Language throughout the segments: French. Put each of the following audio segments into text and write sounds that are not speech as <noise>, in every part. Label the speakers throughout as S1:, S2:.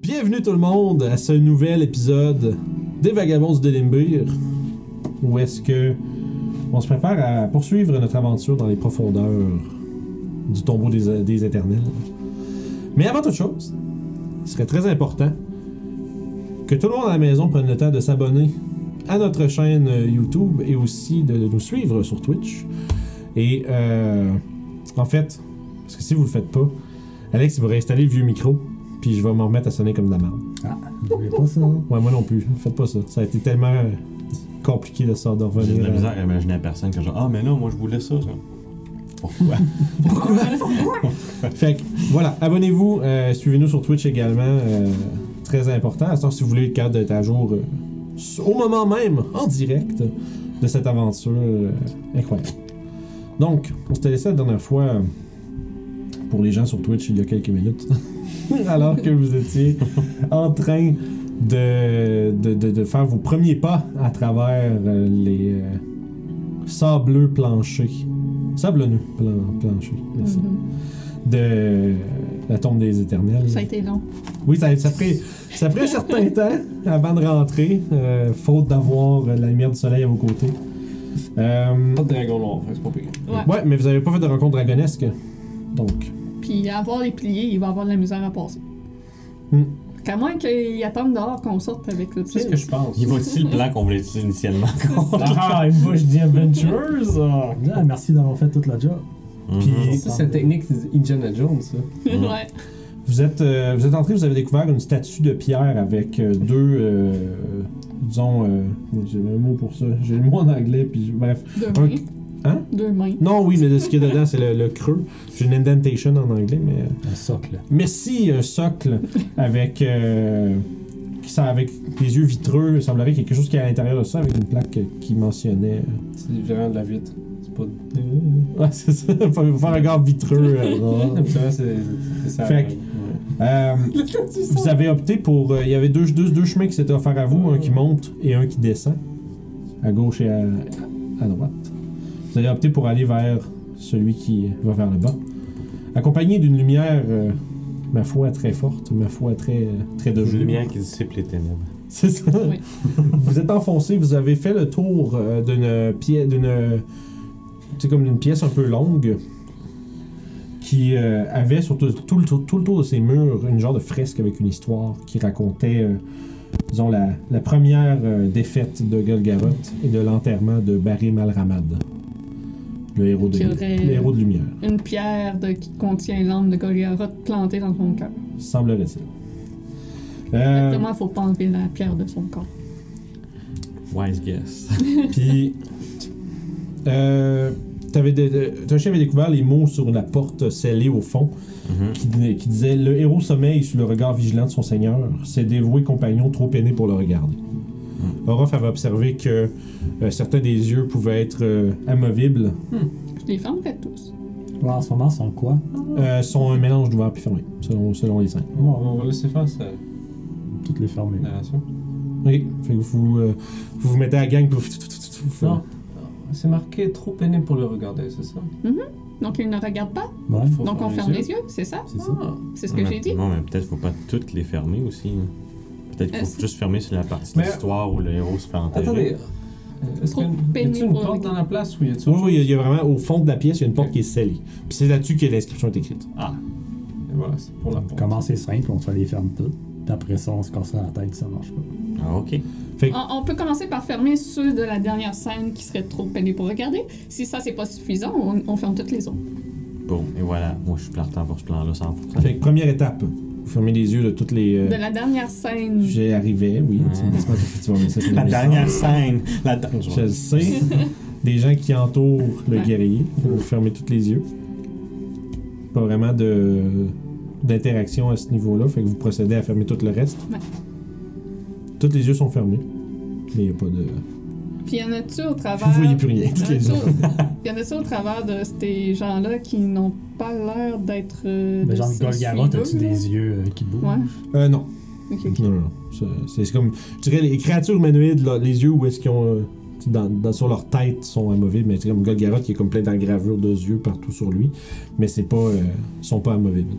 S1: Bienvenue tout le monde à ce nouvel épisode des Vagabonds du Délimbir, où est-ce que on se prépare à poursuivre notre aventure dans les profondeurs du tombeau des, des éternels. Mais avant toute chose, il serait très important que tout le monde à la maison prenne le temps de s'abonner à notre chaîne YouTube et aussi de nous suivre sur Twitch. Et euh, en fait, parce que si vous le faites pas, Alex il va réinstaller le vieux micro, puis je vais m'en remettre à sonner comme de la merde.
S2: Ah, je voulais pas ça. Moi,
S1: Ouais, moi non plus. Faites pas ça. Ça a été tellement euh, compliqué de s'en de
S3: J'ai de
S1: revenir.
S3: la
S1: euh,
S3: misère à imaginer la personne que genre Ah, mais non, moi je voulais ça. ça. Pourquoi
S1: <laughs> Fait que, voilà, abonnez-vous, euh, suivez-nous sur Twitch également, euh, très important. À ce temps, si vous voulez être capable d'être à jour euh, s- au moment même, en direct, de cette aventure euh, incroyable. Donc, on s'était laissé la dernière fois euh, pour les gens sur Twitch il y a quelques minutes, <laughs> alors que vous étiez en train de, de, de- de faire vos premiers pas à travers euh, les euh, sableux planchers. Sablonneux plan- planchers, merci
S4: Mhm.
S1: de la tombe des éternels.
S4: Ça a été long.
S1: Oui, ça, ça, pris, ça a pris un
S4: <laughs>
S1: certain temps avant de rentrer, euh, faute d'avoir euh, la lumière du soleil à vos côtés. Euh,
S3: Pas de dragon noir, c'est pas pire.
S4: Ouais.
S1: ouais, mais vous avez pas fait de rencontre dragonesque. Donc,
S4: Puis avoir les pliés, il va avoir de la misère à passer.
S1: Hmm.
S4: Qu'à moins qu'ils attendent dehors qu'on sorte avec le
S2: C'est ce que je pense.
S3: Il va-t-il le plan qu'on voulait utiliser initialement
S2: Ah, il bouge The Adventures! ah.
S5: Ah, merci d'avoir fait toute la job.
S3: Mhm.
S6: Ça, c'est la technique de Indiana Jones, ça.
S4: <laughs> ouais.
S1: vous êtes, euh, vous êtes entré, vous avez découvert une statue de pierre avec euh, deux, euh, disons, euh, j'ai un mot pour ça, j'ai le mot en anglais, puis je- bref.
S4: Deux
S1: Un-
S4: mains.
S1: Hein? <laughs>
S4: Deux mains.
S1: Non, oui, mais ce qu'il y a dedans, c'est le, le creux. J'ai une indentation en anglais, mais.
S2: Un socle.
S1: Merci, un socle avec, euh, qui sent- avec les yeux vitreux. Il semblerait qu'il y ait quelque chose qui est à l'intérieur de ça, avec une plaque euh, qui mentionnait. euh, <laughs>
S6: C'est vraiment de la vitre. C'est pas.
S1: Ouais, c'est ça. <laughs> Faut faut faire un regard vitreux. euh,
S6: <laughs> Habituellement, c'est c'est ça.
S1: Fait que-
S6: ouais.
S1: Euh, vous avez opté pour. euh, Il y avait deux, deux, deux chemins qui s'étaient offerts à vous, un qui monte et un qui descend, à gauche et à, à droite. Vous avez opté pour aller vers celui qui va vers le bas, accompagné d'une lumière, euh, ma foi, très forte, ma foi, très, euh, très de
S3: Une
S1: jour.
S3: lumière qui dissipe les ténèbres.
S1: C'est ça.
S4: Oui.
S1: vous êtes enfoncé, vous avez fait le tour euh, d'une pièce, d'une, c'est comme une pièce un peu longue qui euh, avait sur tout, tout le, tout le tour de ses murs une genre de fresque avec une histoire qui racontait, euh, disons, la, la première euh, défaite de Golgaroth et de l'enterrement de Barry Malramad, le héros de,
S4: Qui aurait-
S1: le héros de lumière.
S4: Une pierre de- qui contient l'âme de Golgaroth plantée dans son cœur.
S1: Semblerait-il. Euh,
S4: Exactement, faut pas enlever la pierre de son corps.
S3: Wise guess.
S1: Puis, euh, t'avais dé- dé- ton chien avait découvert les mots sur la porte scellée au fond
S3: Mhm.
S1: qui, dis- qui disaient Le héros sommeille sous le regard vigilant de son seigneur, ses dévoués compagnons trop peinés pour le regarder. Orof avait observé que euh, certains des yeux pouvaient être euh, amovibles,
S4: Je les fermerais tous.
S5: Ouais, en ce moment, ils sont quoi
S1: euh, sont un mélange d'ouvert puis fermé, selon, selon les scènes.
S6: On va- on va laisser faire sa
S5: Toutes les fermées.
S6: narration.
S1: Ok, fait que vous, euh, vous vous mettez à la gang puis vous- vous- vous-
S6: Non. C'est marqué trop pénible pour le regarder, c'est ça?
S4: Donc, ils ne regardent pas.
S5: Ouais,
S6: Faut
S4: Donc, on ferme les yeux, c'est ça?
S5: c'est ça.
S6: Ah.
S4: C'est ce que
S3: Ouais,
S4: j'ai dit?
S3: Non, mais peut-être faut pas toutes les fermer aussi. hein. Peut-être qu'il
S4: Euh,
S3: faut
S4: c'est-
S3: juste fermer sur la partie de
S6: Mais-
S3: l'histoire où le héros se fait enterrer.
S6: Attendez. euh, Est-ce
S4: Trop
S6: qu'il y a une- y a-t-il
S4: pénible
S6: une
S4: pour
S6: porte
S4: le-
S6: dans la place ou y a-t-il
S1: Oui,
S6: autre
S1: oui, il y a-
S6: chose?
S1: il y a vraiment au fond de la pièce, il y a une porte qui est scellée. Puis c'est là-dessus que l'inscription est écrite.
S6: Ah. Et voilà, c'est pour la porte.
S5: Comment c'est simple, on se les ferme toutes. Puis après ça, on se cassera la tête, ça marche
S4: Euh,
S5: pas.
S3: Ah, ok.
S1: Oui.
S4: On, on peut commencer par fermer ceux de la dernière scène qui seraient trop peinés pour regarder. Si ça, c'est pas suffisant, on, on ferme toutes les autres.
S3: Bon, et voilà. Moi, je suis partant pour ce plan-là 100%.
S1: Fait que première étape, vous fermez les yeux de toutes les. euh,
S4: De la dernière scène.
S1: J'y arrivais, oui.
S3: Ouais.
S1: Tu me dis pas que tu vas mettre ça sur
S3: La
S1: le
S3: dernière scène. La da-
S1: message. Je le
S3: <laughs>
S1: sais. Des gens qui entourent le
S4: Ouais.
S1: guerrier. Vous fermez tous les yeux. Pas vraiment de d'interaction à ce niveau-là. Fait que vous procédez à fermer tout le reste.
S4: Ouais.
S1: Tous les yeux sont fermés. Mais il a pas de.
S4: Puis y en a-tu au travers.
S1: Vous voyez plus rien. Tous les yeux.
S4: Il y en a-tu au travers de ces gens-là qui n'ont pas l'air d'être. euh,
S5: Mais
S4: de
S5: genre,
S4: ces
S5: Golgaroth, as-tu
S4: suiveux, là?
S5: des yeux euh, qui bougent
S4: Ouais.
S1: Euh, non.
S4: Ok, ok.
S1: Non, non, non. Ça, C'est c'est comme. Je dirais, les créatures humanoïdes, là, les yeux où est-ce qu'ils ont. euh, tu sais, dans, dans- sur leur tête sont amovibles, mais c'est comme Golgaroth qui est comme plein d'engravures de yeux partout sur lui. Mais c'est pas. euh, sont pas amovibles.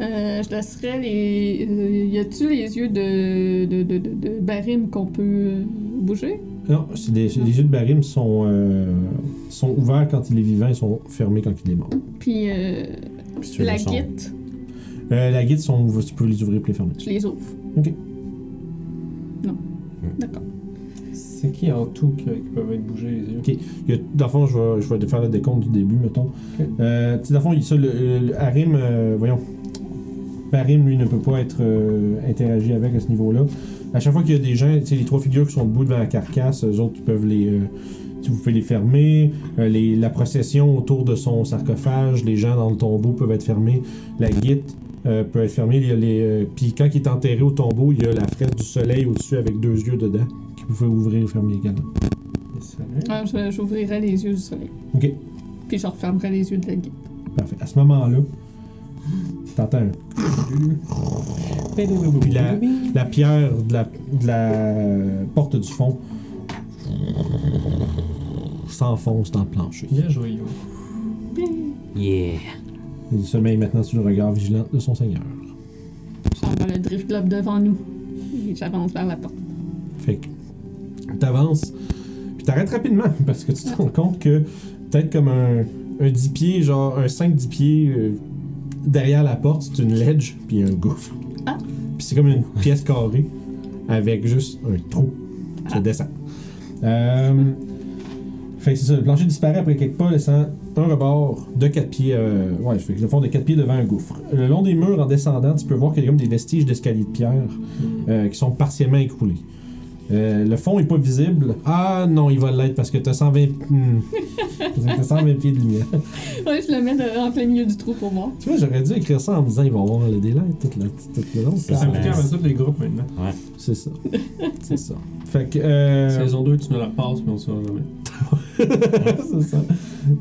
S4: Euh, je laisserai les. euh, y a-tu les yeux de, de, de, de, de Barim qu'on peut euh, bouger?
S1: Euh, Non, c'est des- les yeux de Barim sont, euh, sont ouverts quand il est vivant et sont fermés quand il est mort.
S4: Puis euh,
S1: Si tu veux
S4: la
S1: le son.
S4: guite,
S1: Euh, la guide, sont, tu peux les ouvrir et les fermer.
S4: je les ouvre.
S1: Ok.
S4: Non. D'accord.
S6: C'est qui en tout qui, qui peuvent être bougés les yeux?
S1: Il y a- dans le fond, je vais, je vais faire le décompte du début, mettons. Euh, tu sais, dans le fond, il- ça, le, le- le Harim, euh, voyons. Ben, Harim, lui, ne peut pas être euh, interagi avec à ce niveau-là. À chaque fois qu'il y a des gens, tu sais, les trois figures qui sont debout devant la carcasse, eux autres, ils peuvent les. euh, tu- vous pouvez les fermer. Euh, les- la procession autour de son sarcophage, les gens dans le tombeau peuvent être fermés. La guite euh, peut être fermée. Il y a les, euh, Puis quand il est enterré au tombeau, il y a la fraise du soleil au-dessus avec deux yeux dedans qui pouvait ouvrir et fermer également.
S6: Les soleils?
S4: Alors, Hein, je- j'ouvrirai les yeux du soleil.
S1: Ok.
S4: Puis je refermerai les yeux de la guite.
S1: Parfait. À ce moment-là, t'entends un- Puis la, la pierre de la, de la euh, porte du fond s'enfonce dans le plancher.
S6: Bien joué, yo.
S5: Yeah.
S1: Il sommeille maintenant sous le regard vigilant de son seigneur.
S4: J'envoie le drift globe devant nous. Et j'avance vers la porte.
S1: Fait que t'avances, puis t'arrêtes rapidement <laughs> parce que tu te rends compte que peut-être comme un, un 10 pieds, genre un 5-10 pieds euh, derrière la porte, c'est une ledge, puis un gouffre.
S4: Ah.
S1: Puis c'est comme une pièce carrée avec juste un trou. Ça descend. Euh, fait que c'est ça, le plancher disparaît après quelques pas, laissant un rebord de 4 pieds, euh, ouais, fait que le fond de 4 pieds devant un gouffre. Le long des murs, en descendant, tu peux voir qu'il y a comme des vestiges d'escalier de pierre euh, qui sont partiellement écoulés. Euh, le fond est pas visible. Ah non, il va l'être parce que t'as 120... hmm. Parce que t'as 120 pieds de lumière. <laughs>
S4: Ouais, je le mets de- en plein milieu du trou pour voir.
S1: Tu vois, j'aurais dû écrire ça en me disant ils vont avoir le délai tout le, tout le long.
S5: C'est
S1: Ça-
S5: ça.
S6: Ça appliqué à tous les groupes maintenant.
S1: C'est ça. C'est ça. Fait que... euh,
S6: Saison 2, tu nous la repasses, mais on saura jamais.
S1: <laughs> c'est ça.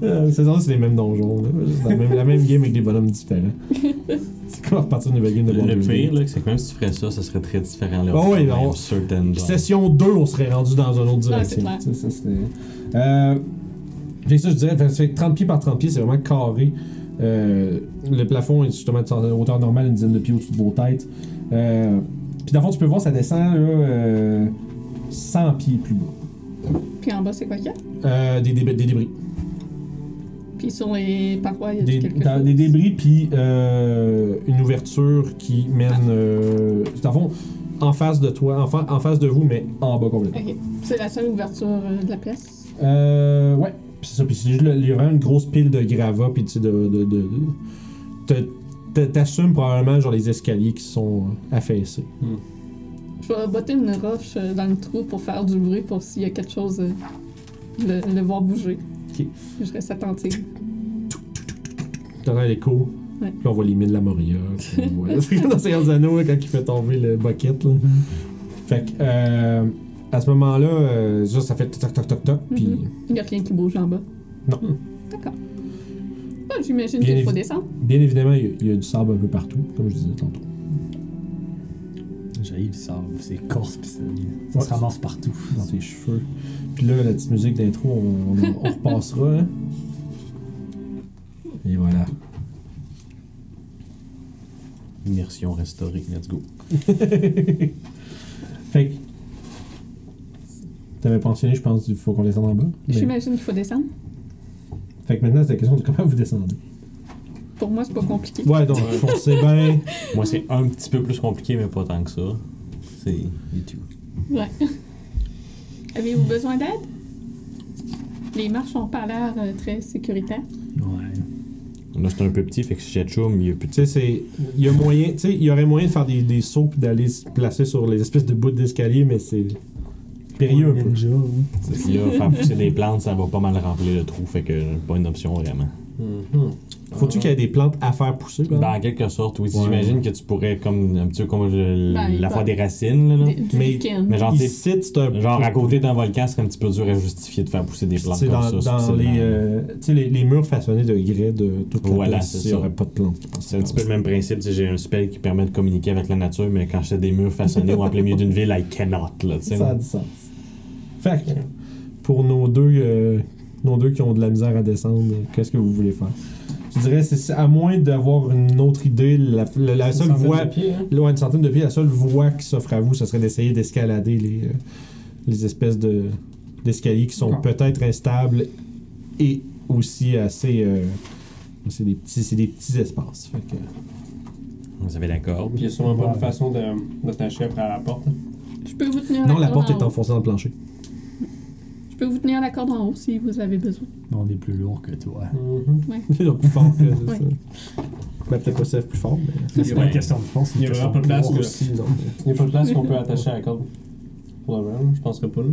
S1: Euh, saison deux, c'est les mêmes donjons. Là. C'est La, même, la même game avec des bonhommes différents. C'est comme repartir une nouvelle game de
S3: Le
S1: Baldur's Gate.
S3: pire, là, c'est que même si tu ferais ça, ça serait très différent. Là,
S1: Ah oui,
S3: Même
S1: on-
S3: certain, genre.
S1: Session 2, on serait rendu dans une autre
S4: Ah,
S1: direction.
S4: c'est clair.
S1: Tu sais, ça, c'est- Euh, fait que ça, je dirais, fait- ça fait que 30 pieds par 30 pieds, c'est vraiment carré. Euh, le plafond est justement de hauteur normale, une dizaine de pieds au-dessus de vos têtes. Euh, Puis dans le fond, tu peux voir, ça descend là, euh, 100 pieds plus bas.
S4: Puis en bas, c'est quoi qu'il y a?
S1: Euh, des, débris- des débris.
S4: Puis sur les parois, il y a
S1: Des,
S4: quelque
S1: dans-
S4: chose.
S1: des débris, puis euh, une ouverture qui mène.
S4: Ah.
S1: euh, dans le fond, en face de toi, en, fa- en face de vous, mais en bas complètement.
S4: Ok. C'est la seule ouverture euh, de la place.
S1: Euh, ouais. Puis c'est ça. Puis c'est juste, le- il y a vraiment une grosse pile de gravats. Puis tu sais, de. de, de, de- te- te- T'assumes probablement genre les escaliers qui sont euh, affaissés.
S4: Je vais botter une roche euh, dans le trou pour faire du bruit pour s'il y a quelque chose, euh, le, le voir bouger.
S1: Ok.
S4: Je reste attentive.
S1: T'entends l'écho.
S4: Ouais.
S1: Puis on voit les mines de la Moria. puis on voit- <laughs> c'est comme dans Seigneur des Anneaux, là, quand il fait tomber le bucket. Là. Fait que, euh, à ce moment-là, euh, ça, ça fait toc toc toc toc. Puis
S4: Mhm. Il n'y a rien qui bouge en bas.
S1: Non.
S4: D'accord. Ah, J'imagine
S1: Bien
S4: qu'il faut
S1: évi-
S4: descendre.
S1: bien évidemment, il y a- il y, a du sable un peu partout, comme je disais tantôt.
S5: J'ai le sable, c'est corse pis ça, ça se
S1: Ouais.
S5: ramasse partout.
S1: Dans tes cheveux. Puis là, la petite musique d'intro, on, on- on repassera. hein. Et voilà.
S3: Immersion restaurée, let's go.
S1: <laughs> Fait que. T'avais pensionné, je pense, qu'il faut qu'on descende en bas. Mais-
S4: J'imagine qu'il faut descendre.
S1: Fait que maintenant, c'est la question de comment vous descendez.
S4: Pour moi, c'est pas compliqué.
S1: Ouais, donc, on sait bien.
S3: Moi, c'est un petit peu plus compliqué, mais pas tant que ça. C'est YouTube.
S4: Ouais. Avez-vous besoin d'aide? Les marches n'ont pas l'air euh, très sécuritaires.
S5: Ouais.
S3: Là, c'est un peu petit, fait que si j'ai chum, il y a plus de
S1: Tu sais, c'est. Il y a moyen. Tu sais, il y aurait moyen de faire des, des sauts puis d'aller se placer sur les espèces de bouts d'escalier, mais c'est. périlleux un peu.
S5: Ninja, hein.
S3: S'il y a faire pousser des plantes, ça va pas mal remplir le trou, fait que pas une option vraiment.
S1: Mm-hmm. Faut-tu qu'il y ait des plantes à faire pousser, par exemple?
S3: Ben, en quelque sorte, oui.
S1: Ouais.
S3: J'imagine que tu pourrais, comme un petit peu comme le-
S4: Ben, il
S3: la
S4: peut-
S3: fois des racines, là. là.
S4: Des- Du
S1: Mais-
S4: lichen.
S3: Mais genre, tu sais,
S1: Ici, c'est un
S3: genre à côté d'un volcan, c'est un petit peu dur à justifier de faire pousser des plantes
S1: C'est
S3: comme
S1: dans,
S3: ça.
S1: dans
S3: subtilement.
S1: les, euh, tu sais, les, les murs façonnés de grès de toute la
S3: Voilà,
S1: place,
S3: c'est
S1: il n'y
S3: ça.
S1: aurait pas de plantes qui passent.
S3: C'est un petit peu le même principe. tu sais, J'ai un spell qui permet de communiquer avec la nature, mais quand j'ai des murs façonnés ou en plein milieu d'une ville, I cannot, là, tu sais.
S1: Ça a du sens. Fait que, pour nos deux, euh, nos deux qui ont de la misère à descendre, qu'est-ce que vous voulez faire? Je dirais, c'est c'est- à moins d'avoir une autre idée, la, la- la seule voie.
S6: hein.
S1: Là, ouais, une centaine de pieds, la seule voie qui s'offre à vous, ce serait d'essayer d'escalader les, euh, les espèces de d'escaliers qui sont
S6: D'accord.
S1: peut-être instables et aussi assez. euh, c'est des petits, c'est des petits espaces. Fait que-
S3: Vous avez la
S1: Ah,
S3: corde.
S6: Puis il y a sûrement pas
S5: Ouais.
S6: une façon de- d'attacher après à la porte.
S4: Je peux vous tenir
S1: Non, la
S4: la corde
S1: porte est
S4: en haut.
S1: enfoncée dans le plancher. <laughs>
S4: Je peux vous tenir la corde en haut si vous avez besoin.
S5: On est plus lourd que toi.
S6: Mhm.
S1: Il est plus fort que c'est
S4: Ouais.
S1: ça. Ben, peut-être pas Seth plus fort, mais.
S5: C'est pas une question de force, c'est
S6: Il y
S5: une
S6: a
S5: question
S6: vraiment
S5: de
S6: pas de
S5: pouvoir.
S6: place,
S1: aussi, non. mais-
S6: Il n'y a pas de place qu'on peut attacher à la corde. Pour le round, je penserais pas. là.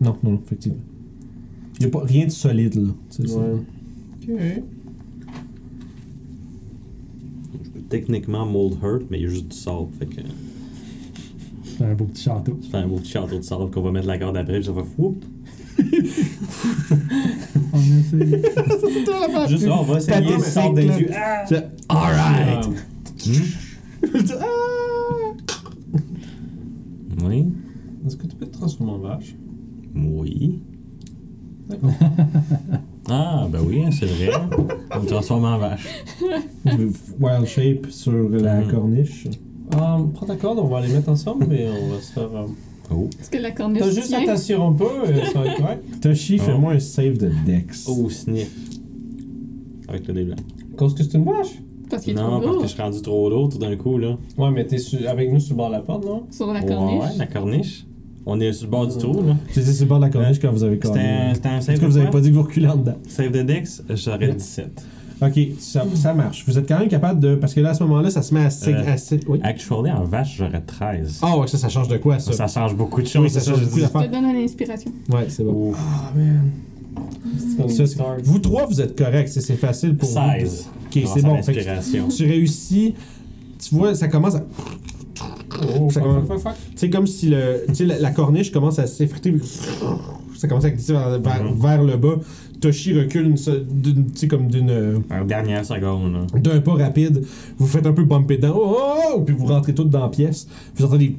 S1: Non, non, non, effectivement. Il n'y a pas rien de solide, là. Tu sais, c'est-
S6: Ouais.
S3: Je peux techniquement mold hurt, mais il y a juste du sable. Fait que
S5: C'est un beau petit château.
S3: je fais un beau petit château de sable qu'on va mettre la corde après, puis ça va whoop.
S5: On essaie. <laughs>
S3: Juste là, on va essayer
S1: T'attends,
S3: le
S1: mais
S3: sort des
S1: c'est clair.
S3: yeux.
S1: Je- Alright!
S6: Euh,
S3: Oui.
S6: Euh, Est-ce que tu peux te transformer en vache
S1: <laughs>
S3: Oui.
S6: D'accord.
S3: Ah, ben oui, hein, c'est vrai. On me transforme en vache.
S1: Wild shape sur la
S3: Mhm.
S1: corniche.
S6: Euh, prends ta corde, on va les mettre ensemble et on va se faire. euh,
S3: Oh.
S4: Est-ce que la corniche
S6: T'as juste à
S4: tient?
S6: t'assurer un peu et ça va être correct.
S1: Toshi,
S3: Oh.
S1: fais-moi un save de Dex.
S3: Oh, sniff. Avec le dé blanc.
S6: Parce que c'est une vache.
S4: Parce qu'il est
S3: Non,
S4: trop
S3: parce
S4: lourd
S3: que je suis rendu trop lourd tout d'un coup, là.
S6: Ouais, mais t'es su- avec nous sur le bord de la porte, non
S4: sur la
S3: Ouais,
S4: corniche.
S3: ouais, la corniche. On est sur le bord du trou, là.
S1: J'étais sur le bord de la corniche quand vous avez
S3: C'était un,
S1: corniche.
S3: c'était un
S1: Est-ce
S3: save
S1: que
S3: de
S1: vous avez
S3: quoi?
S1: pas dit que vous reculez en dedans?
S3: Save de Dex, j'aurais 17.
S1: Ok, ça, ça marche. Vous êtes quand même capable de. Parce que là, à ce moment-là, ça se met à. sig-
S3: Euh.
S1: à sig- oui.
S3: Actually, en vache, j'aurais 13.
S1: Ah, ouais, ça, ça change de quoi, ça?
S3: Ça change beaucoup de choses.
S1: oui, ça
S3: c'est
S1: change
S3: je
S1: beaucoup
S3: dis.
S4: Je te
S1: d'affaires.
S4: donne une inspiration.
S1: Ouais, c'est bon.
S3: Ouf.
S6: Ah, man. C'est comme
S1: Ça, c'est-
S6: dark.
S1: vous trois, vous êtes corrects. C'est c'est facile pour vous.
S3: 16.
S1: Ok,
S3: Grâce
S1: c'est
S3: à
S1: bon. Fait que
S3: L'inspiration.
S1: tu réussis. Tu vois, ça commence à.
S6: Oh,
S1: Ça-
S6: fuck, fuck, fuck, fuck.
S1: C'est comme si le, tu sais, la, la corniche commence à s'effriter. puis Ça commence à glisser vers, vers-
S3: Mhm.
S1: vers le bas. Toshi recule une se- d'une- tu sais, comme d'une euh,
S3: En dernière seconde, là.
S1: d'un pas rapide. Vous faites un peu bumper dedans. Oh, oh, oh, puis vous rentrez toutes dans la pièce. Vous entendez.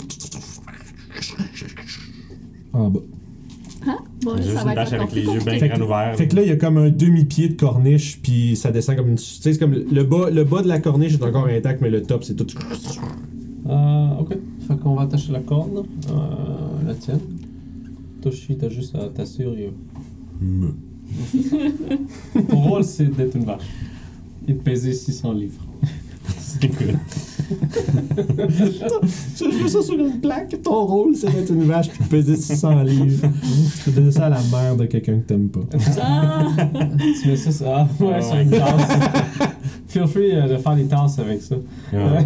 S1: En bas.
S4: Hein? Bon,
S3: Juste
S4: ça
S3: une
S4: va être
S3: vache avec
S4: encore
S3: les
S4: plus
S3: yeux bien
S4: compliqué.
S1: Fait que-
S3: grands ouverts.
S1: Fait que là, il y a comme un demi-pied de corniche, puis ça descend comme une. Tu sais, c'est comme le bas, le bas de la corniche est encore intact, mais le top, c'est tout.
S6: Euh, ok. Fait qu'on va attacher la corde. Euh, la tienne. Toshi, t'as juste à t'assurer.
S3: Me.
S6: Mon rôle, c'est d'être une vache. Et de peser 600 livres. <laughs>
S3: C'est cool.
S1: Je veux ça sur une plaque. Ton rôle, c'est d'être une vache, puis de peser 600 livres. Tu peux donner ça à la mère de quelqu'un que t'aimes pas.
S3: <laughs>
S4: Ah!
S6: tu mets ça, sur- ah, ouais,
S3: Ah,
S6: sur
S3: ouais.
S6: une tasse. <laughs> Feel free euh, de faire des tasses avec ça.
S3: Ah, ouais.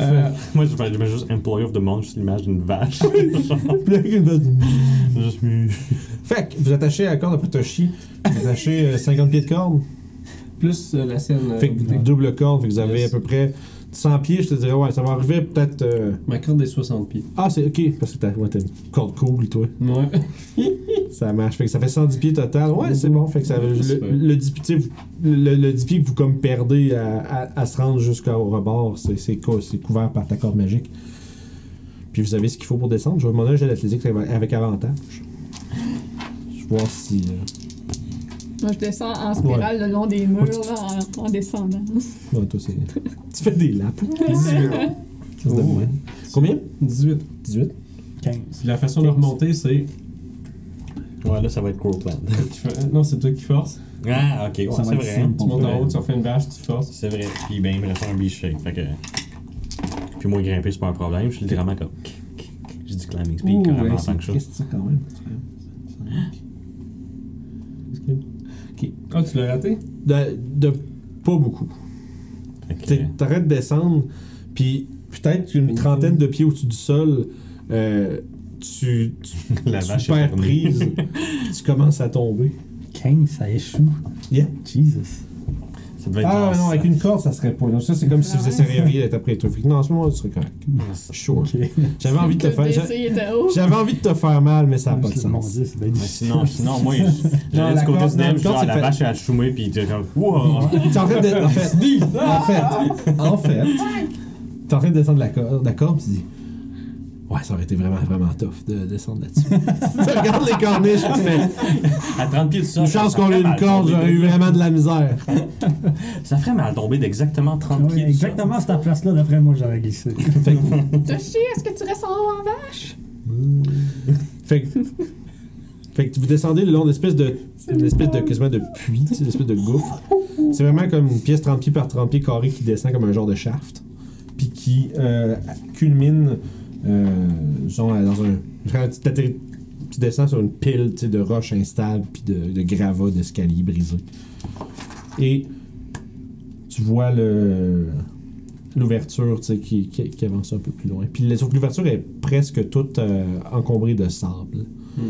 S6: Euh,
S3: Moi, je mets, je mets juste Employee of the Month, juste l'image d'une
S1: <laughs>
S3: vache.
S1: Puis là, il va-
S3: juste mu.
S1: Fait que vous attachez à la corde après Toshi, vous attachez euh, 50 pieds de corde.
S6: plus euh, la scène. euh,
S1: Fait que double corde, fait que vous avez
S6: Yes.
S1: à peu près 100 pieds, je te dirais, ouais, ça va arriver peut-être. euh,
S6: Ma corde est 60 pieds.
S1: Ah, c'est ok, parce que t'as ouais, t'as une corde cool, toi.
S6: <laughs> Ouais.
S1: Ça marche. Fait que ça fait 110 pieds total. Ouais, c'est bon. Fait que ça, le,
S6: Super.
S1: le, 10 pieds, tu sais, vous- le, le 10 pieds que vous comme perdez à, à- à se rendre jusqu'au rebord, c'est c'est cou- c'est couvert par ta corde magique. Puis vous avez ce qu'il faut pour descendre. Je vais demander un jet d'athlétique avec avec avantage. Je vais voir si. euh,
S4: Moi, je descends en spirale le long des murs là, en, en descendant.
S1: ouais, toi, c'est. <laughs> tu fais des laps.
S6: 18.
S1: Ça se donne bien. Combien
S6: 18.
S1: 18.
S5: 15.
S6: Puis la façon de remonter, c'est.
S3: Ouais, là, ça va être Crow Plant.
S6: tu fais- euh, Non, c'est toi qui forces.
S3: Ah, ok, ouais,
S5: Ça va
S3: c'est
S5: être
S3: vrai.
S5: simple.
S6: Tu montes en
S3: Ouais.
S6: haut, tu en fais une vache, tu forces.
S3: C'est vrai. Puis, ben, il me reste un beach shake. Fait que. Puis, moi, grimper, c'est pas un problème. Je suis littéralement comme. J'ai du climbing
S1: ben,
S3: speed, carrément, en tant que chose.
S1: ça quand même.
S6: Ah, tu l'as raté
S1: De, de pas beaucoup.
S3: Fait que, euh,
S1: T'es- T'arrêtes de descendre, puis peut-être une
S6: Une
S1: trentaine de pieds au-dessus du sol, euh, tu, tu,
S3: La
S1: tu
S3: vache est
S1: perds
S3: terminée.
S1: prise, puis tu commences à tomber.
S5: 15, ça échoue.
S1: Yeah.
S5: Jesus.
S3: <laughs> Ça devait être
S1: Ah
S3: genre
S1: non, avec
S3: ça.
S1: une corde, ça serait pas. Donc ça, c'est comme si vous essayeriez d'être après les trucs. Non, en ce moment, tu serais correct. Sure.
S5: Ok.
S1: J'avais envie de te
S4: Que
S1: faire. j'a-
S4: d'essayer de haut.
S1: J'avais envie de te faire mal, mais ça n'a pas de
S5: Mon
S1: sens.
S5: dieu, c'est bien
S3: Mais
S5: difficile.
S3: sinon,
S1: <laughs>
S3: sinon, moi,
S1: Non,
S3: j'allais
S1: la
S3: du côté
S1: corde-
S3: du Neb,
S1: non,
S3: puis
S1: la
S3: genre,
S1: corde,
S3: la
S1: c'est
S3: vache est achoumée, puis t'es comme,
S1: <laughs>
S3: wow!
S1: T'es en train de. En fait, en fait, en fait, t'es en train de descendre la corde, d'accord? Puis tu dis Ouais, ça aurait été vraiment, vraiment tough de descendre là-dessus. <laughs> tu regardes les corniches, tu fais.
S3: À 30 pieds de ça.
S1: Une chance
S3: ça
S1: qu'on ait
S3: ferait
S1: une
S3: mal
S1: corde,
S3: tomber
S1: j'aurais
S3: de-
S1: eu vraiment de la misère.
S3: Ça ferait mal tomber d'exactement 30
S5: Ouais,
S3: pieds du sol.
S5: exactement cette place-là, d'après moi, j'aurais glissé.
S4: Toshi, est-ce que tu restes en haut en vache?
S1: Fait que. Fait que vous descendez le long d'une espèce de. Une espèce de. quasiment de puits, tu sais, une espèce de gouffre. C'est vraiment comme une pièce 30 pieds par 30 pieds carrée qui descend comme un genre de shaft. Puis qui euh, culmine. euh, genre dans un. vraiment, Tu t'atterris- tu descends sur une pile tu sais, de roches instables, puis de, de gravats d'escalier brisés. Et. Tu vois le. L'ouverture tu sais, qui, qui, qui avance un peu plus loin. Puis, sauf que l'ouverture est presque toute euh, encombrée de sable.
S4: Hmm.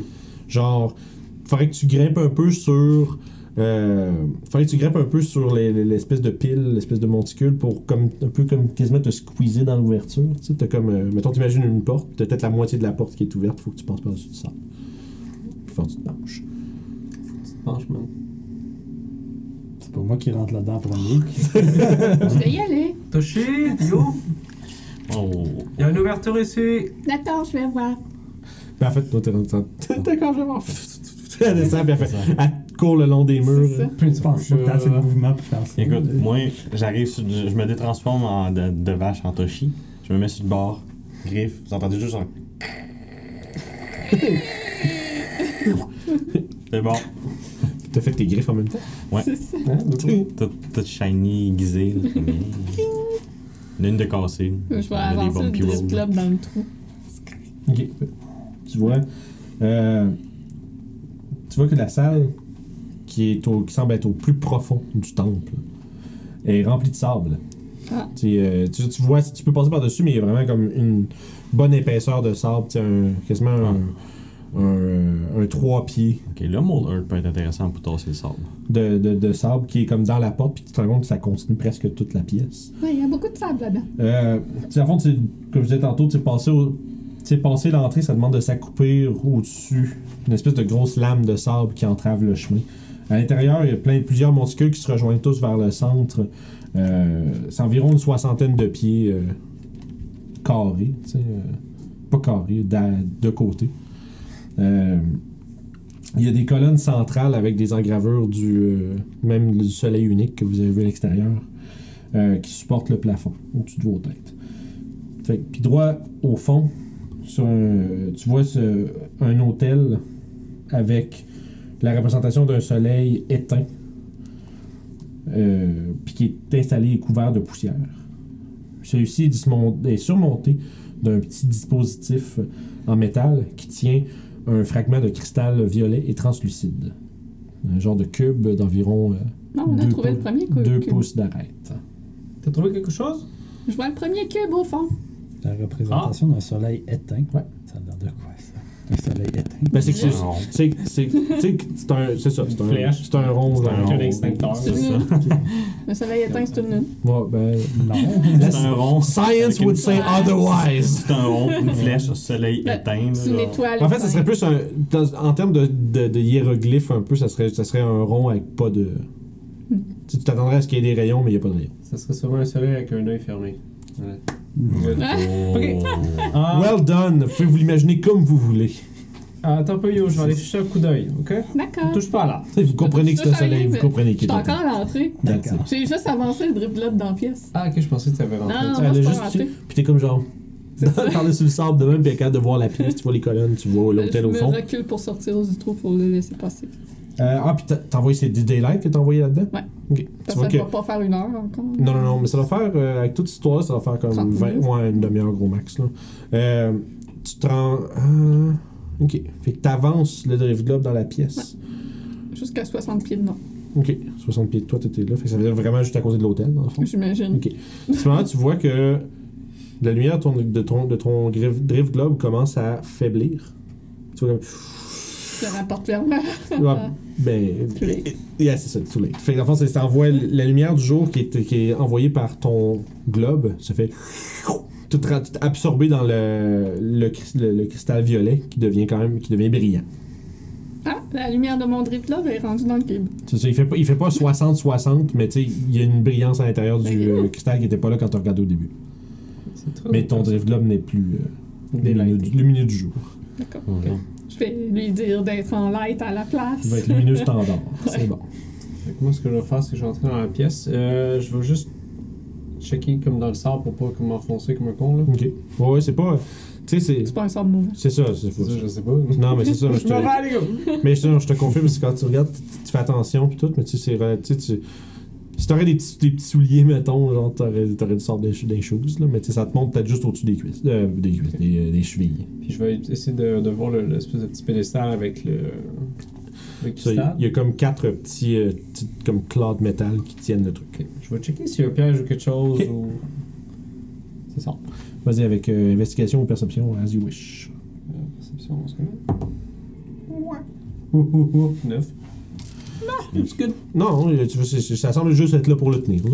S1: Genre, faudrait que tu grimpes un peu sur. Euh, faudrait que tu grimpes un peu sur les- les- l'espèce de pile, l'espèce de monticule pour comme un peu comme quasiment te squeezer dans l'ouverture. Tu sais, t'as comme. euh, mettons, t'imagines une porte, t'as peut-être la moitié de la porte qui est ouverte, faut que tu passes par-dessus du sable. Puis faut que tu te penches.
S6: Franchement.
S5: C'est pas moi qui rentre là-dedans en premier.
S4: Je vais y aller.
S2: Toshi, yo,
S3: Oh.
S2: il y a une ouverture ici.
S4: D'accord, je vais voir.
S1: Puis en fait, toi, <laughs> t'es rendu.
S4: Ah.
S1: D'accord, je vais voir. Elle descend, puis elle
S4: <laughs>
S1: fait. Elle court le long des murs.
S4: C'est ça.
S5: Puis tu penses pas que t'as assez de
S2: Euh,
S5: mouvement pour faire ça.
S3: Écoute, moi, j'arrive, sur- je je me détransforme en, de, de vache en Toshi. Je me mets sur le bord, griffe. Vous entendez juste un. <laughs> C'est bon.
S1: T'as fait tes griffes en même temps.
S6: Hein, beaucoup.
S3: Tout, tout shiny, aiguisé. là, comme- L'une de cassée.
S4: Je vais
S3: On a des
S4: avancer le
S3: bumpy
S4: drift
S3: roads.
S4: club dans le trou.
S1: Ok. Tu vois. euh, tu vois que la salle qui, est au- qui semble être au plus profond du temple est remplie de sable.
S4: Ah.
S1: Tu, euh, tu- tu vois, tu peux passer par-dessus, mais il y a vraiment comme une bonne épaisseur de sable, tu sais, un- quasiment un, un- un trois pieds
S3: Ok, là, Mold Earth peut être intéressant pour tasser le sable.
S1: de, de- de sable qui est comme dans la porte, puis tu te rends compte que ça continue presque toute la pièce.
S4: Ouais, il y a beaucoup de sable là-dedans.
S1: Euh, tu sais, à fond, tu sais, comme je disais tantôt, tu sais, passer, au- tu sais, passer l'entrée, ça demande de s'accoupir au-dessus. Une espèce de grosse lame de sable qui entrave le chemin. À l'intérieur, il y a plein, plusieurs monticules qui se rejoignent tous vers le centre. Euh, c'est environ une soixantaine de pieds euh, carrés. tu sais, euh, pas carrés, d'a- de côté. Euh, il y a des colonnes centrales avec des engravures du euh, même du soleil unique que vous avez vu à l'extérieur euh, qui supportent le plafond au-dessus de vos têtes. Fait que- puis droit au fond, sur un- tu vois ce- un hôtel avec la représentation d'un soleil éteint, euh, puis qui est installé et couvert de poussière. Celui-ci est, dismon- est surmonté d'un petit dispositif en métal qui tient un fragment de cristal violet et translucide. Un genre de cube d'environ euh,
S4: Non, on a
S1: Deux
S4: trouvé le
S1: pouces.
S4: premier cube.
S1: 2 pouces d'arête.
S2: T'as trouvé quelque chose?
S4: Je vois le premier cube au fond.
S5: La représentation d'un soleil éteint. Ouais. Ça a l'air de quoi, ça? Un soleil éteint.
S1: Ben, c'est que c'est-
S3: Un rond.
S1: c'est c'est tu sais que c'est un c'est ça c'est un
S6: Flèche.
S1: c'est un rond
S3: Ah, C'est un
S1: genre.
S6: Avec
S3: rond.
S6: un extincteur.
S4: C'est
S6: là.
S4: une lune. Le soleil éteint, c'est une lune.
S1: Ouais, ben,
S5: <laughs> Non.
S1: la-
S3: C'est un rond.
S1: science
S3: Avec une-
S1: would say otherwise.
S3: C'est un rond, une flèche, un soleil éteint.
S4: Ben, C'est une
S3: là.
S4: étoile.
S1: En fait, ça
S4: éteinte.
S1: serait plus un dans- en termes de, de, de hiéroglyphe un peu, ça serait ça serait un rond avec pas de tu sais, tu t'attendrais à ce qu'il y ait des rayons mais il n'y a pas de rayons.
S6: Ça serait sûrement un soleil avec un œil fermé. Ouais.
S3: Oh.
S6: Ah,
S1: Well done, vous pouvez vous l'imaginer comme vous voulez. <laughs>
S6: attends un peu, yo, je vais aller chercher un coup d'œil, ok?
S4: D'accord.
S6: Touche pas là.
S1: Tu sais, Vous comprenez que c'est un
S4: Ça, ça
S1: soleil,
S4: arrive.
S1: vous comprenez
S4: Je
S1: qu'il
S4: suis
S1: est
S4: encore à l'entrée.
S5: D'accord.
S4: J'ai juste avancé le drip club dans la pièce.
S6: Ah, ok, je pensais que tu avais rentré.
S4: Non,
S1: Elle
S4: moi,
S1: a
S4: je suis
S1: juste
S4: pas rentrée.
S1: Puis t'es comme genre <laughs> par-dessus le sable de même, puis elle est capable de voir la pièce, tu vois les colonnes, tu vois
S4: Je
S1: l'hôtel au
S4: me
S1: fond.
S4: recule pour sortir du trou pour le laisser passer.
S1: Euh, ah, puis t'as t'as envoyé, c'est du daylight que t'as envoyé là-dedans?
S4: Ouais.
S1: Ok. Tu
S4: Ça
S1: vois
S4: ne
S1: que.
S4: va pas faire une heure encore.
S1: Non, non, non, mais ça va faire, euh, avec toute cette histoire-là, ça va faire comme
S4: 30
S1: 20,
S4: minutes.
S1: ouais, une demi-heure gros max. Là. Euh, tu te rends. euh, ok. Fait que t'avances le drift globe dans la pièce.
S4: Jusqu'à 60 pieds de nom,
S1: Ok. 60 pieds de toi, t'étais là. Fait que ça veut dire vraiment juste à côté de l'hôtel, dans le
S4: <laughs>
S1: fond.
S4: j'imagine.
S1: Ok. À ce moment-là, tu vois que la lumière de ton, de ton, de ton drift drift globe commence à faiblir. Tu vois, comme.
S4: Je le rapporte vers moi.
S1: Ouais, ben,
S4: Too late.
S1: yeah, c'est ça, too late. Fait que dans le fond, c'est- ça envoie la lumière du jour qui est, qui est envoyée par ton globe, se fait tout, ra- tout absorbé dans le, le, cris- le- le cristal violet qui devient quand même qui devient brillant.
S4: Ah, la lumière de mon drip là est rendue dans le cube.
S1: C'est ça, il fait pas il fait pas 60 60, mais tu sais, il y a une brillance à l'intérieur du euh, cristal qui était pas là quand tu regardais au début.
S6: C'est trop
S1: Mais ton
S6: intéressant.
S1: drift globe n'est plus euh, Lumineux du- lumineux du jour.
S4: D'accord.
S3: Ouais.
S4: Je vais lui dire d'être en light à la place.
S1: Il va être lumineux standard. C'est bon.
S6: Fait que moi, ce que je vais faire, c'est que je vais entrer dans la pièce. Euh, je vais juste checker comme dans le sable pour pas comme m'enfoncer comme un con, là.
S1: Ok. Ouais, ouais, c'est pas. Tu sais,
S4: C'est
S1: c'est.
S4: pas un sort mauvais.
S1: C'est ça, c'est
S6: C'est
S1: fou.
S6: ça, je sais pas.
S1: Non, mais c'est ça, mais je
S6: Je m'en vais,
S1: te.
S6: les gars!
S1: Mais je te, je te confirme, parce que quand tu regardes, tu- tu fais attention, pis tout, mais tu sais, c'est. rela- Tu sais, tu- Si t'aurais des petits, des petits souliers, mettons, genre, t'aurais, t'aurais du sort des, des choses, là, mais tu sais, ça te monte peut-être juste au-dessus des cuisses. euh, des cuisses, des, des chevilles.
S6: Puis je vais essayer de, de voir le- l'espèce de petit pédestal avec le. le
S1: Ça,
S6: cristal.
S1: Il y a comme quatre petits. euh, petites, comme clats de métal qui tiennent le truc.
S6: Ok, Je vais checker s'il y a un piège ou quelque chose
S1: Ok.
S6: ou. C'est ça.
S1: Vas-y avec euh, investigation ou perception, as you wish.
S6: Euh, perception, on se connaît. Ouais. <laughs> Ouh, ouh, ouh. Neuf.
S1: Non, euh, tu vois, c'est- c'est- ça semble juste être là pour le tenir, là.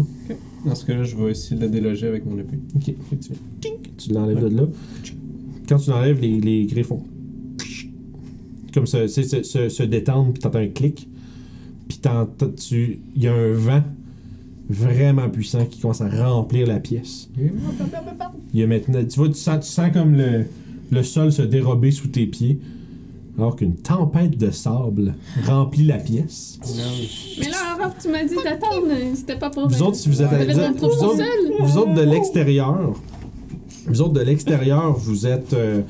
S6: Dans ce cas-là, je vais essayer de le déloger avec mon épée.
S1: Ok, fait que tu, fais tink, tu l'enlèves de là. Quand tu l'enlèves, les, les griffons. Comme ça, tu sais, se, se, se détendre, puis t'entends un clic. Puis t'entends- tu. Il y a un vent vraiment puissant qui commence à remplir la pièce. Il y a maintenant. Tu vois, tu sens, tu sens comme le, le sol se dérober sous tes pieds. Alors qu'une tempête de sable remplit la pièce.
S4: Mais là, avant, tu m'as dit d'attendre. C'était pas pour.
S1: Vous autres, si vous êtes à
S4: T'avais
S1: vous
S4: ton
S1: autres-
S4: trou
S1: vous autres-
S4: seul.
S1: vous autres de l'extérieur, vous autres de l'extérieur, vous êtes, euh,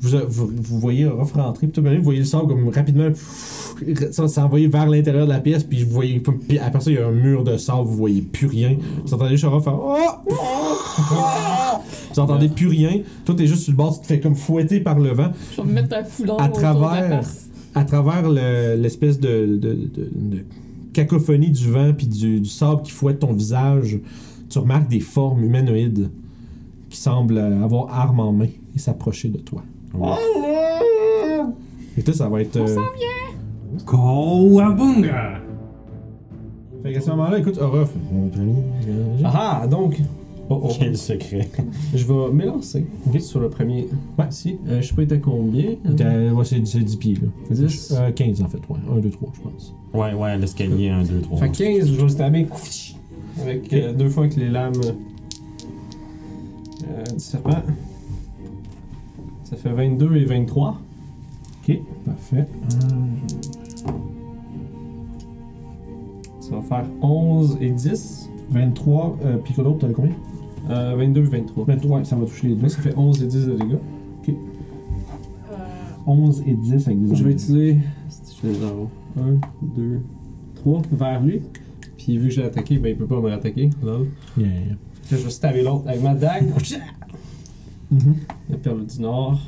S1: vous, vous, vous voyez Ruff rentrer, puis tout de même, vous voyez le sable comme rapidement ça s'est envoyé vers l'intérieur de la pièce, puis vous voyez, puis après ça, il y a un mur de sable, vous voyez plus rien. Vous entendez Ruff faire oh! Vous entendez plus rien. Toi, t'es juste sur le bord, tu te fais comme fouetter par le vent
S4: Je vais me mettre un foulard.
S1: à
S4: autour de la
S1: travers,
S4: face.
S1: à travers le- l'espèce de, de- de- de cacophonie du vent puis du, du sable qui fouette ton visage, tu remarques des formes humanoïdes qui semblent euh, avoir armes en main et s'approcher de toi. Et là, ça va être. euh,
S2: Kowabunga!
S1: Fait qu'à ce moment-là, écoute, Orof, mon ami, euh,
S6: Ah donc! Oh oh.
S3: Quel secret.
S6: Je vais m'élancer sur le premier.
S1: Ouais.
S6: Si. Euh, je peux être à combien?
S1: t'as- Ah, ouais, c'est c'est 10 pieds, là.
S6: 10.
S1: Euh, 15 en fait, ouais. 1, 2, 3, je pense.
S3: Ouais, ouais, l'escalier 1, 2, 3.
S6: Fait 15, je vais le stabber. Avec euh, deux fois avec les lames euh, du serpent. Ça fait 22 et 23.
S1: Ok, parfait. Euh,
S6: Ça va faire 11 et 10.
S1: 23, euh, puis que l'autre, t'as combien
S6: Euh, 22 et 23.
S1: 23, ouais, Oh. ça va toucher les deux.
S6: Ça fait 11 et 10 de dégâts.
S1: 11 et 10 avec des
S6: Je vais
S1: enlever.
S6: utiliser. Je les 1, 2, 3 vers lui. Puis vu que j'ai attaqué, ben il peut pas me rattaquer. Lol.
S1: Yeah, yeah.
S6: Là, je vais stabber l'autre avec ma <laughs> dague.
S1: Mhm.
S6: La perle du Nord.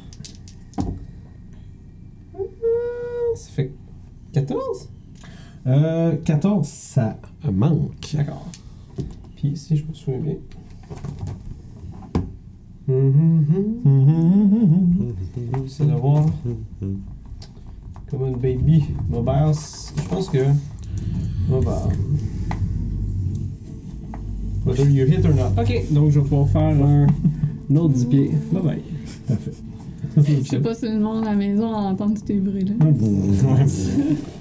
S6: Euh, Ça fait 14?
S1: Euh, 14, ça manque.
S6: D'accord. Puis si je me souviens bien.
S1: Mm-hmm.
S6: C'est de voir. Comme un baby. Mobile, c- je pense que. Mobile. Whether you hit or not. Ok, donc je vais pouvoir faire un, un autre 10 pieds. Bye bye.
S1: Parfait. <laughs>
S4: Je sais pas si le monde à la maison entend tous tes bruits là.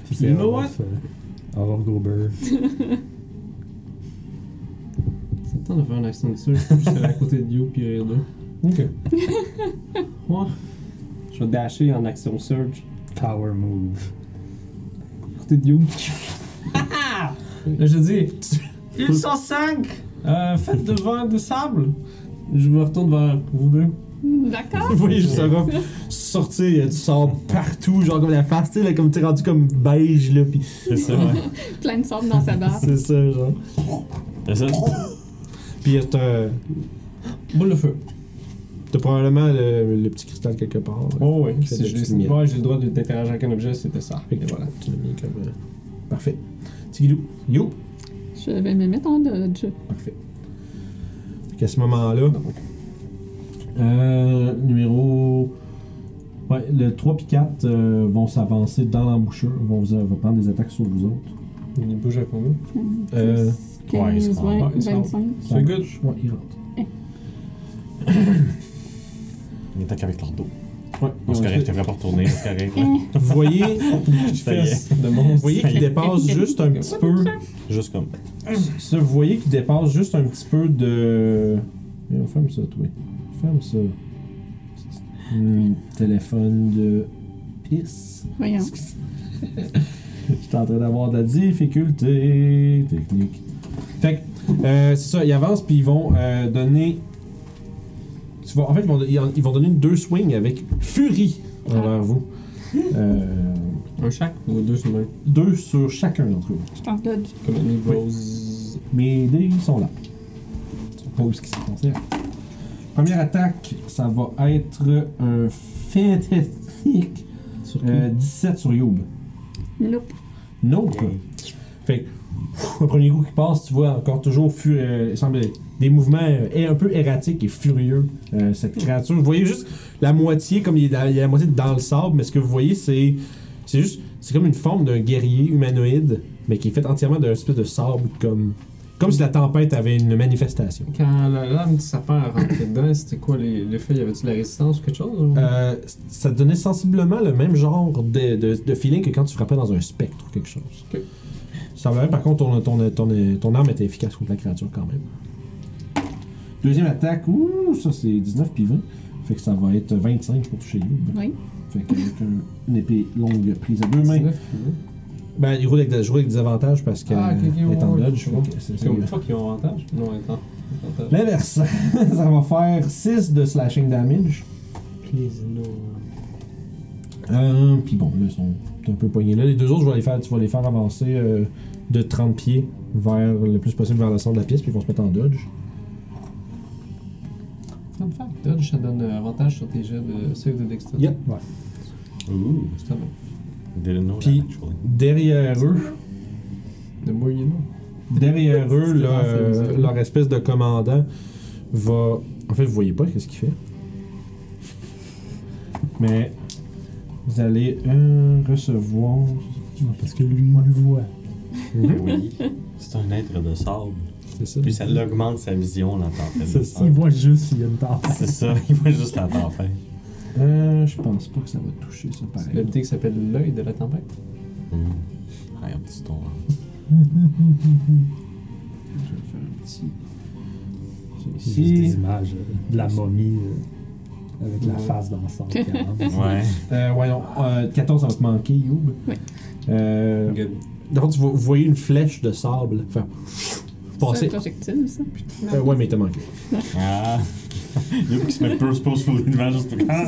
S5: Puis
S6: You know
S5: Orof, euh, Orof Gober.
S6: C'est le temps de faire un accent dessus. Je suis juste aller à côté de You puis rire d'eux.
S1: Ok.
S6: <laughs> Ouais. Je vais dasher en action surge.
S5: Power move.
S6: Côté de You. Là, je dis. Ils sont 5! Euh, faites devant du sable. Je me retourne vers vous <laughs> deux.
S4: D'accord.
S1: Vous voyez juste un rough sortir, il y a du sable partout, genre comme la face, tu sais, là, comme t'es rendu comme beige, là, pis
S3: C'est ça, ouais.
S4: Plein de sable dans sa barbe.
S1: c'est ça, genre.
S3: C'est ça.
S1: Pis il y a t'as
S6: Boule de feu.
S1: t'as probablement le, le petit cristal quelque part. là.
S6: Oh oui,
S1: Qui fait
S6: si
S1: des
S6: je
S1: petites
S6: l'ai
S1: miettes.
S6: ouais, j'ai le droit de d'interagir avec un objet, c'était ça.
S1: Fait
S6: Et
S1: que
S6: voilà.
S1: Tu l'as mis comme. euh, Parfait. Tigidou. You.
S4: Je vais me mettre en dodge.
S1: Parfait. Fait qu'à ce moment-là, euh, numéro. Ouais, le 3 puis 4 euh, vont s'avancer dans l'embouchure, vont, vous- vont prendre des attaques sur vous autres.
S6: Il bouge à combien
S1: Euh,
S4: 15,
S3: c'est
S4: 20,
S6: bon. Ouais, c'est bon.
S4: 25.
S6: C'est good.
S1: Ouais, ils rentrent.
S3: Il attaque avec leur dos.
S1: Ouais,
S3: On se
S1: ils ont
S3: correct, je devrais pas retourner. C'est
S4: <laughs>
S3: correct. là.
S4: Eh,
S1: Vous voyez,
S3: <laughs> Ça y est.
S6: de monstre.
S1: vous voyez qu'il dépasse juste un petit peu.
S3: Juste comme.
S1: Ça, vous voyez qu'il dépasse juste un petit peu de. Eh, on ferme ça, toi. Ferme ça. Hmm, téléphone de pisse.
S4: Voyons.
S1: J'étais en train d'avoir de la difficulté technique. Fait que, euh, c'est ça, ils avancent puis ils vont euh, donner. Tu vois, en fait, ils vont, ils en- ils vont donner deux swings avec furie envers vous. Euh,
S6: Un chaque ou deux sur main.
S1: deux sur chacun d'entre vous.
S4: Je t'en dodge.
S6: Comme un niveau.
S1: Mes dés sont là. On pose ce qui s'y concerne. Première attaque, ça va être un fantastique
S5: Sur
S1: euh, 17 sur Youb.
S4: Nope.
S1: Nope. Fait que, pff, le premier coup qui passe, tu vois encore toujours fu- euh, il semble des mouvements euh, et un peu erratiques et furieux, euh, cette créature. Vous voyez juste la moitié, comme il est, dans- il y a la moitié dans le sable, mais ce que vous voyez, c'est c'est juste, c'est comme une forme d'un guerrier humanoïde, mais qui est faite entièrement d'un espèce de sable, comme, comme si la tempête avait une manifestation.
S6: Quand la lame du sapin a rentré dedans, c'était quoi les, les feuilles? Y avait-tu de la résistance ou quelque chose? ou-
S1: Euh, ça donnait sensiblement le même genre de, de- de feeling que quand tu frappais dans un spectre ou quelque chose.
S6: Ok.
S1: Ça va, par contre, ton, ton, ton- ton arme était efficace contre la créature quand même. Deuxième attaque, ouh, ça c'est 19 puis 20. Fait que ça va être 25 pour toucher lui.
S4: Oui.
S1: Fait qu'avec un- une épée longue prise à deux mains.
S6: 19, puis deux.
S1: Ben, il roule avec, des- je roule avec des avantages parce qu'elle
S6: Ah, ok, ok,
S1: est en
S6: ouais,
S1: dodge.
S6: ouais.
S1: fait que c'est-
S6: C'est
S1: c'est-
S6: comme une fois qu'ils ont avantage. Non, attends. Avantage.
S1: L'inverse, <laughs> ça va faire 6 de slashing damage.
S6: Please, no.
S1: Euh, puis bon, là, ils sont un peu poignés là. Les deux autres, je vais les faire, tu vas les faire avancer euh, de 30 pieds vers le plus possible vers le centre de la pièce, puis ils vont se mettre en dodge.
S6: Fun fact, dodge, ça donne euh, avantage sur tes jets de save de dextérité.
S1: Ouais.
S3: Ooh,
S6: Justement.
S3: didn't know
S1: Puis-
S3: that actually.
S1: Derrière eux,
S6: The more you know.
S1: derrière eux,
S6: <laughs> C'est
S1: leur,
S6: vraiment ça,
S1: euh,
S6: ça.
S1: leur espèce de commandant va. En fait, vous voyez pas qu'est-ce qu'il fait. Mais vous allez euh, recevoir.
S5: Non, parce que lui, il nous voit.
S3: Ben oui, c'est un être de sable.
S1: C'est ça.
S3: Puis ça l'augmente sa vision, la tempête. de
S5: C'est ça.
S3: sable.
S5: Il voit juste s'il y a une tempête.
S3: C'est ça, il voit juste la tempête.
S1: Euh, je pense pas que ça va toucher ça
S6: C'est
S1: pareil.
S6: l'habilité qui s'appelle l'œil de la tempête.
S3: Hum. Ah, un petit ton.
S1: Je vais faire un petit.
S5: C'est
S1: Ici.
S5: juste des images euh, de la momie euh, avec la
S6: Ouais.
S5: face dans <laughs> son cadre.
S3: Ouais.
S1: Euh, ouais, non. Euh, 14, ça va te manquer, Youb.
S4: Oui.
S1: Euh,
S6: Good.
S1: donc, tu vois- vous voyez une flèche de sable faire
S4: C'est un
S1: passer.
S4: projectile, ça.
S1: Euh, ouais, mais il t'a manqué.
S3: Ah. Il y a qui se met purse pose pour devant juste pour. Ah.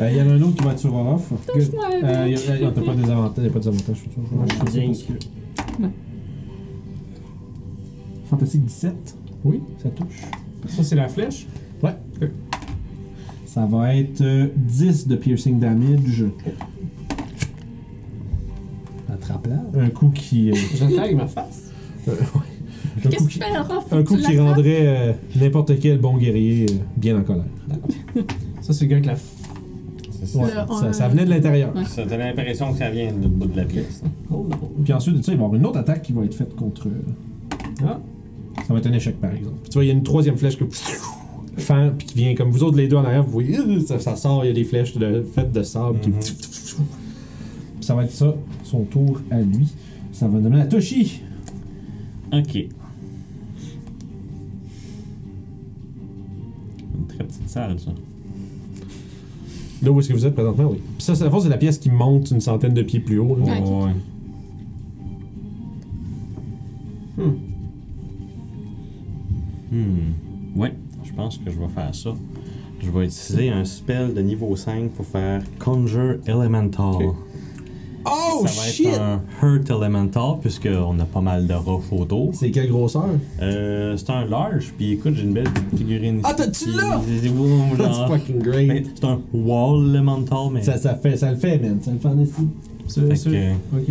S1: Euh, Il y en a un autre qui va sur off. Good.
S4: Touche-moi,
S1: Euh, y a- y a- T'as pas des avantages, y a pas des avantages. je trouve.
S6: Moi, je suis bien.
S1: Fantastique 17.
S6: Oui.
S1: Ça touche.
S6: Ça, c'est la flèche.
S1: Ça va être euh, 10 de piercing damage.
S5: Attrape-la.
S1: Un coup qui. euh,
S6: J'attaque ma face.
S1: euh, ouais. un
S4: Qu'est-ce
S1: coup
S4: que tu
S1: qui,
S4: fais, Rof?
S1: un coup qui rendrait euh, n'importe quel bon guerrier euh, bien en colère.
S6: Ça, c'est le gars avec la. f-
S3: C'est
S1: Ouais,
S3: ça.
S4: Le
S1: ça,
S4: un.
S1: ça venait de l'intérieur.
S4: Ouais.
S3: Ça donne l'impression que ça vient de l'autre bout de la pièce. hein.
S6: Oh non.
S1: Puis ensuite de ça, il va y avoir une autre attaque qui va être faite contre. euh,
S6: Ah,
S1: Ça va être un échec, par exemple. Puis tu vois, il y a une troisième flèche que fend, puis qui vient comme vous autres, les deux en arrière, vous voyez, euh, ça, ça sort, il y a des flèches de, faites de sable. qui-
S3: Mhm.
S1: Puis ça va être ça, son tour à lui. Ça va donner à Toshi.
S3: Ok. Une très petite salle, ça.
S1: Là où est-ce que vous êtes présentement, oui. Puis ça, c'est- à fond, c'est la pièce qui monte une centaine de pieds plus haut. là.
S4: Ouais.
S3: ouais. Hmm. Ouais, je pense que je vais faire ça. Je vais utiliser un spell de niveau 5 pour faire Conjure Elemental.
S1: Oh
S3: ça va être un Hurt Elemental, puisqu'on a pas mal de rough autour.
S1: C'est quelle grosseur
S3: Euh, c'est un large, puis écoute, j'ai une belle petite figurine.
S1: Ah, t'as-tu
S3: ici. <laughs>
S1: là?
S3: C'est- c'est- ouh,
S1: That's
S3: genre.
S1: fucking
S3: Mais
S1: great.
S3: C'est un Wall Elemental, mais.
S1: Ça, ça, fait, ça le fait, man. Ça le fait en esti.
S6: c'est.
S3: Fait
S6: c'est-
S3: que-
S6: Ok.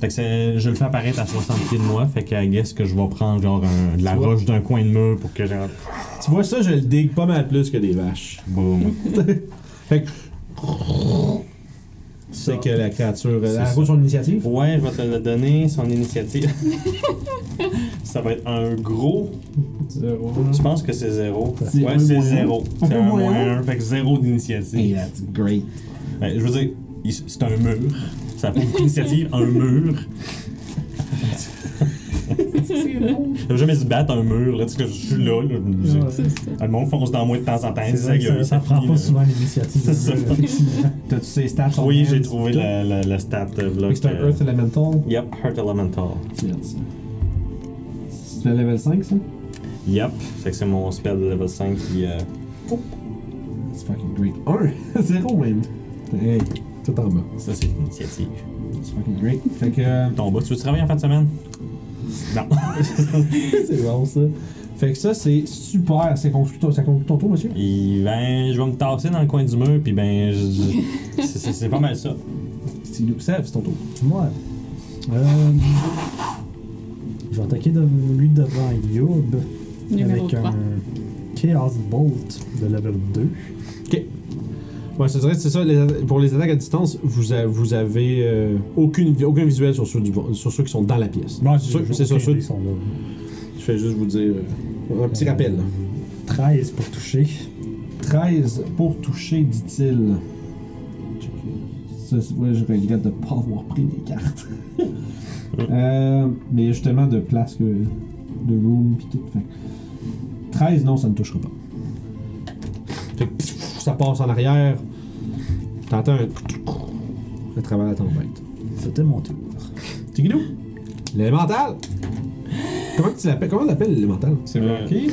S3: Fait que c'est- je le fais apparaître à 60 pieds de moi, fait que I guess que je vais prendre genre un- de la roche d'un coin de mur pour que j'ai un-
S1: Tu vois, ça, je le digue pas mal plus que des vaches.
S3: Boum.
S1: Fait que. C'est que la créature.
S3: C'est
S1: Elle
S3: ça.
S1: roule son initiative.
S3: Ouais, je vais te le donner, son initiative. <laughs> ça va être un gros.
S6: Zéro.
S3: Je pense que c'est zéro.
S1: C'est
S3: ouais,
S1: un
S3: c'est
S1: moins un.
S3: zéro.
S1: Un
S3: C'est
S1: peu
S3: un
S1: moins
S3: moins
S1: un.
S3: un, fait que zéro d'initiative.
S1: that's great.
S3: Ben, je veux dire, il- c'est un mur. Ça fait une initiative, un mur.
S4: C'est
S3: J'ai jamais se battre un mur, là, tu sais, que je suis là. là je-
S4: C'est ça.
S3: Le monde fonce dans moi de temps en temps.
S5: C'est
S3: ils
S5: vrai que
S3: disent,
S5: ça,
S3: Hey,
S5: ça
S3: c'est
S5: prend
S3: fini,
S5: pas
S3: là.
S5: souvent les initiatives.
S3: <laughs>
S1: <laughs>
S3: C'est
S5: de
S3: ça.
S5: jeu, effectivement.
S1: T'as-tu ces stats en
S3: Oui, j'ai
S1: hand,
S3: trouvé
S1: tout?
S3: la, la, la stat euh, là.
S1: Fait que C'est un
S3: que-
S1: Earth Elemental.
S3: Yep, Heart Elemental.
S1: C'est le level 5 ça?
S3: Yep, fait que c'est mon spell de level 5 qui. euh,
S1: C'est fucking great. <laughs> 1! 0 même! Hey, tout en bas.
S3: ça, c'est une initiative.
S1: C'est fucking great. Fait que.
S3: Ton bas, tu veux travailler en fin de semaine? Non.
S1: <laughs> c'est bon ça. Fait que ça, c'est super. Ça conclut ton, ça conclut ton tour, monsieur?
S3: Et ben, je vais me tasser dans le coin du mur, puis ben, je- je- c'est- c'est c'est pas mal ça.
S1: C'est Seb, c'est ton tour.
S5: Moi. Euh, je vais attaquer de, lui devant Youb
S4: Numéro
S5: avec
S4: trois. Euh,
S5: un Chaos Bolt de level 2.
S1: Ouais, je te dirais que c'est ça. les atta- pour les attaques à distance, vous, a- vous avez euh, aucune, vi- aucun visuel sur ceux, du- sur ceux qui sont dans la pièce. Ceux- c'est ça, ceux-
S5: Ils sont là.
S1: Je fais juste vous dire euh, un petit
S5: Euh,
S1: rappel.
S5: 13 pour toucher.
S1: 13 pour toucher, dit-il. Check. Ça, c'est- ouais, je regrette de pas avoir pris les cartes. <laughs> Euh, mais il y a justement de place que. de room pis tout. Fait. que 13, non, ça ne touchera pas. Fait que, pff, ça passe en arrière. T'entends un. à travers la tempête.
S5: C'était mon tour.
S1: Tigidou! L'élémental! Comment tu l'appelles? Comment on l'appelle l'élémental?
S6: C'est
S3: Euh,
S6: Rocky?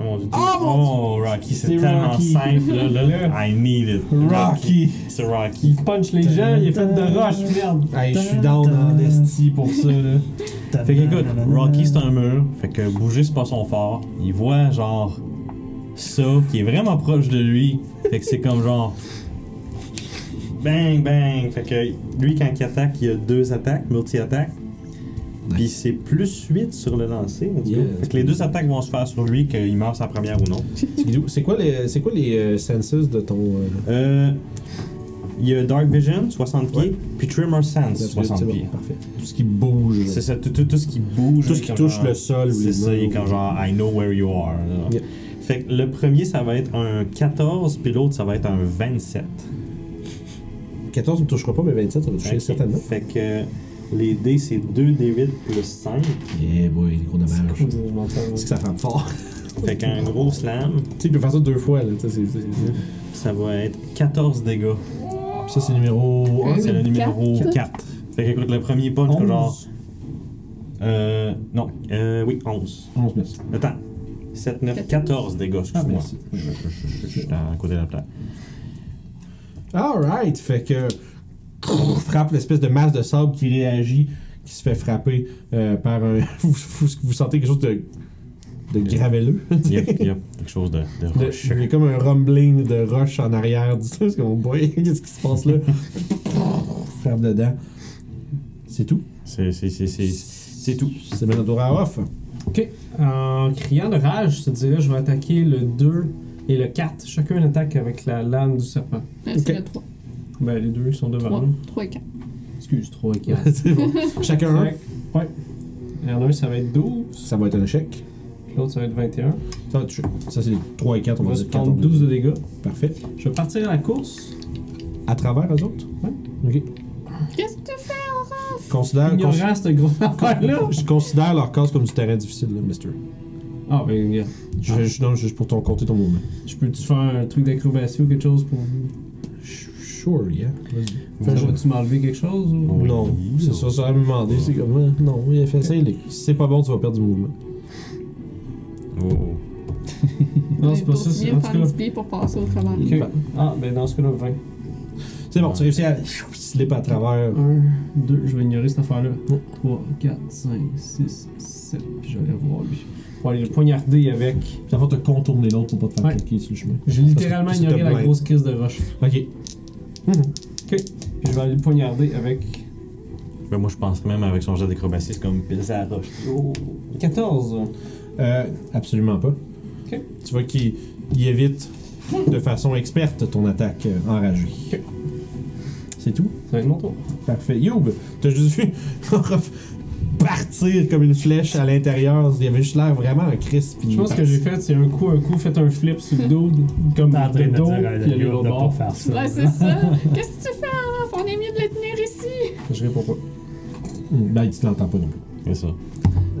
S3: Oh mon dieu.
S1: Oh, mon
S3: Oh, Rocky, c'est
S6: C'est
S3: tellement
S6: Rocky.
S3: simple, là, là. I need it.
S1: Rocky!
S3: C'est Rocky.
S6: Il punch les gens, il est fait de roche, merde.
S1: Hey, je suis down en esti pour ça, là.
S3: Fait que écoute, Rocky c'est un mur, fait que bouger c'est pas son fort. Il voit genre ça qui est vraiment proche de lui, fait que c'est comme genre bang bang. Fait que lui quand il attaque, il a deux attaques, multi-attaque. Puis c'est plus 8 sur le lancer. en tout cas.
S1: Yeah,
S3: fait que les deux attaques vont se faire sur lui, qu'il meurt sa première ou non.
S1: Tigidou, c'est quoi les, c'est quoi les euh, senses de ton. euh,
S3: Euh, il y a Dark Vision, 60 pieds, puis Tremor Sense,
S1: Absolute,
S3: 60
S1: c'est bon,
S3: pieds.
S1: Parfait. Tout ce qui bouge.
S3: C'est ça, tout, tout- tout ce qui bouge.
S1: Tout ce qui
S3: comme
S1: touche
S3: genre-
S1: le sol ou les
S3: C'est ça, il est
S1: murs.
S3: comme genre I know where you are. là.
S1: Yep.
S3: Fait que le premier, ça va être un 14, puis l'autre, ça va être un 27.
S1: 14 ne touchera pas, mais 27, ça va toucher
S3: Ok.
S1: certainement.
S3: Fait que les dés, c'est 2 D8 plus 5.
S1: Yeah, boy, des gros dommages.
S6: Je m'entends.
S1: C'est que ça frappe <laughs> fort.
S3: Fait qu'un gros slam,
S1: tu sais, il peut faire ça deux fois, là. tu sais, c'est- c'est- c'est-
S3: ça va être 14 dégâts.
S1: Ça, c'est numéro
S4: Un,
S1: 1.
S3: C'est le numéro
S4: quatre.
S3: 4. Fait que écoute, le premier punch, c'est genre.
S1: 11.
S3: Euh, non, euh, oui, 11.
S1: 11 plus.
S3: Attends. 7, 9, 14
S1: Ah,
S3: dégâts, excuse-moi. je, je, je- je- je suis à côté de la plaque.
S1: Alright, fait que. crrr, frappe l'espèce de masse de sable qui réagit, qui se fait frapper euh, par un. <laughs> vous, vous, vous sentez quelque chose de. de gravelleux.
S3: Yep, yep, quelque chose de, de
S1: Le-
S3: rocheux.
S1: Il y a comme un rumbling de roche en arrière du truc, comme boy, qu'est-ce qui se passe
S3: <laughs>
S1: là? Ferme dedans. C'est tout.
S3: C'est, c'est, c'est, c'est, c'est tout.
S1: C'est maintenant tour à off.
S6: Ok. En criant de rage, je te dirais, je vais attaquer le 2 et le 4. Chacun une attaque avec la lame du serpent.
S4: Euh,
S1: Ok.
S4: C'est le 3.
S6: Ben, les deux sont devant
S4: 3,
S6: nous.
S4: 3 et 4.
S6: Excuse, 3 et <laughs> 4.
S1: <laughs> C'est bon. Chacun un.
S6: Ouais. Il y en a un, ça va être 12.
S1: Ça va être un échec.
S6: L'autre, ça va être 21.
S1: Ça, va être- ça c'est 3 et 4, on
S6: On
S1: va
S6: va se
S1: dire
S6: prendre
S1: 14.
S6: 12 de dégâts.
S1: Parfait.
S6: Je vais partir à la course.
S1: À travers eux autres? Ok.
S4: Qu'est-ce que tu fais, Aurore?
S1: Considère, <laughs>
S6: Ignorant cette <laughs> grosse affaire-là.
S1: cons- je considère leur cause comme du terrain difficile, là, mister.
S6: Ah, ben, regarde.
S1: Je, je- non, juste pour ton compter ton mouvement.
S6: Je peux-tu faire un truc d'acrobatie ou quelque chose pour.
S1: Sh- Sure, yeah. Vas-y.
S6: Enfin, vas-tu m'enlever quelque chose ou.
S3: Oui.
S1: Non, c'est ça, ça va me demander. C'est comme, euh, non, il a fait ça. il est- Si c'est pas bon, tu vas perdre du mouvement.
S3: Oh.
S6: Non, c'est pas ça, c'est- en tout cas.
S4: pour passer au travers.
S6: Ok.
S1: Il va-
S6: Ah, ben, dans ce cas-là, 20.
S1: C'est bon, tu réussis à slip à travers.
S6: 1, 2, je vais ignorer cette affaire-là.
S1: Oh.
S6: 3, 4, 5, 6, 7, puis je vais aller voir lui. Pour aller le poignarder avec.
S1: Puis la fois, t'as contourné l'autre pour pas te faire
S6: Ouais.
S1: cliquer sur le chemin.
S6: J'ai littéralement
S1: Parce que- parce que
S6: ignoré
S1: t'as
S6: la
S1: blind.
S6: grosse crise de roche.
S1: Ok.
S6: Puis je vais aller le poignarder avec.
S3: Ben, moi, je pense même avec son jet d'acrobatie, c'est comme pisser à la roche.
S6: 14.
S1: Euh, absolument pas.
S6: Ok.
S1: Tu vois qu'il il évite de façon experte ton attaque euh, enragée.
S6: Ok.
S1: C'est tout?
S6: Ça va être mon tour.
S1: Parfait. Youb, t'as juste vu <laughs> partir comme une flèche à l'intérieur. Il avait juste l'air vraiment en crise. puis
S6: Je pense que
S1: parti.
S6: j'ai fait, c'est un coup, un coup, faites un flip sur le dos, comme
S5: T'es en train
S6: le
S5: de
S6: dos,
S5: dire à
S6: puis aller
S5: Youb
S6: l'autre
S5: de pas
S6: bord.
S5: faire ça.
S4: Ouais, c'est ça. <laughs> Qu'est-ce que tu fais, Aurore? On est mieux de le tenir ici.
S6: Je réponds pas.
S1: Hmm, Ben, tu l'entends pas non plus.
S3: C'est ça.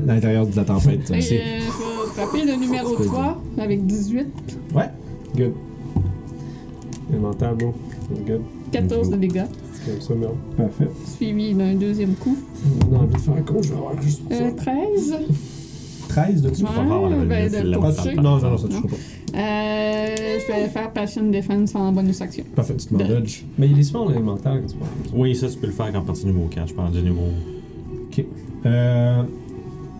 S1: l'intérieur de la
S4: <laughs>
S1: tempête.
S4: Fait que,
S1: C'est-
S4: euh, je vais frapper le numéro
S1: C'est-
S4: 3 avec 18,
S6: Good. Inventaire, bro. That's Good.
S4: 14 de dégâts,
S6: C'est comme ça, merde. Parfait.
S4: suivi d'un deuxième coup.
S6: On a envie de faire un con, je vais avoir juste pour ça.
S4: Euh, 13.
S1: 13 de tout.
S4: Ouais, ben, de
S1: Pas
S4: toucher.
S1: de- Non, non, non, ça touche
S4: Non.
S1: pas.
S4: Euh, je vais faire Passion Defense en bonus action.
S1: Parfait, tu te
S4: De-
S1: dodge.
S6: Mais il est souvent l'inventaire quand tu parles.
S3: Oui, ça, tu peux le faire quand partie numéro 4, je parle du numéro.
S1: Euh,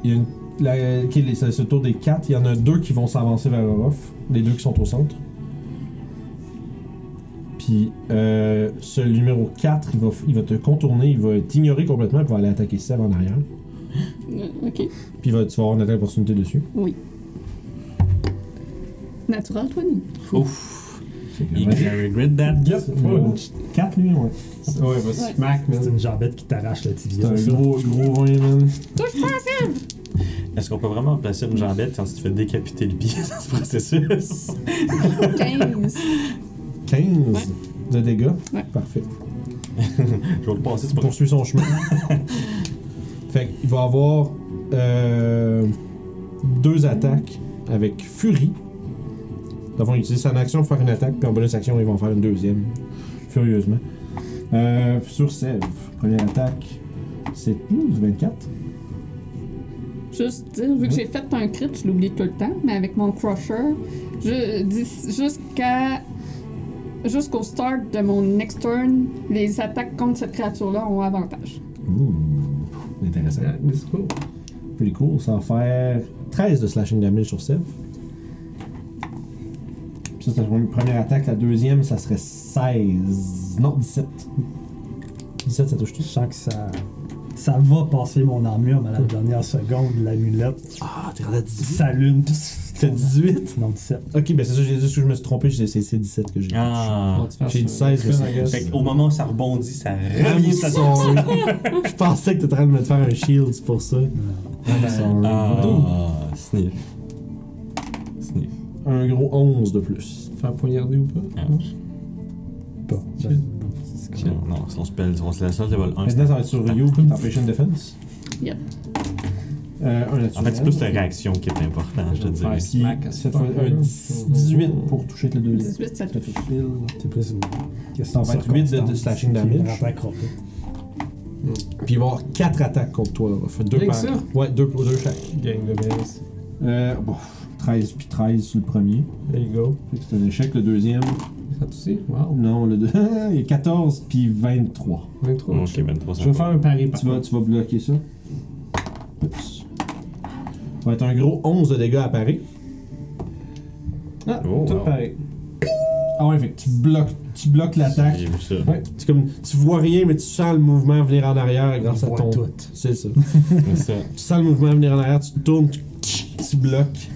S1: il y a une, la- ok, les- c'est le tour des 4. Il y en a deux qui vont s'avancer vers Orof. Les deux qui sont au centre. Puis, euh, ce numéro 4, il va, f- il va te contourner, il va t'ignorer complètement, puis va aller attaquer Seb en arrière.
S4: Euh, ok.
S1: Puis, il va, tu vas avoir une attaque d'opportunité dessus.
S4: Natural 20.
S3: Ouf! You gonna regret that?
S1: Yep, ouais, une petite 4 lui, ouais.
S6: Ouais, bah, smack,
S5: C'est
S6: man.
S5: une jambette qui t'arrache le tibia.
S1: C'est un
S5: ça.
S1: gros, gros 20, man.
S4: Touche pas!
S3: Est-ce qu'on peut vraiment placer une jambette quand tu te fais décapiter le pied <laughs> dans ce processus?
S4: 15. <laughs>
S1: 15 de dégâts.
S4: Ouais.
S1: Parfait.
S3: Je vais le passer, c'est
S1: Il
S3: pas
S1: poursuit son chemin. <laughs> fait qu'il va avoir euh, deux attaques avec Fury. D'abord, il utilise son action pour faire une attaque, puis en bonus action, ils vont faire une deuxième. Furieusement. Euh, sur Sève, première attaque, c'est 12, 24.
S4: Juste dire, vu que j'ai fait un crit, je l'oublie tout le temps, mais avec mon crusher, je- dis- jusqu'à jusqu'au start de mon next turn, les attaques contre cette créature-là ont avantage.
S1: Ouh, intéressant.
S6: Yeah, Let's go.
S1: Pretty cool. Ça va faire 13 de slashing damage sur Sève. Ça, c'est la première attaque. La deuxième, ça serait 16. Non, 17. 17, ça touche tout.
S5: Je sens que ça, ça va passer mon armure, mais à la dernière seconde, l'amulette
S1: Ah, t'es rendu à 18.
S5: s'allume.
S1: C'était 18?
S5: Non, 17.
S1: Ok, ben c'est ça, j'ai dit que je me suis trompé, j'ai- c'est c'est 17 que j'ai.
S3: Ah!
S1: J'ai dit 16, mais c'est
S3: Fait qu'au moment où ça rebondit, ça
S1: Revient
S3: revient sur son.
S1: Ah, sorry. <laughs> Je pensais que t'étais en train de me faire un shield, c'est pour ça. I'm sorry.
S3: Ah! Sniff. Sniff.
S1: Un gros 11 de plus.
S6: Faire poignarder ou pas? Hein?
S3: Ah.
S6: Non.
S5: Bon,
S6: Shit.
S5: ben,
S3: Non, non, si on se pèle, on se laisse ça, level 1.
S1: Maintenant, ça va être sur Ryu, puis Temptation Defense.
S4: Yep.
S1: Euh, un naturel.
S3: En fait, c'est plus la réaction qui est importante, je te
S6: Faire
S3: dirais.
S1: Puis,
S6: smack à ce
S1: cette fois,
S6: fucker,
S1: un
S6: là.
S1: 18 pour toucher avec le deuxième.
S4: 18, ça
S1: Ça
S4: touche.
S1: touche pile.
S5: c'est plus une question
S1: 28 de- de
S5: circonstance.
S1: slashing
S5: Puis il
S1: damage.
S5: attaquera pas.
S1: Puis il va y avoir 4 attaques contre toi. là. Fait deux
S6: Rien que
S1: par.
S6: ça?
S1: Ouais, deux, deux chaque.
S6: Gang de base.
S1: Euh, bon, 13 puis 13 sur le premier.
S6: There you go.
S1: Fait que c'est un échec. Le deuxième,
S6: Ça toussé? Wow.
S1: Non, le <laughs> 2. Il y a 14 puis 23.
S6: 23.
S3: Ok, 23
S6: Je vais faire un pari par
S1: Tu vas, tu vas bloquer ça. Oups. Ça va être un gros 11 de dégâts à Paris.
S6: Ah,
S3: Oh,
S6: tout
S3: wow.
S6: pareil.
S1: Ah ouais, fait que tu bloques, tu bloques l'attaque.
S3: J'ai vu ça.
S1: C'est comme, tu vois rien, mais tu sens le mouvement venir en arrière grâce à
S5: voit
S1: ton...
S5: tout.
S1: C'est ça.
S3: C'est ça.
S1: <laughs> Tu sens le mouvement venir en arrière, tu te tournes, tu, tu bloques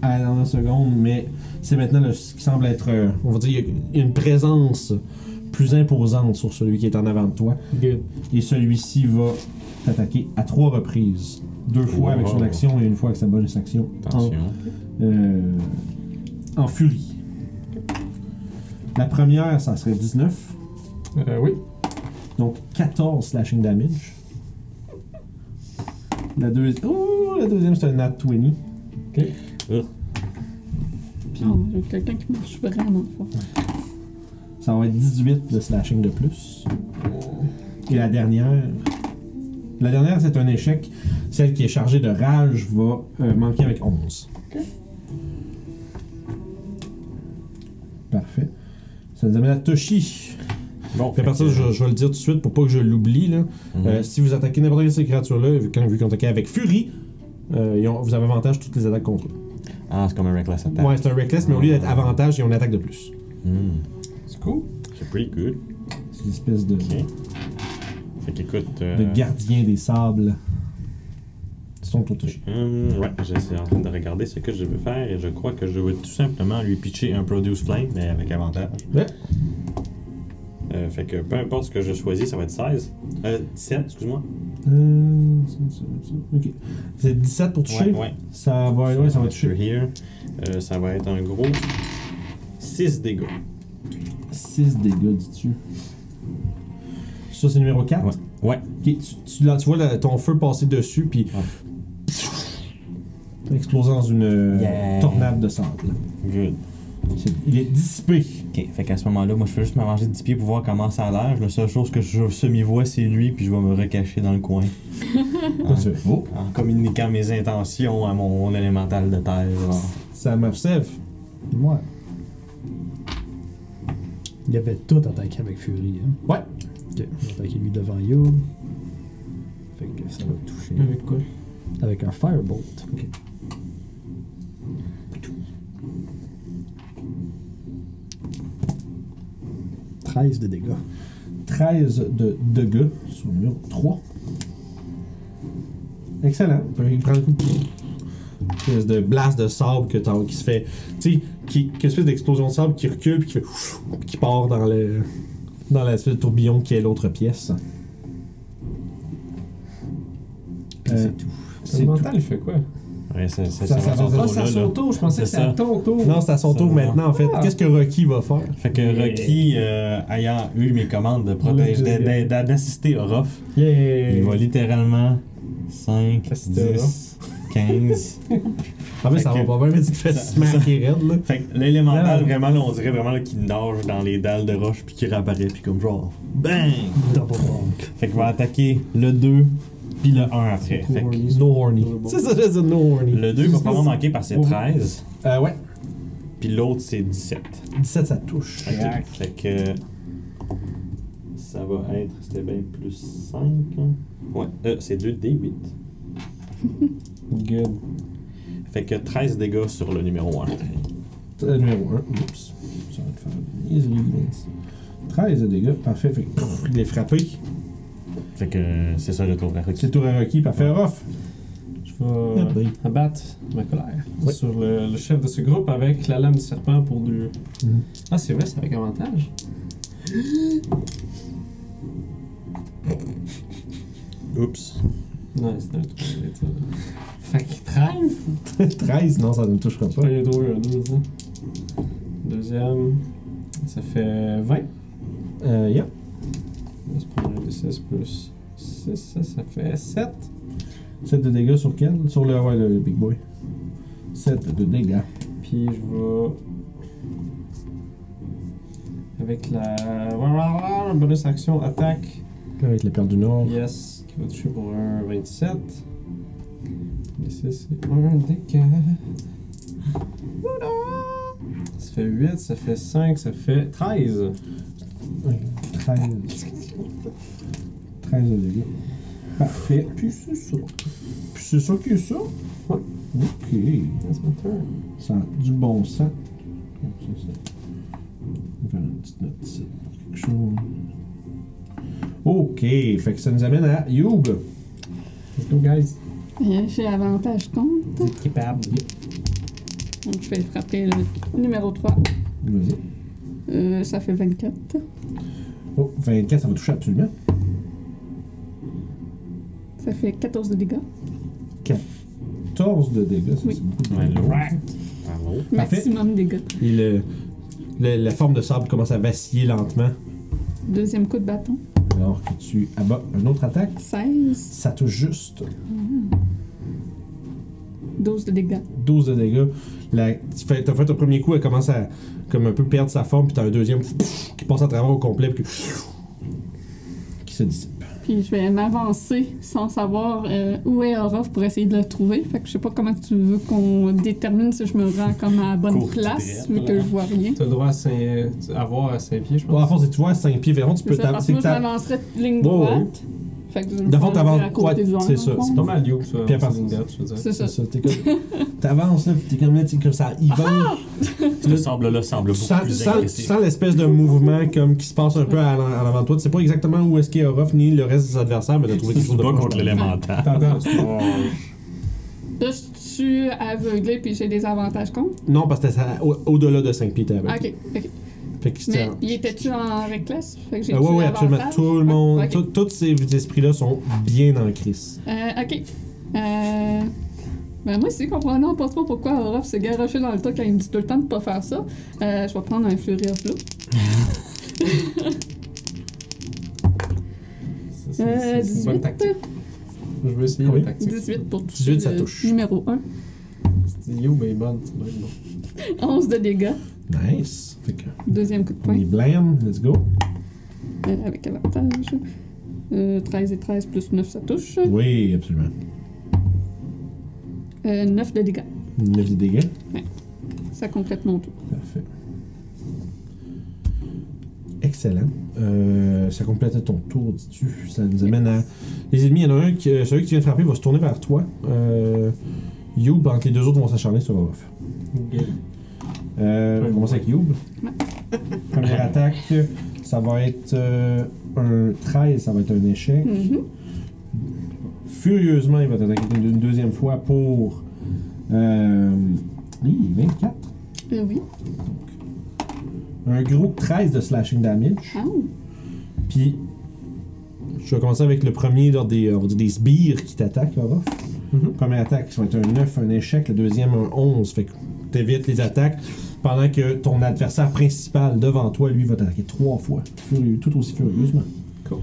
S1: à la dernière seconde, mais c'est maintenant le- ce qui semble être, euh, on va dire, il y a une présence plus imposante sur celui qui est en avant de toi.
S6: Good.
S1: Et celui-ci va t'attaquer à trois reprises. Deux fois avec son
S3: Wow.
S1: action et une fois avec sa bonus action. En,
S3: Attention.
S1: euh, en furie. La première, ça serait 19.
S6: Euh, oui.
S1: Donc 14 slashing damage. La, deux... oh, la deuxième, c'est un nat 20.
S4: Oh, j'ai quelqu'un qui marche vraiment fort.
S1: Ça va être 18 de slashing de plus. Et la dernière. La dernière, c'est un échec. Celle qui est chargée de rage va euh, manquer avec 11. Parfait. Ça nous amène à Toshi.
S3: Bon,
S1: Puis à partir, je, je vais le dire tout de suite pour pas que je l'oublie. là.
S3: Mhm.
S1: Euh, si vous attaquez n'importe quelle de ces créatures-là, vu- quand- vu qu'on attaquait avec Fury, euh, ils ont- vous avez avantage toutes les attaques contre eux.
S3: Ah, c'est comme un reckless attack.
S1: Ouais, c'est un Reckless, mais au lieu d'être avantage, ils ont une attaque de plus.
S3: Hmm.
S6: C'est cool.
S3: C'est pretty good.
S1: C'est une espèce de,
S3: Ok. Fait qu'écoute. euh,
S1: de gardien des sables. C'est ton tour, Toshi.
S3: Hum, ouais, j'essaie en train de regarder ce que je veux faire et je crois que je vais tout simplement lui pitcher un Produce Flame, mais avec avantage.
S1: Ouais.
S3: Euh, fait que peu importe ce que je choisis, ça va être 16. Euh, 17, excuse-moi.
S1: Euh, ça, ça, ça. Ok. C'est 17 pour toucher.
S3: Ouais, ouais.
S1: Ça va, ouais, ça va toucher.
S3: Here. Euh, ça va être un gros 6 dégâts.
S1: 6 dégâts, dis-tu. Ça, c'est numéro 4.
S3: Ouais.
S1: Ok, tu, tu, là, tu vois là, ton feu passer dessus, puis explosant dans une euh,
S3: Yeah.
S1: tornade de sable.
S3: Good.
S1: C'est- Il est dissipé.
S3: Ok, fait qu'à ce moment-là, moi je fais juste m'arranger 10 pieds pour voir comment ça a l'air. La seule chose que je semi-vois, c'est lui, puis je vais me recacher dans le coin. Ah.
S1: Là, tu fais, oh,
S3: En communiquant mes intentions à mon élémental de terre. genre.
S1: ça m'observe.
S5: Ouais. Il avait tout attaqué avec Fury. Hein.
S1: Ouais.
S5: Ok, on va attaquer lui devant Yo. Fait que ça va toucher.
S6: Avec quoi
S5: Avec un Firebolt.
S6: Ok.
S5: « 13 de dégâts.
S1: 13 de dégâts sur le mur 3. Excellent. Il prend le coup. Une espèce de blast de sable que t'en- qui se fait. Tu sais, qui, qui- une espèce d'explosion de sable qui recule puis qui fait. ouf, qui part dans le. dans la espèce de tourbillon qui est l'autre pièce.
S5: Puis
S1: Euh,
S5: c'est tout.
S1: C'est
S6: Le
S1: tout.
S6: mental, il fait quoi
S3: Ouais, c'est
S1: Ça,
S3: ça.
S1: ça va
S6: Ah, c'est à son tour, je pensais que
S3: C'est
S6: c'était
S3: ça.
S6: à ton tour.
S1: Non, c'est à son
S3: Ça
S1: tour
S3: va.
S1: maintenant en fait.
S6: Ah.
S1: Qu'est-ce que Rocky va faire
S3: Fait que Rocky, euh, ayant eu mes commandes de protéger,
S6: Ouais,
S3: d'a- d'a- d'assister Orof, il va littéralement 5,
S6: Assister
S3: 10, 15.
S1: En fait,
S3: Fait
S1: ça
S3: que-
S1: va pas bien, Ah, mais tu te fais
S3: ça-
S1: smacker raide là.
S3: Fait que l'élémental,
S1: Ouais.
S3: vraiment, là, on dirait vraiment là, qu'il nage dans les dalles de roche puis qu'il réapparaît, puis comme genre, bang!
S5: Double bonk.
S3: Fait qu'il va attaquer le 2 puis le 1 après. Fait que
S1: No horny. C'est ça, c'est ça, no horny.
S3: le 2 va probablement manquer par ses 13,
S1: Euh, ouais,
S3: puis l'autre c'est 17.
S1: 17 ça touche.
S3: Ok. Fait que. Ça va être. C'était bien plus 5. Ouais, euh, c'est 2 D8.
S1: Good.
S3: Fait que 13 dégâts sur le numéro 1.
S1: Euh, numéro 1. Oups. Ça va te faire easily miss. 13 de dégâts. Parfait. Fait que, pff, il est frappé.
S3: Fait que euh, c'est ça le tour. Fait que
S1: C'est tour à Rocky. Parfait. Off.
S6: Je vais
S1: Ah ben.
S6: abattre ma colère
S1: Oui.
S6: sur le, le chef de ce groupe avec la lame du serpent pour deux.
S1: Mhm.
S6: Ah, c'est vrai, c'est avec avantage.
S3: Oups.
S6: Ouais, c'est un truc. c'est ça. Fait qu'il traîne.
S1: 13, non, ça ne me touchera
S6: Il
S1: pas.
S6: y a deux, un deux, hein. Deuxième, ça fait 20.
S1: Euh, yeah.
S6: On va se prendre un des 6 plus 6, ça, ça fait 7.
S1: 7 de dégâts sur quel Sur le, ouais, le, le Big Boy. 7 de dégâts.
S6: Puis je vais. Avec la. Bonus action, attaque.
S1: Avec la perle du Nord.
S6: Yes, qui va toucher pour un 27. Et ça, c'est un dégât. Voilà. Ça fait 8, ça fait 5, ça fait 13.
S1: 13. 13 de dégâts. Parfait. Puis c'est ça. Puis c'est ça qui est ça.
S6: Ouais.
S1: Ok.
S6: That's my turn.
S1: Ça a du bon sang. Comme ça, ça. On va faire une petite note ici pour quelque chose. Ok, fait que ça nous amène à Youb.
S6: Let's go, guys.
S4: Euh, J'ai avantage contre.
S6: C'est capable.
S4: Donc, je vais frapper le numéro 3.
S1: Vas-y.
S4: Euh, ça fait 24.
S1: Oh, 24, ça va toucher absolument.
S4: Ça fait 14 de dégâts.
S1: 14 de dégâts, ça
S4: Oui.
S1: c'est beaucoup.
S3: Ouais, l'autre.
S1: Parfait.
S4: Maximum dégâts.
S1: Et le, le- la forme de sable commence à vaciller lentement.
S4: Deuxième coup de bâton.
S1: Alors que tu abats une autre attaque,
S4: 16.
S1: ça touche juste.
S4: 12 de dégâts.
S1: 12 de dégâts. La, tu fais, t'as fait ton premier coup, elle commence à comme un peu perdre sa forme, puis t'as un deuxième pff, qui passe à travers au complet, puis que- qui se dissipe.
S4: Puis je vais m'avancer sans savoir euh, où est Orof pour essayer de le trouver. Fait que je sais pas comment tu veux qu'on détermine si je me rends comme à la bonne
S3: Cours
S4: place,
S3: direct,
S4: vu que je vois rien.
S6: T'as le droit à, cinq- à voir à 5 pieds, je
S1: Bon, à
S6: pense.
S1: fond, si tu vois 5 pieds vers tu
S4: C'est
S1: peux
S4: ça,
S1: t'av-
S4: parce
S1: c'est
S4: que moi,
S1: que
S4: je
S1: t'av-
S4: m'avancerais ligne
S1: Ouais, ouais.
S4: droite. Fait que je me
S1: Dans le fond,
S4: ferais
S1: t'avances-
S4: à côté
S1: ouais,
S4: du
S1: c'est
S4: dans
S1: ça,
S4: le fond.
S1: c'est
S6: C'est pas mal you, ça.
S1: Puis à
S6: en
S1: partir-
S6: ligne droite, je veux dire.
S4: C'est ça.
S1: C'est ça, t'es comme. <laughs> T'avances, là, pis t'es comme là, t'es comme ça, il
S4: Ah!
S1: va.
S3: Ce sable-là semble
S1: Tu
S3: beaucoup
S1: sens, tu
S3: plus
S1: sens- tu
S3: agressif.
S1: sens l'espèce de mouvement comme qui se passe un peu à l'en- à l'avant de toi. Tu sais pas exactement où est-ce qu'il y a Orof ni le reste des adversaires, mais t'as trouvé
S3: Tu
S1: quelque chose
S3: te
S1: de
S3: bats
S1: proche.
S3: contre l'élémental.
S6: T'entends?
S4: Là, je suis aveuglé puis j'ai des avantages contre.
S1: Non, parce que t'es ça- au- au-delà de 5 pieds, t'es avec.
S4: Ok, ok.
S1: Fait que c'était-
S4: Ah, Mais il était-tu en reckless? Fait que j'ai
S1: Ah ouais,
S4: tué
S1: ouais, absolument.
S4: avantage?
S1: Tout le monde,
S4: Ouais, ok.
S1: tout- tous ces esprits-là sont bien en crise.
S4: Euh, ok. Euh... Ben moi, c'est comprenant pas trop pourquoi Orof s'est garoché dans le tas quand il me dit tout le temps de pas faire ça. Euh, je vais prendre un Flurry of Blow.
S6: C'est-
S4: Euh,
S6: c'est- C'est une bonne
S4: 18.
S6: tactique. Je veux essayer
S1: Combien?
S6: la tactique.
S4: 18 pour toucher
S1: 18, ça
S4: le
S1: touche.
S4: numéro 1.
S6: Guillaume ben, est bonne, c'est bien bon.
S4: 11 de dégâts.
S1: Nice. Fait que,
S4: Deuxième coup de
S1: on
S4: poing.
S1: est blame, let's go.
S4: euh, avec avantage. Euh, 13 et 13 plus 9, ça touche.
S1: Oui, absolument.
S4: Euh, 9 de dégâts.
S1: 9 de dégâts.
S4: Ça complète mon tour.
S1: Parfait. Excellent. Euh, ça complète ton tour, dis-tu. Ça nous amène à. Les ennemis, il y en a un qui. euh, celui qui vient de frapper va se tourner vers toi. Euh, Youb, entre les deux autres, vont s'acharner sur Orof.
S6: Ok.
S1: Euh, on commence avec Youb.
S4: Ouais.
S1: Première attaque, ça va être euh, un 13, ça va être un échec.
S4: Mhm.
S1: Furieusement, il va t'attaquer une, une deuxième fois pour. Euh, hi, 24.
S4: Euh, oui.
S1: Un gros 13 de slashing damage.
S4: Ah,
S1: Puis, je vais commencer avec le premier, là, des, euh, on va dire des sbires qui t'attaquent, Orof. Première attaque, ça va être un 9, un échec. Le deuxième, un 11. Fait que t'évites les attaques pendant que ton adversaire principal devant toi, lui, va t'attaquer trois fois. Furieux, tout aussi furieusement.
S6: Cool.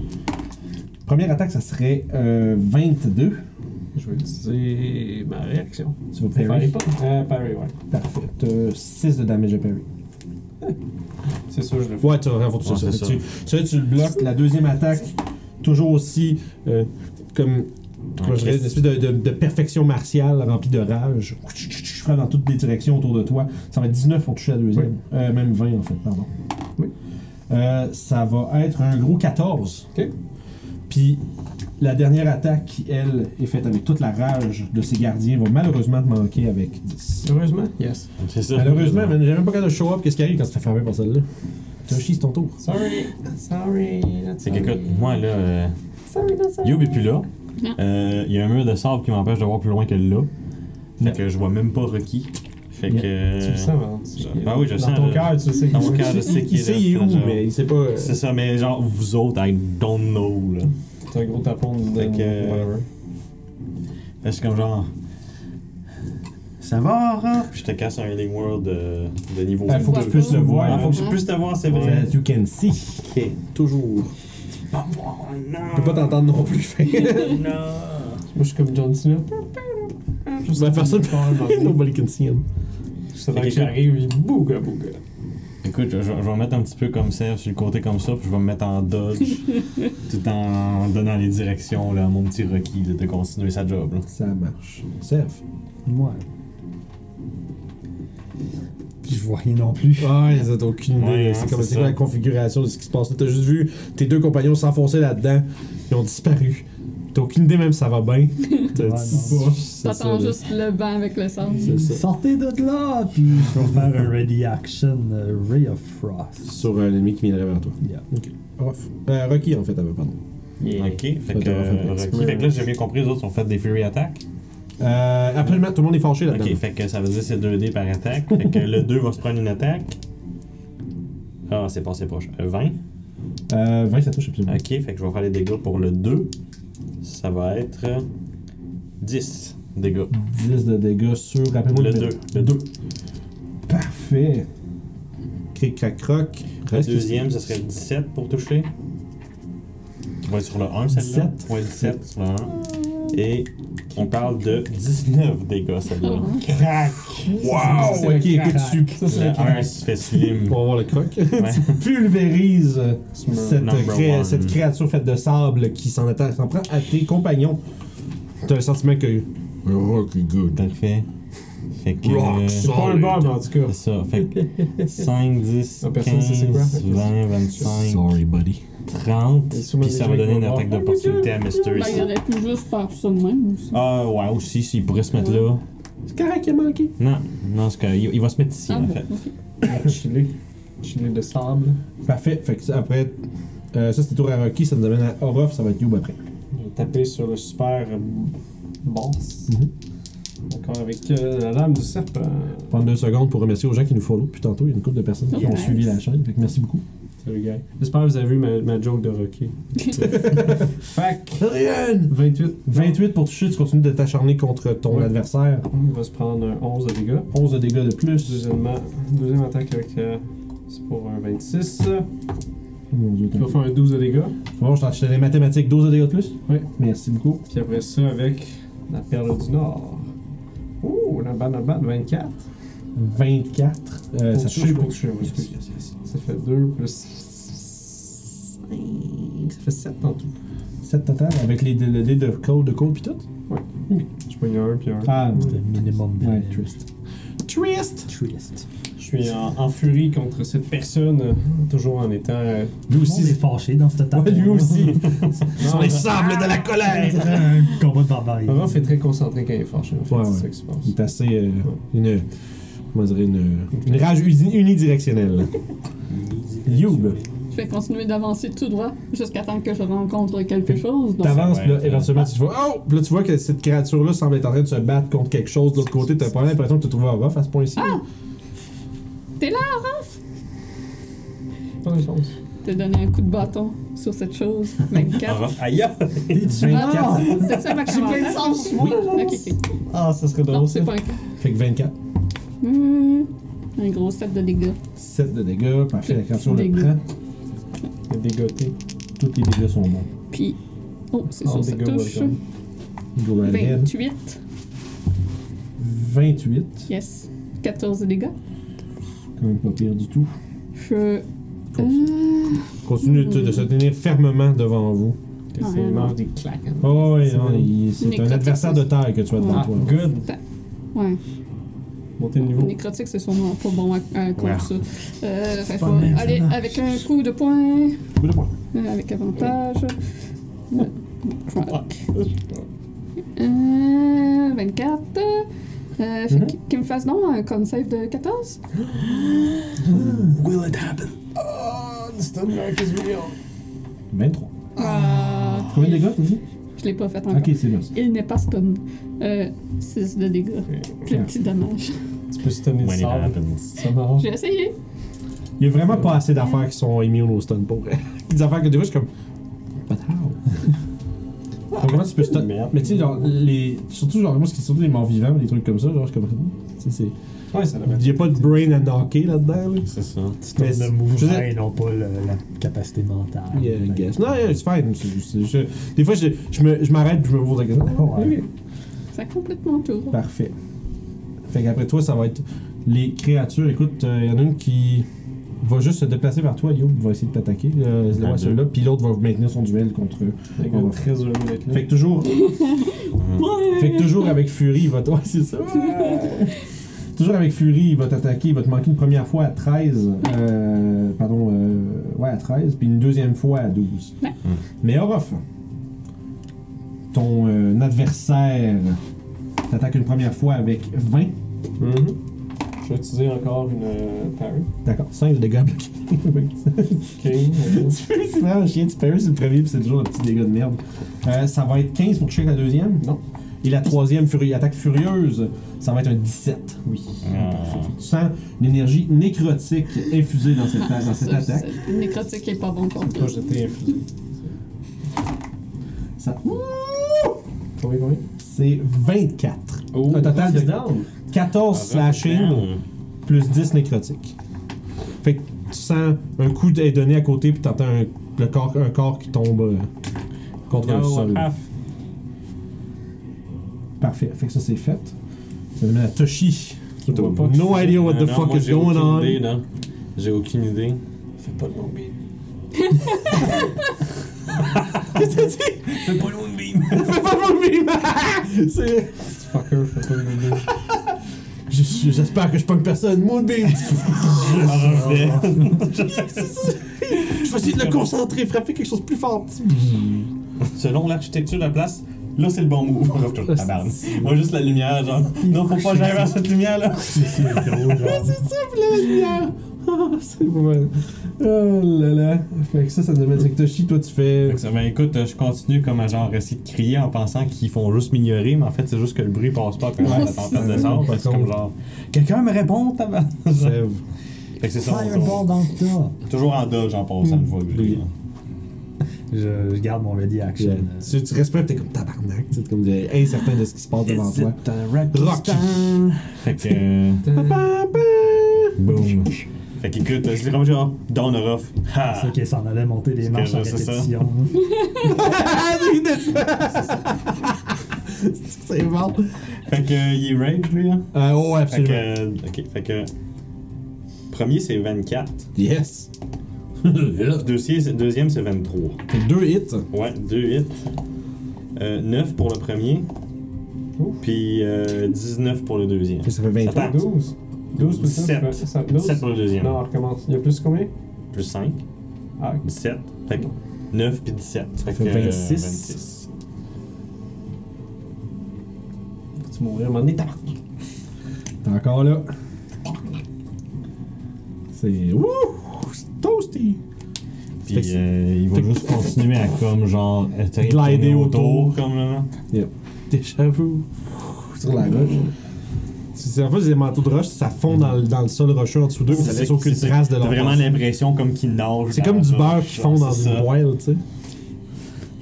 S1: Première attaque, ça serait euh, 22.
S6: Je vais utiliser ma réaction.
S1: Tu vas
S6: Faire
S1: parry.
S6: les pas. Euh, pareil, ouais.
S1: Parfait. T'as 6 de damage à parry.
S6: C'est sûr, je le fais.
S1: Ouais, tu rien faut tout ça.
S3: Ouais, c'est
S1: ça.
S3: ça.
S1: Tu, ça, tu le bloques. La deuxième attaque, toujours aussi euh, comme, comment je dirais, une espèce de, de- de perfection martiale remplie de rage. Je frappe dans toutes les directions autour de toi. Ça va être 19 pour toucher la deuxième. Euh, même 20 en fait, pardon.
S6: Oui.
S1: Euh, ça va être un gros 14.
S6: Ok.
S1: Puis la dernière attaque, qui, elle, est faite avec toute la rage de ses gardiens, va malheureusement te manquer avec 10.
S6: Heureusement, yes.
S3: <laughs> C'est ça.
S1: Malheureusement, man, j'ai même pas capable de show up. Qu'est-ce qui arrive quand tu te fais fermer par celle-là? Toshi, c'est ton tour.
S6: Sorry, sorry. not
S3: C'est
S6: sorry.
S3: que, écoute, moi, là, euh,
S6: Sorry, not sorry.
S3: Youb est plus là.
S4: Non.
S3: Euh, Il y a un mur de sable qui m'empêche de voir plus loin que là. Fait
S1: Non.
S3: que je vois même pas Rocky. Fait
S1: Yeah.
S3: que.
S6: Tu le
S3: euh,
S6: sens, Valence.
S3: je- ben oui, je
S6: Dans
S3: sens,
S6: ton
S3: je-
S6: cœur, tu sais.
S3: Dans mon cœur, je sais
S1: Il
S3: qu'il
S1: sait il est
S3: est
S1: où,
S3: là. genre.
S1: mais il sait pas. euh,
S3: C'est ça, mais genre, vous autres, I don't know, là.
S6: T'as un gros tapon de
S3: Fait que- euh,
S6: whatever.
S3: Fait que c'est comme genre. Ça va, Raph? Puis je te casse un Healing World euh, de niveau
S1: Ah, faut que
S4: vois
S1: tu puisses
S4: pas.
S1: le voir.
S3: Ah,
S1: hein.
S3: faut que je puisse te voir, c'est vrai.
S1: As You can see.
S3: Ok.
S1: Toujours.
S3: Oh non!
S1: Je peux pas t'entendre non plus. fait que-
S3: Non!
S6: Moi, je suis comme John Cena. Je
S1: Ben, personne <laughs> Nobody can see him.
S6: C'est vrai que j'arrive, il bouga bouga.
S3: Écoute, je, je vais me mettre un petit peu comme ça, sur le côté comme ça, puis je vais me mettre en <laughs> dodge, tout en donnant les directions là, à mon petit Rocky là, de continuer sa job. Là.
S1: Ça marche. Serf.
S5: Ouais. Je vois rien non plus.
S1: Ah, ils ont aucune idée.
S3: Ouais, hein,
S1: c'est comme
S3: c'est
S1: c'est quoi
S3: ça.
S1: la configuration de ce qui se passe là. T'as juste vu tes deux compagnons s'enfoncer là-dedans. Ils ont disparu. T'as aucune idée même si ça va
S3: <laughs>
S1: bien. T'as
S5: Ouais,
S1: dit
S5: non.
S1: pas. C'est
S4: T'entends
S1: ça, là.
S4: juste le vent avec le sable.
S1: C'est ça.
S5: Sortez de là! Puis je vais faire un ready action euh, Ray of Frost.
S1: Sur un ennemi qui viendrait vers toi.
S5: Yeah.
S1: Ok. Rof. Euh, Rocky, en fait, elle veut, pardon.
S3: Ok, fait
S1: Ouais,
S3: que,
S1: t'auras fait un
S3: Rocky-
S1: petit peu.
S3: fait que là, j'ai bien compris, les autres ont fait des Fury Attack.
S1: Euh, absolument, tout le monde est fâché là-dedans.
S3: Ok, fait que ça veut dire c'est 2D par attaque. fait que le 2 va se prendre une attaque. Ah, c'est passé proche. Euh, 20.
S1: Euh, 20, ça touche absolument.
S3: Ok, fait que je vais faire les dégâts pour le 2. Ça va être euh, 10 dégâts.
S1: 10 de dégâts sur, rappelle-moi
S3: Mm. Le
S1: numéro.
S3: 2. Le 2.
S1: Parfait. Cric, crac, croc.
S3: Le
S1: Reste
S3: deuxième, ce serait 17 pour toucher. Ouais, sur le 1, celle-là.
S1: 17.
S3: Ouais, 17 sur le 1. Et on parle de 19 dégâts,
S4: Ah
S3: celle-là.
S4: Oh,
S6: Crac!
S1: Wow!
S6: Ça, c'est le
S1: ok,
S6: crack.
S1: écoute,
S6: Ça, c'est le
S3: Le 1
S6: crack.
S3: se fait slim.
S1: On va voir le croc. <laughs> tu pulvérises cette,
S3: Number
S1: cré-
S3: one.
S1: cette créature faite de sable qui s'en atta- s'en prend à tes compagnons. T'as le sentiment que. Rocky good.
S3: Parfait. Fait que. euh,
S1: Rock
S6: C'est pas un
S1: Solid.
S6: bomb en tout cas.
S3: <laughs> C'est ça. Fait que 5, 10,
S6: Ah, personne sait c'est quoi.
S3: 15, 20, 25,
S1: buddy.
S3: 30.
S6: Et sous
S3: Puis
S6: mes
S3: ça va
S6: yeux,
S3: donner
S6: ils
S3: une
S6: vont
S3: attaque
S6: voir.
S3: d'opportunité à Mr.
S4: Ben, il aurait pu juste faire ça de même aussi.
S3: Ah, ouais, aussi, s'il pourrait se mettre là.
S1: C'est correct qu'il a manqué.
S3: Non, non, c'est qu'il il va se mettre ici,
S4: Ah
S3: en
S4: bon,
S3: fait.
S4: ok.
S6: Chilé. Chilé de sable.
S1: Parfait. Fait que ça, après. euh, ça, c'était tour à Rocky. Ça nous amène à Orof. Ça va être Youb après.
S6: J'ai tapé sur le super euh, boss.
S3: Mm-hmm.
S1: Mhm.
S6: Encore avec euh, la lame du serpent.
S1: Prendre deux secondes pour remercier aux gens qui nous follow depuis tantôt. Il y a une couple de personnes qui
S4: Oh,
S1: ont
S4: nice.
S1: suivi la chaîne. Fait que merci beaucoup.
S6: Salut, gars. J'espère que vous avez vu ma, ma joke de Rocky. Fac!
S1: Rien!
S6: 28.
S1: 28 pour toucher, tu continues de t'acharner contre ton
S6: Ouais.
S1: adversaire.
S6: Il va se prendre un 11 de dégâts.
S1: 11 de dégâts de plus.
S6: Deuxièmement, deuxième attaque avec. euh, c'est pour un 26.
S1: Mon Dieu,
S6: Il
S1: t'as-
S6: va faire un 12 de dégâts.
S1: Bon, je t'en- je te les mathématiques, 12 de dégâts de plus.
S6: Ouais.
S1: Merci beaucoup.
S6: Puis après ça, avec la perle du Nord, Oh, la bad, la bad, 24.
S1: 24. Euh,
S6: Pour
S1: ça
S6: toucher,
S1: touche
S6: pour
S1: pour
S6: toucher, oui,
S1: Yes,
S6: excuse.
S1: yes, yes.
S6: Ça fait 2 plus 5. Ça fait 7 en tout.
S1: 7 total avec les, le dé de code, de code pis tout.
S6: Je pogne un puis un.
S1: Ah,
S5: C'était minimum
S1: ouais,
S5: damage.
S1: twist.
S6: Twist!
S5: Twist.
S6: Je suis en, en furie contre cette personne, euh, toujours en étant. euh,
S5: Lui aussi, il est fâché dans cette table.
S6: Ouais, lui
S5: <laughs>
S6: aussi! Non,
S1: Les sables de la colère!
S5: un combat de barbarie.
S6: Ruff est très concentré quand il est fâché, en fait.
S1: Ouais,
S6: c'est
S1: ouais.
S6: ça qui se passe.
S1: Il est assez. euh, une. Comment dire, une, une rage usi- unidirectionnelle. Youb,
S4: Je vais continuer d'avancer tout droit jusqu'à temps que je rencontre quelque chose. donc-
S1: t'avances, puis là,
S3: Ouais,
S1: éventuellement, tu te vois. Oh! Puis là, tu vois que cette créature-là semble être en train de se battre contre quelque chose de l'autre côté. T'as pas l'impression que tu te trouves off à ce point-ci.
S4: Ah! T'es là,
S6: Pas de réponse.
S4: Te donner un coup de bâton sur cette chose. 24.
S3: Ah, Aïe!
S4: Ah, T'as ça avec
S6: plein de
S4: avantage?
S6: sens,
S4: Oui. Ok, ok.
S3: Ah, ça serait
S4: Non,
S3: drôle ça.
S4: c'est pas un cas.
S1: Fait que 24.
S4: Hmm, Un gros set de dégâts.
S1: 7 de dégâts. Parfait, la créature le
S4: Dégâts.
S1: prend.
S6: Il a dégoté.
S1: Tous les dégâts sont bons.
S4: Puis. Oh, c'est
S6: All
S4: ça, ça
S6: dégâts
S4: touche.
S6: welcome.
S1: Go right ahead.
S4: 28.
S1: 28.
S4: Yes. 14 de dégâts.
S1: Quand même pas pire du tout.
S4: Je.
S1: Continue.
S4: Euh,
S1: Continue de de se tenir fermement devant vous.
S6: Il
S4: Ouais,
S6: mange des claques. hein.
S1: Oh, oui, non, il- c'est un
S4: Nécrotique.
S1: adversaire de taille que tu as devant
S6: Ah,
S1: toi.
S6: good!
S4: ouais.
S6: Montez le niveau.
S4: Nécrotique, c'est sûrement pas bon à, à contre
S3: Ouais.
S4: ça. Euh, fait,
S5: pas
S4: faut-
S5: le même
S4: allez,
S5: dommage.
S4: avec un coup de poing.
S3: Coup de poing.
S4: Euh, avec avantage. Euh, crack. Euh, 24. Euh, fait qu'il- qu'il me fasse non un con save de 14.
S3: Will it happen? Oh, the stun mark is real.
S1: 23.
S4: Ah,
S1: Combien de dégâts, t'as dit?
S4: Je l'ai pas fait encore.
S1: Ok, c'est bien.
S4: Il n'est pas stun. Euh, 6 de dégâts. Plus petit dommage.
S6: Tu peux stunner le
S3: When it
S6: sable.
S3: happens.
S6: Ça marche.
S4: J'ai essayé.
S1: Il y a vraiment pas assez d'affaires qui sont immunes au stun pour vrai. <laughs> Des affaires que des fois, je suis comme. But how?
S3: <laughs>
S1: Donc, comment tu peux stun?
S3: Merde.
S1: Mais tu sais, genre, les. Surtout, genre, moi, ce qui surtout les morts vivants, les trucs comme ça, genre, je suis comme. Tu sais, c'est.
S6: Ouais, ça l'avait
S1: Il y a pas de brain à knocker là-dedans, là.
S3: C'est ça.
S1: Mais
S5: C'est
S1: c'est-
S5: le
S1: je veux
S5: mouvement
S1: dire-
S5: et non pas le- la capacité mentale.
S1: Yeah, I guess. Non, yeah, it's fine. C'est juste- je- des fois, je, je me- je m'arrête puis je me pose la question. <laughs>
S5: Ouais.
S4: Ça complète mon tour.
S1: Parfait. Fait qu'après toi, ça va être les créatures. Écoute, il y en a une qui va juste se déplacer vers toi. Yo, va essayer de t'attaquer. Euh,
S3: Ah,
S1: ouais,
S3: deux.
S1: celui-là. Puis l'autre va maintenir son duel contre eux.
S6: Les gars, très heureux d'être là.
S1: Fait que toujours. Fait que toujours avec Fury, il va. t- Ouais, <laughs> c'est ça. toujours avec Fury, il va t'attaquer. Il va te manquer une première fois à 13. euh, pardon, euh, ouais, à 13. Puis une deuxième fois à 12.
S4: Ouais.
S1: Mais Orof, ton euh, adversaire t'attaque une première fois avec 20.
S6: Mhm. Je vais utiliser encore une euh, parry.
S1: D'accord, 5 de dégâts bloqués. <laughs>
S6: Ok.
S1: Tu fais- c'est vraiment chiant, tu parries sur le premier, puis c'est toujours un petit dégât de merde. Euh, ça va être 15 pour check la deuxième.
S6: Non.
S1: Et la troisième furie- attaque furieuse, ça va être un 17. Oui.
S3: Ah.
S1: Parfait. Tu sens une énergie nécrotique infusée dans cette, dans cette
S4: Ça,
S1: attaque.
S4: c'est- le Nécrotique est pas bon contre
S6: Moi, j'étais infusé.
S1: Ça-
S6: Combien, combien
S1: C'est 24. un total
S6: Ruff
S1: de
S6: is down.
S1: 14
S3: Ah, ben,
S1: slashing plus 10 nécrotique. Fait que tu sens un coup d'être donné à côté, puis t'entends un, le corps, un corps qui tombe euh, contre le
S6: Down,
S1: sol.
S3: ah.
S6: half.
S1: Parfait. Fait que ça, c'est fait. Ça nous met à Toshi.
S6: Je vois pas que
S1: No idea what the
S3: Non,
S1: fuck
S3: moi,
S1: is
S3: j'ai
S1: going
S3: aucune
S1: on.
S3: idée, là. J'ai aucune idée.
S6: Fais pas de
S3: <laughs>
S6: moonbeam. Qu'est-ce que tu dis Fais pas de moonbeam.
S1: <laughs> Fais pas mon mime! <laughs> C'est-
S6: Fucker, fais pas de moonbeam.
S1: J- J'espère que je pogne personne. Moonbeam! <laughs> Je vais essayer de le concentrer, frapper quelque chose de plus fort.
S3: <laughs> Selon l'architecture de la place, là c'est le bon move. Ruff, je te tabarne. Moi juste la lumière, genre. Non, faut pas que j'aille vers cette lumière là.
S5: C'est drôle, genre.
S1: C'est pas mal. Oh là là. Fait que ça, ça nous met que Toshi, toi, tu
S3: Fait
S1: fais.
S3: que ça- Ben écoute, euh, je continue comme à genre essayer de crier en pensant qu'ils font juste m'ignorer, mais en fait c'est juste que le bruit passe pas à travers la tempête de sable. C'est comme genre. Quelqu'un me répond, tabarne.
S1: Sève.
S3: <laughs> Fait que c'est ça. on-
S5: Fireball dans le tas.
S3: on- Toujours en dodge en passant une fois que je
S1: Oui.
S3: ris, hein.
S5: Je, je garde mon ready action. euh,
S1: Yeah. Tu, tu restes prêt, pis t'es comme tabarnak. Tu sais, comme t'es incertain de ce qui se passe devant toi. Rock!
S3: hein. Fait que. euh, Boom. Fait qu'écoute, je l'ai comme genre. Down off.
S5: C'est
S3: Ha!
S5: ça qu'il s'en allait monter les
S3: C'est
S5: marches en
S3: que- c'est ça.
S5: <laughs> répétition.
S1: Ah, il descend. <laughs> C'est bon.
S3: Fait que, euh, il est rage, lui, hein?
S1: Euh, oh,
S3: Fait que,
S1: absolument.
S3: euh, ok, fait que. Premier, c'est 24. <laughs>
S1: Yes. Fait
S3: Deuxième, c'est- deuxième, c'est 23.
S1: que Deux hits.
S3: Ouais, 2 hits. Euh, 9 pour le premier. Puis euh, 19 pour le deuxième.
S1: Ça fait 20
S3: Attends.
S6: 12. 12 plus 7.
S3: 17. 17 pour le deuxième.
S6: Non, on recommence. Il y a plus combien
S3: Plus 5.
S6: Ah,
S3: 17. Fait que 9 puis 17. Ça
S1: fait
S3: que, euh,
S1: 26.
S3: 26.
S6: faut-tu mourir à un moment donné tabarnak.
S1: T'es encore là. C'est. Wouh! c'est Toasty! Fait que
S3: Puis
S1: c'est-
S3: euh, il va
S1: fait que-
S3: juste continuer à comme genre. essayer de
S1: Glider
S3: tourner
S1: autour.
S3: Comme là.
S1: Déjà vous sur la roche. C'est en fait des manteaux de roche, ça fond dans, le- dans le sol rocheux en dessous d'eux, mais ça laisse aucune
S3: C'est-
S1: trace de
S3: T'as
S1: leur
S3: vraiment
S1: passé.
S3: l'impression comme qu'il nage.
S1: C'est
S3: dans
S1: comme
S3: la
S1: du
S3: roche,
S1: beurre qui
S3: genre,
S1: fond dans
S3: c'est
S1: une
S3: ça.
S1: poêle, tu sais.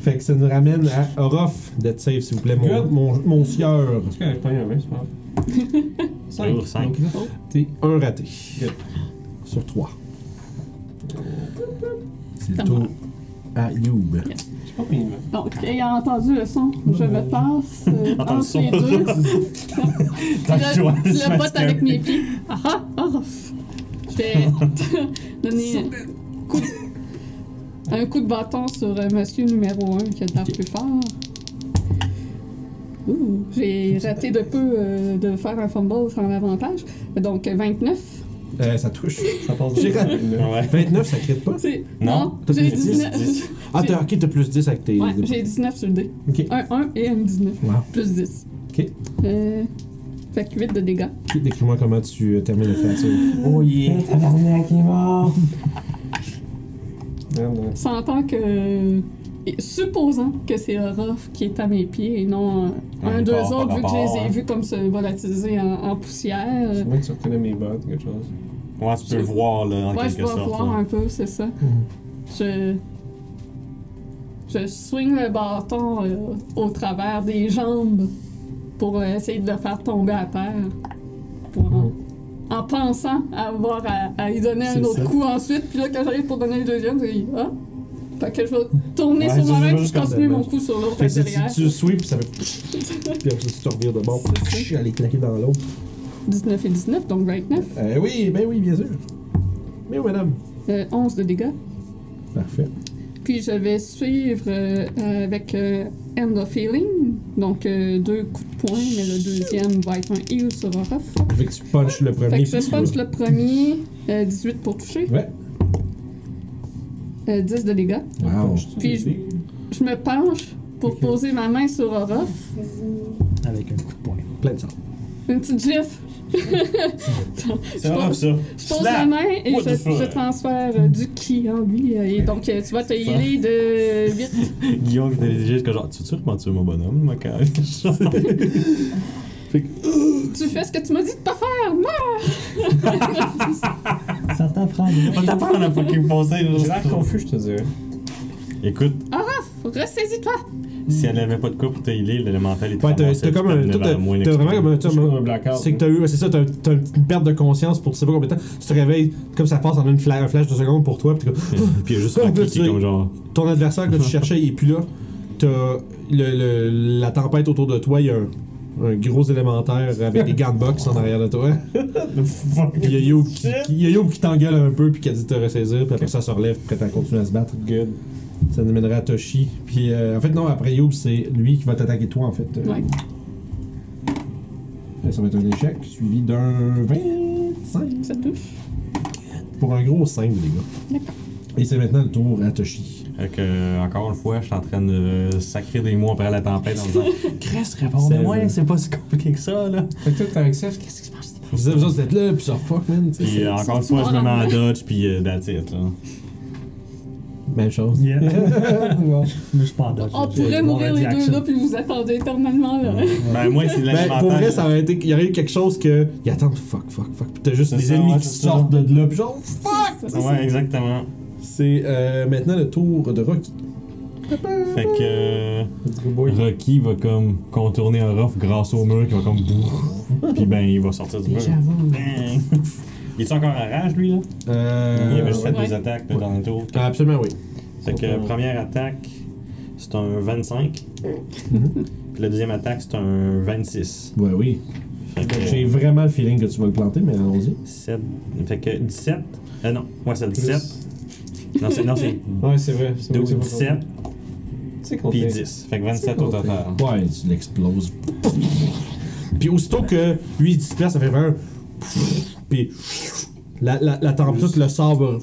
S1: Fait que ça nous ramène à Orof d'être safe, s'il vous plaît, mon,
S6: Good.
S1: mon, mon sieur.
S6: Est-ce que j'ai pas eu un main, c'est pas grave. <laughs>
S3: Toujours cinq.
S6: Donc,
S1: Un raté.
S6: Good.
S1: Sur trois. C'est
S4: Ça
S1: le tour à Youb.
S6: Je sais pas combien il me.
S4: Donc, ayant entendu le son, je me passe euh,
S3: <laughs> Entends le
S4: entre
S3: son.
S4: les deux.
S3: <laughs> T'as
S4: Je
S3: joué à
S4: je le
S3: Smash
S4: botte
S3: Cut.
S4: avec mes pieds. Ah ah, ah off. Je vais <laughs> donner un coup de, un coup de bâton sur euh, monsieur numéro 1 qui a de l'air plus fort. Ouh, J'ai raté de peu euh, de faire un fumble sans avantage. Donc euh, 29.
S1: Euh, ça touche.
S6: Ça passe
S1: J'ai <laughs> raté.
S6: de
S3: Ouais.
S1: 29, ça crée pas.
S4: C'est-
S3: Non,
S1: t'as
S4: j'ai
S1: plus dix,
S4: 19.
S1: Ah, t'as, ok, t'as plus 10 avec tes.
S4: Ouais, j'ai 19 sur le dé.
S1: Ok.
S4: Un 1 et un 19.
S1: Wow.
S4: Plus 10.
S1: Ok.
S4: Euh, fait que 8 de dégâts.
S1: Ok, Décris-moi comment tu euh, termines la créature.
S6: Oh yeah. Tabarnak, il est mort. Merde.
S4: S'entend que. et Supposant que c'est Orof qui est à mes pieds et non euh,
S3: Ouais,
S4: un
S3: il
S4: deux
S3: part par
S4: autres, vu que je les ai
S3: rapport, hein.
S4: vus comme se volatiliser en, en poussière. euh,
S6: Sûrement que tu reconnais mes bottes, quelque chose.
S3: Ouais, tu peux le voir là, en
S4: ouais, je
S3: quelque
S4: vais
S3: sorte.
S4: voir
S3: là.
S4: un peu, c'est ça.
S3: Mm.
S4: Je. Je swing le bâton euh, au travers des jambes pour euh, essayer de le faire tomber à terre. Pour, en- en, pensant avoir à, à lui donner un
S3: Mm. C'est
S4: autre
S3: ça.
S4: coup ensuite. Puis là, quand j'arrive pour donner le deuxième, je dis Ah! Fait que je vais tourner
S3: Ouais,
S4: sur
S3: je sais
S4: moi-même
S3: pas
S4: puis je
S3: comme
S4: continue
S1: ça,
S4: mon
S1: mais-
S4: coup sur l'autre
S1: Fait que si
S4: derrière.
S1: tu, tu sweeps, ça fait. Puis après, ça, tu te revires de bord.
S4: C'est
S1: Aller claquer dans l'autre.
S4: 19 et 19, donc 29.
S1: Euh, oui, ben oui, bien sûr. Mais oui, madame.
S4: Euh, 11 de dégâts.
S1: Parfait.
S4: Puis je vais suivre euh, avec euh, End of Healing. Donc euh, deux coups de poing, mais le deuxième va être un heal sur Orof.
S1: Fait que tu punches le premier.
S4: Fait que
S1: puis
S4: je
S1: tu
S4: punch
S1: vas-
S4: le premier, euh, 18 pour toucher,
S1: Ouais.
S4: euh, 10 de dégâts.
S1: Wow.
S4: Puis je, je me penche pour poser ma main sur Orof.
S5: Avec un coup de poing.
S1: Plein de sang.
S4: Une petite gifle.
S3: C'est grave ça.
S4: Je pose
S3: Slap.
S4: ma main et
S3: What
S4: je,
S3: the fuck?
S4: je transfère euh, du ki en lui. euh, Et donc euh, tu vas te healer de 8.
S3: Guillaume qui t'avait dit juste que genre, tu sais comment tu es mon bonhomme, ma
S6: <laughs>
S3: carrière?
S4: Tu fais ce que tu m'as dit de pas faire. Non!
S5: Ça t'apprend. hein?
S3: On t'a pas dans un fucking pensée,
S6: J'ai l'air confus, je te dirais.
S3: Écoute,
S4: Ressaisis-toi!
S3: si elle avait pas de coup pour te healer, l'élémental était
S1: Ouais, t'as t'as comme un. toi, T'as t'as vraiment comme un. t'as
S6: Je suis
S1: un-
S6: comme un blackout.
S1: C'est que t'as eu, ouais, c'est ça, t'as t'as une petite perte de conscience pour tu sais pas combien de temps. Tu te réveilles comme ça passe en une fla- un flash de seconde pour toi. Puis t'es comme,
S3: Puis il y
S1: <laughs>
S3: a juste
S1: Ouais,
S3: Rocky
S1: tu
S3: qui
S1: sais.
S3: est comme genre.
S1: ton adversaire
S3: <laughs>
S1: que tu cherchais, il est plus là. T'as le- le- la tempête autour de toi, il y a un, un gros élémentaire avec des gants de boxe en arrière de
S3: <laughs>
S1: toi. Puis il y a Youb qui, il y a Youb qui t'engueule un peu, puis qui a dit de te ressaisir, puis après ça se relève, prêt à continuer à se battre.
S6: Good.
S1: Ça nous mènera à Toshi. Puis euh, en fait, non, après Youb, c'est lui qui va t'attaquer toi, en fait. Euh,
S4: Ouais.
S1: Ça va être un échec, suivi d'un 25
S4: Ça touche.
S1: pour un gros 5, les gars.
S4: D'accord.
S1: Et c'est maintenant le tour à Toshi.
S3: Fait que, euh, encore une fois, je suis en train de sacrer des mots après la tempête en
S6: <laughs>
S3: disant euh, Chris,
S1: C'est-
S3: répondez-moi, c'est pas si compliqué que ça, là.
S6: Fait que toi, t'es avec Seth, qu'est-ce qui se passe?
S1: Je disais, vous autres, vous êtes là, puis ça fuck, man. tu sais,
S3: Puis
S1: c'est-
S3: euh, encore une
S4: c'est-
S3: fois, je me mets en
S4: c'est-
S3: dodge, puis euh, that's it, là.
S1: Même chose.
S5: <laughs> <laughs> Yeah. Bon, mais je pars
S4: On pourrait mourir les deux là, puis vous attendez éternellement là.
S3: Ben, moi, c'est de
S1: Ben, pour vrai, ça
S3: l'élémental.
S1: aurait été. Il y aurait eu quelque chose que. Ils attendent, fuck, fuck, fuck. Puis t'as juste
S3: C'est
S1: des
S3: ça,
S1: ennemis
S3: ouais,
S1: qui
S3: c'est ça.
S1: sortent de là, puis genre.
S3: Ouais, exactement.
S1: C'est euh, maintenant le tour de Rocky.
S3: Fait que. euh,
S6: Good boy.
S3: Rocky va comme contourner un rough grâce au mur qui va comme bouf. Puis ben il va sortir du mur. Bang. <laughs> Il est encore en rage lui là? Il
S1: Euh.
S3: avait juste fait
S4: ouais.
S3: deux attaques le
S1: Ouais.
S3: dernier tour.
S1: ah, Absolument, oui.
S3: Fait que première attaque, c'est un 25. Puis la deuxième attaque, c'est un 26.
S1: Ouais, oui.
S3: Fait que,
S1: J'ai vraiment le feeling que tu vas le planter, mais allons-y.
S3: 7, fait que 17. Euh, non, ouais, c'est 17. Non, c'est, non, c'est
S6: Ouais, c'est vrai. c'est vrai
S3: 12,
S6: que c'est pas
S3: 17,
S6: compté. C'est compté.
S3: puis 10. Fait que 27 au total.
S1: Ouais, tu l'exploses. Puis aussitôt que lui il disperse, ça fait un. Puis la, la, la tempe, tout le sable.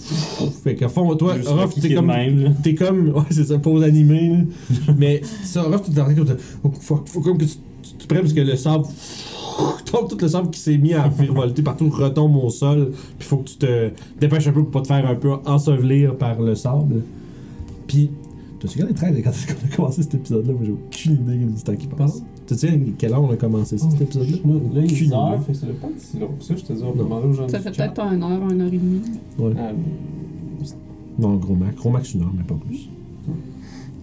S1: Fait qu'à fond, toi,
S3: Juste
S1: Ruff,
S3: Rocky
S1: t'es
S3: qui est
S1: comme.
S3: de même, là.
S1: T'es comme. <laughs> Ouais, c'est ça, pose animée. là. Mais ça, Ruff, t'es en train comme de. Faut, faut- faut comme que tu, tu- tu prennes parce que le sable. <laughs> Tombe tout le sable qui s'est mis à virevolter partout, retombe au sol. Puis faut que tu te dépêches un peu pour pas te faire un peu ensevelir par le sable. Puis. T'as-tu regardé les trailers quand on a commencé cet épisode-là? Moi, j'ai aucune idée du temps qui passe.
S6: Pardon? Ah,
S1: Tu te souviens quelle heure on a commencé ça, cet épisode-là?
S6: Là, il est
S1: Cul.
S6: 10 heures, fait que ça doit pas être si long. Ça, je te dis, on va demander aux gens
S4: Ça
S6: du
S4: fait
S6: chat.
S4: peut-être pas une heure, une heure et demie.
S1: Ouais.
S6: Ah,
S1: Non, gros max. Gros max, une heure, mais pas plus.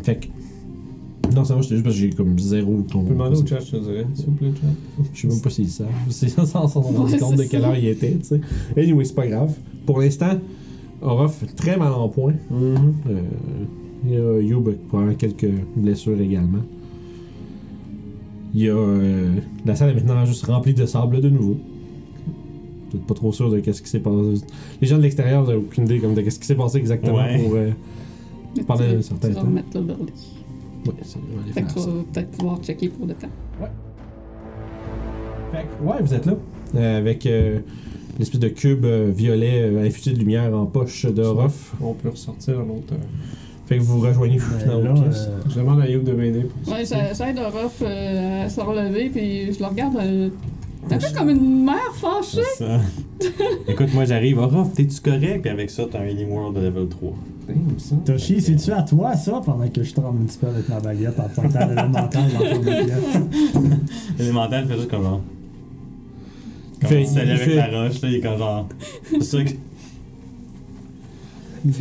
S1: Fait que. Non, ça va, j'étais juste parce que j'ai comme zéro ton.
S6: On peut demander au chat, je te dirais. S'il vous plaît, chat.
S1: Je sais même pas s'ils savent. <laughs> C'est ça, sans s'en rendre
S4: Ouais,
S1: compte de
S4: c'est
S1: quelle
S4: ça.
S1: heure il était, tu sais. Anyway, c'est pas grave. Pour l'instant, Orof, très mal en point. Euh, il y a Youb qui probablement quelques blessures également. Il y a. euh, la salle est maintenant juste remplie de sable de nouveau. Vous êtes pas trop sûr de qu'est-ce qui s'est passé. Les gens de l'extérieur, vous avez aucune idée comme de qu'est-ce qui s'est passé exactement
S3: Ouais.
S1: pour. euh, Pendant un certain
S4: tu
S1: temps.
S4: vas remettre l'overlay.
S1: Ouais, ça, on va aller
S4: Fait que
S1: faire
S4: tu
S1: ça.
S4: vas peut-être pouvoir checker pour le temps.
S1: Fait que, ouais, vous êtes là. euh, avec euh, l'espèce de cube euh, violet euh, infusé de lumière en poche de Ruff.
S6: On peut ressortir à l'auteur.
S1: Fait que vous rejoignez dans
S5: là,
S1: la
S5: <laughs>
S1: pièce.
S5: euh,
S6: Je demande à Youb de m'aider pour ça.
S4: Ouais, j'a- j'aide Orof euh, à se relever, puis je le regarde. euh, T'as fait comme une mère fâchée!
S3: C'est ça. <laughs> Écoute, moi j'arrive. Oh, Ruff, t'es-tu correct? Puis avec ça, t'as un Healing World de level 3.
S6: Damn,
S1: <laughs>
S6: ça.
S5: Toshi, c'est-tu à toi ça pendant que je tremble un petit peu avec ma baguette en <laughs> pointant l'élémentaire dans ton baguette? <laughs>
S3: L'élémental fait juste comme genre. Comme
S1: Fait-
S3: il s'allait
S1: il
S3: avec
S1: fait-
S3: la roche, là, il est comme genre. C'est sûr
S6: <laughs>
S3: que.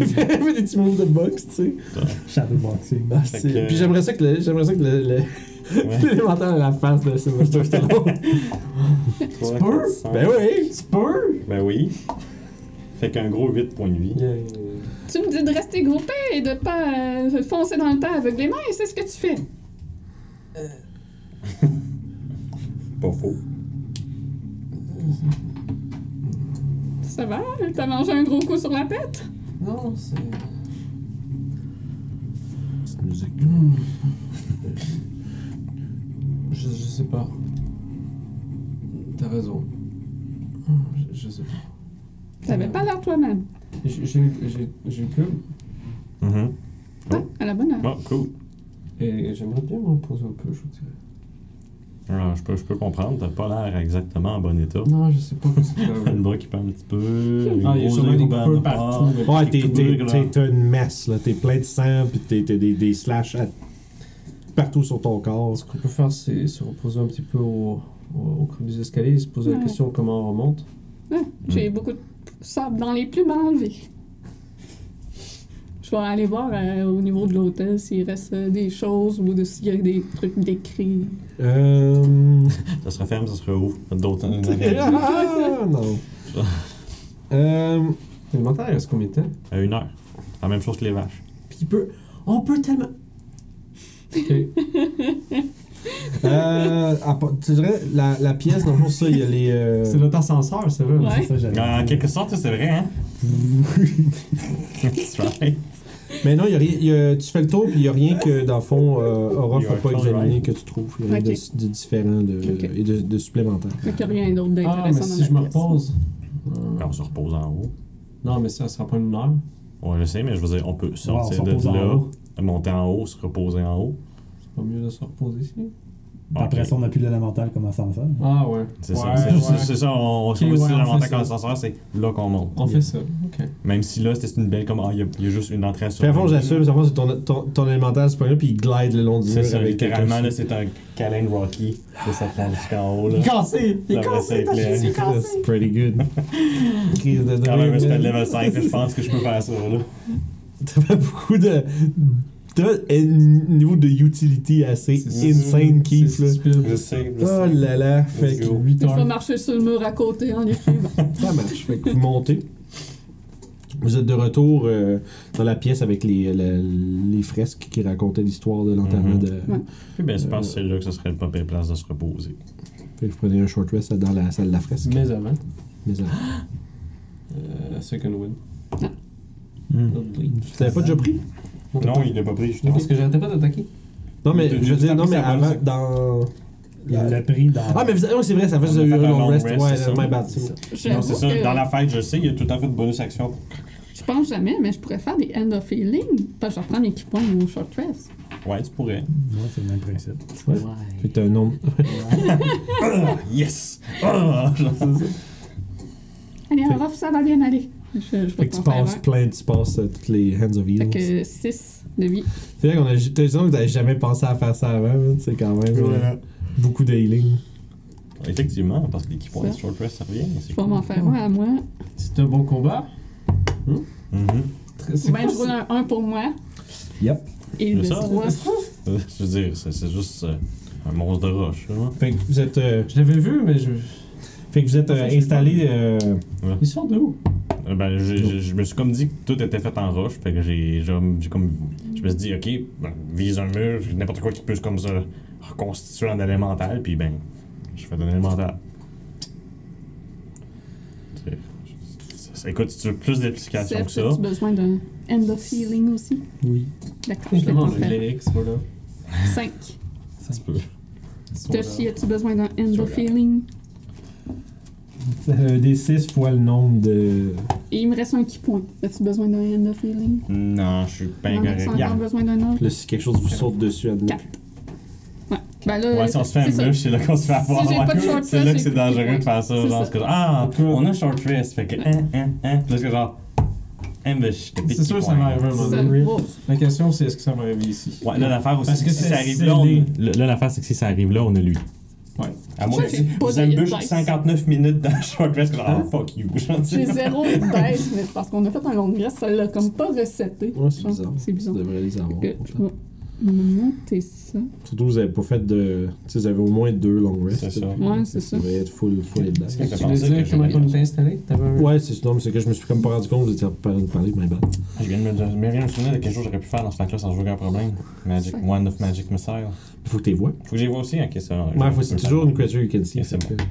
S1: fait des petits moves de boxe, tu sais.
S5: Shadowboxing.
S1: Ah, c'est-
S3: Fait que-
S1: Puis j'aimerais ça que le- j'aimerais ça que le- le-
S3: Ouais.
S1: <laughs> l'élémentaire à la face de Sylvester Stallone.
S3: Trois,
S1: peux?
S3: quatre, cinq.
S1: ben oui, tu peux.
S3: Ben oui. Fait qu'un gros 8 points de vie.
S4: Tu me dis de rester groupé et de pas euh, foncer dans le tas avec les mains, et c'est ce que tu fais.
S3: Pas faux.
S4: Ça va? hein? T'as mangé un gros coup sur la tête?
S6: Non, c'est.
S1: Petite musique.
S6: Hmm. Je, je sais pas. T'as raison. Je, je sais pas.
S4: T'avais pas l'air toi-même.
S6: J'ai- J'ai j'ai- j'ai le cube Mm-hmm.
S3: Mhm.
S4: Ah, à la bonne heure.
S3: Bon, cool.
S6: et j'aimerais bien m'en poser un peu, je vous dirais.
S3: Alors, je, peux, je peux comprendre, t'as pas l'air exactement en bon état. <laughs>
S6: Non, je sais pas qu'est-ce que
S3: T'as le
S6: c'est.
S3: bras qui pend un petit peu.
S6: Ah, il y a sûrement des coupeurs
S3: coupeurs
S6: partout. mais-
S1: Ouais, t'es- t'es-
S3: Cool,
S1: t'es
S3: grand.
S1: t'as une messe, là. T'es plein de sang, pis t'es t'as des, des slashes à- partout sur ton corps.
S6: Ce qu'on peut faire, c'est se reposer un petit peu au, au, au creux des escaliers et se poser la
S4: Ouais.
S6: question comment on remonte.
S4: Ah, J'ai beaucoup de sable dans les plumes à enlever. Je vais aller voir euh, au niveau de l'hôtel s'il reste euh, des choses ou de- s'il y a des trucs décrits.
S1: Euh.
S3: Ah, Ça se referme, ça se rouvre. D'autres. hein,
S6: <laughs>
S1: <laughs> ah, non. euh.
S6: L'élémentaire, il reste combien de temps
S3: À une heure. La même chose que les vaches.
S6: Puis il peut. On peut tellement. Ok.
S1: Euh, à part- tu dirais, la, la pièce, dans le fond, ça, il y a les. euh,
S6: <laughs> C'est notre ascenseur, c'est vrai.
S4: Ouais.
S5: Ça, j'avais
S3: En
S5: dit.
S3: quelque sorte, c'est vrai, hein? <laughs> That's right.
S1: Mais non, il y a rien- il y a- tu fais le tour, puis il n'y a rien que, dans le fond, euh, Aura
S3: You
S1: faut
S3: are
S1: pas
S3: totally
S1: examiner
S3: right.
S1: que tu trouves. Il y a rien
S4: Ok.
S1: de, de différent de,
S4: Ok.
S1: et de, de supplémentaire.
S4: Fait qu'il n'y a rien d'autre d'intéressant
S6: Ah, mais
S4: dans
S6: si
S4: la
S6: je me
S4: pièce.
S6: repose.
S3: Ben,
S6: Ah.
S3: On se repose en haut.
S6: Non, mais ça sera pas une heure.
S3: Ouais, je sais, mais je veux dire, on peut
S5: Ouais, on se
S3: sortir
S5: repose
S3: de
S5: en
S3: là,
S5: haut.
S3: monter en haut, se reposer en haut.
S6: C'est pas mieux de se reposer ici.
S5: Après
S3: Ok.
S5: ça, on n'a plus l'élémental comme ascenseur.
S6: Ah ouais.
S3: C'est
S6: ouais,
S3: ça, c'est-
S6: ouais.
S3: c'est- c'est ça, on
S6: Ok,
S3: trouve aussi
S6: ouais, on fait
S3: l'avantage
S6: ça.
S3: quand l'ascenseur, c'est là qu'on monte.
S6: On fait ça. Ok.
S3: Même si là, c'était une belle comme, ah, il y, a- il y a juste une entrée sur
S1: Fait à fond, j'assume, c'est à fond, c'est ton, ton, ton élémentaire, c'est pas là, puis il glide le long du mur
S3: C'est ça,
S1: avec
S3: littéralement, là, c'est un câlin de Rocky, de sa plane jusqu'en haut, là.
S6: cassé!
S3: Ça va, c'est clair.
S1: That's pretty good.
S3: <laughs>
S1: Crise de
S3: Quand même, je fais de
S1: drôle.
S3: level 5, je pense que je peux faire ça, là.
S1: <laughs> T'as fait beaucoup de. T'as un niveau de utility assez
S6: C'est
S1: insane, Keith, là.
S6: C'est stupide.
S3: Je sais, je
S1: Oh
S3: sais.
S1: là là, fait que
S3: go.
S1: 8
S4: Je vais
S1: heures. Ah, ben,
S4: marcher sur le mur à côté en effet.
S1: Ça marche. Fait que vous montez. Vous êtes de retour euh, dans la pièce avec les, la- les fresques qui racontaient l'histoire de l'enterrement
S3: Mhm.
S1: de.
S4: Ouais.
S3: Puis ben, je pense que c'est là que ce serait le pas pire place de se reposer.
S1: Fait que vous prenez un short rest dans la salle de la
S4: Mhm.
S1: fresque.
S6: Mais avant,
S1: Mais ça-
S6: euh, Hmm. second win. Oh,
S1: Tu l'avais pas déjà pris
S3: Non, il l'a pas pris,
S6: Je
S3: justement.
S6: pense que j'arrêtais pas d'attaquer.
S1: Non, mais
S3: Tu-
S1: je veux
S3: tu
S1: dire,
S3: t'as
S1: non,
S3: pris
S1: mais
S3: ça avant,
S1: avant,
S3: c'est-
S1: dans.
S5: Il l'a pris dans.
S1: Ah, mais vous- oui, c'est vrai, ça fait
S3: On
S1: vous
S3: a
S1: avez eu
S3: fait
S1: un
S3: un
S1: long
S3: long
S1: rest.
S3: rest,
S1: Ouais,
S3: c'est ça.
S1: my bad. c'est ça.
S3: Non,
S4: J'avoue
S3: c'est ça.
S4: que
S3: Dans la fête, je sais, il y a tout à fait de bonus action.
S4: Je pense jamais, mais je pourrais faire des end of healing. Pas je reprends l'équipement au short rest.
S3: Ouais, tu pourrais.
S5: Ouais, c'est le même principe.
S1: Ouais. Fait que t'as un nombre.
S3: Yes! <laughs> Ah! Genre, c'est ça.
S4: Allez, Aurof, ça va bien aller. Je, je
S1: Fait
S4: vais
S1: que tu
S4: t'en faire
S1: passes
S4: un.
S1: plein, tu passes euh, toutes les hands of
S4: Fait
S1: healing.
S4: que 6 de vie.
S1: C'est vrai qu'on a. T'as l'impression que t'avais jamais pensé à faire ça avant, hein, c'est quand même. euh, Beaucoup de healing.
S3: Effectivement, parce que l'équipe
S4: Ça.
S3: de short rest, ça revient. mais c'est
S4: Je vais
S3: cool.
S4: m'en faire un à moi.
S6: C'est un bon combat.
S3: Mhm.
S6: Très- c'est
S4: Ben,
S6: quoi
S4: je roule
S6: ça?
S4: un 1 pour moi.
S1: Yep.
S4: Et
S3: Le
S4: le
S3: sort.
S4: 3.
S3: Euh, Je veux dire, c'est c'est juste euh, un monstre de roche. hein.
S1: Fait que vous êtes. euh,
S6: Je l'avais vu, mais je.
S1: Fait que vous êtes euh, installé. euh,
S6: Il sort de où
S3: Euh, Ben, j'ai- j'ai- je me suis comme dit que tout était fait en roche, fait que j'ai j'ai- j'ai comme. Je me suis dit, ok, ben, vise un mur, n'importe quoi qui peut comme ça reconstituer en élémental, puis ben, je fais de l'élémental. C'est- c'est- c'est- Écoute, si tu veux plus d'application que
S4: Seth,
S3: ça,
S4: as-tu besoin d'un end of healing aussi?
S5: Oui.
S4: D'accord, je
S6: Je
S4: vais t'en
S6: demande le
S4: faire.
S6: cléric, c'est là.
S4: 5.
S3: ça se peut.
S4: Toshi, as-tu besoin d'un end
S3: Sur
S4: of
S3: la-
S4: healing?
S1: euh, des 6 fois le nombre de.
S4: Et il me reste un qui point. As-tu besoin d'un end of healing?
S3: Non, je suis pas
S4: Non,
S3: incorrect.
S4: as-tu encore besoin d'un autre?
S1: Là, si quelque chose vous saute dessus, admettez.
S4: Quatre. Ouais. Ben là,
S3: Ouais, si on se fait
S4: c'est
S3: un
S4: ça.
S3: mur, c'est là qu'on se fait avoir.
S4: Si j'ai pas de short
S3: c'est
S4: rest,
S3: là
S4: j'ai
S3: que c'est
S4: plus de
S3: dangereux
S4: points.
S3: de faire ça.
S4: C'est
S3: Genre,
S4: ça.
S3: c'est que- ah, on a short rest, fait que, hein, hein, hein. Plus que genre, hein, ben, je te pique
S6: C'est sûr
S3: les
S6: que ça
S3: poings.
S6: va arriver un moment
S4: Ça-
S6: donné.
S4: wow.
S6: La question, c'est est-ce que ça va arriver ici
S3: Ouais, là, l'affaire aussi,
S6: Parce que
S3: c'est que si
S6: c'est
S3: ça arrive là, on...
S6: scellé.
S3: là, là, l'affaire, c'est que si ça arrive là, on a lui.
S6: Ouais.
S3: À moins
S4: Ça,
S3: que
S4: c'est pas
S3: vous
S4: des
S3: embûchez
S4: dice.
S3: 59 minutes dans le short rest, genre, ah, fuck you, gentil.
S4: J'ai zéro baisse, mais c'est parce qu'on a fait un long graisse, ça l'a comme pas recetté.
S1: Ouais, c'est
S4: Je pense.
S1: bizarre.
S4: C'est
S1: Tu
S4: bizarre.
S1: devrais les avoir.
S4: Fait que
S1: pourtant.
S4: Je vais me monter ça.
S1: Surtout, vous avez pas fait de. Tu sais, vous avez au moins deux long rests.
S3: C'est ça.
S4: Ouais, c'est ça.
S1: Ça va être full, full et dedans.
S3: Est-ce que
S6: Tu
S3: t'as
S6: voulais
S3: pensé que
S6: dire comment
S3: j'avais-
S6: on était installé T'avais un.
S1: Ouais, c'est non, mais c'est que je me suis comme pas rendu compte, vous étiez en train de parler, mais bad.
S3: Je viens de me, je me viens de me souvenir de quelque chose que j'aurais pu faire dans ce fac-là sans aucun problème. Magic,
S4: Ça.
S3: One of Magic Missile.
S1: Faut que t'es vois.
S3: Faut que j'y vois aussi, ok, ça.
S1: Ouais, faut c'est toujours une creature you can see.
S3: Yeah, c'est
S1: fait
S3: bon.
S1: que-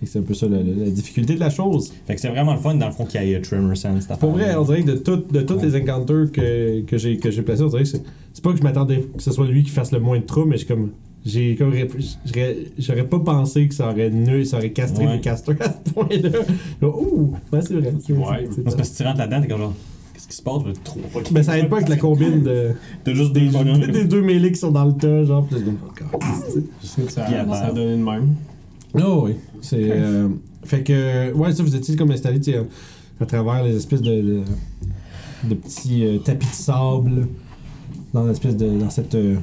S1: fait que c'est un peu ça la, la- la difficulté de la chose.
S3: Fait que c'est vraiment le fun dans le fond qu'il y ait euh, Tremor Sense. cette
S1: Pour vrai,
S3: affaire-là.
S1: on dirait que de, tout- de tous les encounters que, que j'ai que j'ai placés, on dirait que c'est c'est pas que je m'attendais que ce soit lui qui fasse le moins de trous, mais j'ai comme. J'ai comme. ré- j'aurais- J'aurais pas pensé que ça aurait nul, ça aurait castré
S3: Ouais.
S1: les casters à ce point-là. Ouh! Ouais, c'est vrai. c'est- c'est-
S6: Ouais.
S3: Non, c'est parce que tu rentres là-dedans, t'es comme genre, qu'est-ce qui se passe? le trou?
S1: Mais ça aide pas avec la combine de.
S3: T'as juste
S1: des,
S3: des bonhommes.
S1: des deux mêlés qui sont dans le tas, genre. Pis là, c'est comme, oh, God.
S6: Je sais que ça
S3: Bien,
S6: ça a
S3: ben.
S6: donné de même.
S1: Oh oui. C'est. euh, fait que. Ouais, ça, vous étiez comme installé, tu sais, à, à travers les espèces de. de, de petits euh, tapis de sable. Dans l'espèce de. Dans cette. euh,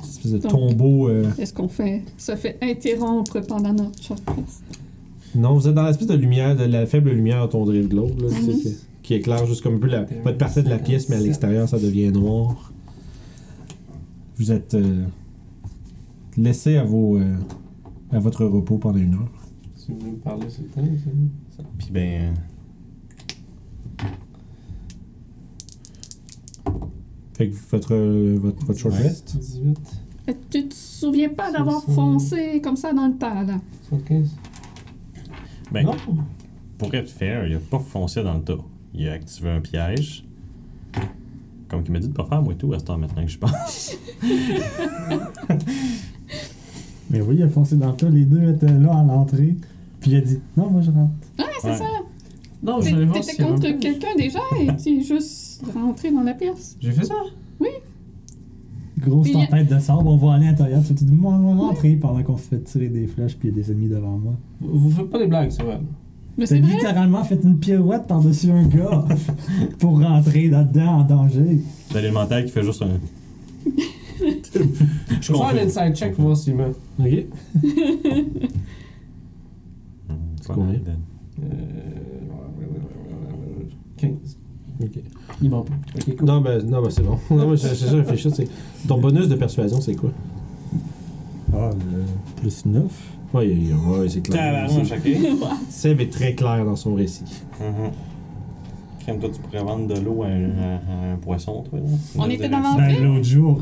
S1: cette espèce de
S4: Donc.
S1: tombeau. euh,
S4: Est-ce qu'on fait, se fait interrompre pendant notre short rest?
S1: Non, vous êtes dans l'espèce de lumière, de la faible lumière on dirait de l'aube, là, tu sais,
S4: Mhm.
S1: que- qui éclaire juste comme un peu la, votre partie de la pièce, mais à l'extérieur, ça devient noir. Vous êtes euh, laissé à, vos, euh, à votre repos pendant une heure.
S6: Tu veux me parler, c'est le temps, ça
S3: Puis ben.
S1: Fait que votre, euh, votre, votre short
S3: Ouais.
S1: rest.
S6: 18,
S4: Euh, Tu te souviens pas d'avoir
S6: C'est ça.
S4: foncé comme ça dans le tas, là?
S6: 75.
S3: Ben,
S6: non
S3: Pour être fair, il a pas foncé dans le tas. Il a activé un piège. Comme il m'a dit de pas faire, moi et tout, à ce temps maintenant que je pense. <laughs>
S5: Mais oui, il a foncé dans le tas. Les deux étaient là à l'entrée. Puis il a dit Non, moi je rentre.
S4: Ouais, c'est
S3: Ouais.
S4: ça.
S6: Non,
S4: T'é-
S6: j'allais voir
S4: Oh, T'étais
S6: s'il y avait un
S4: contre
S6: piège.
S4: quelqu'un déjà
S6: <laughs>
S4: et tu es juste rentré dans la pièce.
S6: J'ai fait ça
S5: Grosse
S4: Puis il y a-
S5: tempête de sable, on va aller à l'intérieur. Tu vas moi, moi, rentrer pendant qu'on se fait tirer des flèches. Puis il y a des ennemis devant moi.
S6: Vous vous faites pas des blagues, c'est vrai.
S4: Mais
S5: T'as
S4: c'est vrai.
S5: littéralement fait une pirouette par-dessus un gars <laughs> pour rentrer là-dedans en danger.
S3: T'as l'élémental qui fait juste
S1: <laughs>
S3: un.
S6: Je vais faire un inside check pour voir s'il meurt.
S1: Ok.
S3: Mmh, C'est
S1: combien?
S6: Euh... 15.
S1: Ok.
S6: Il meurt pas. Ok, cool.
S1: Non, ben, non, ben c'est bon. <laughs> Non, mais j'ai j'ai déjà réfléchi. c'est- Ton bonus de persuasion, c'est quoi
S5: Ah, le plus 9.
S1: Ouais, ouais, ouais, c'est clair.
S4: <laughs>
S3: Mmh. Tabarnouche, ok.
S1: Sève est très clair dans son récit.
S3: Mhm. Crème, toi, tu pourrais vendre de l'eau à, à- à un poisson, toi, là.
S4: On
S3: Là,
S4: était
S3: c'est-
S4: dans la-
S5: Ben, l'autre <laughs> jour.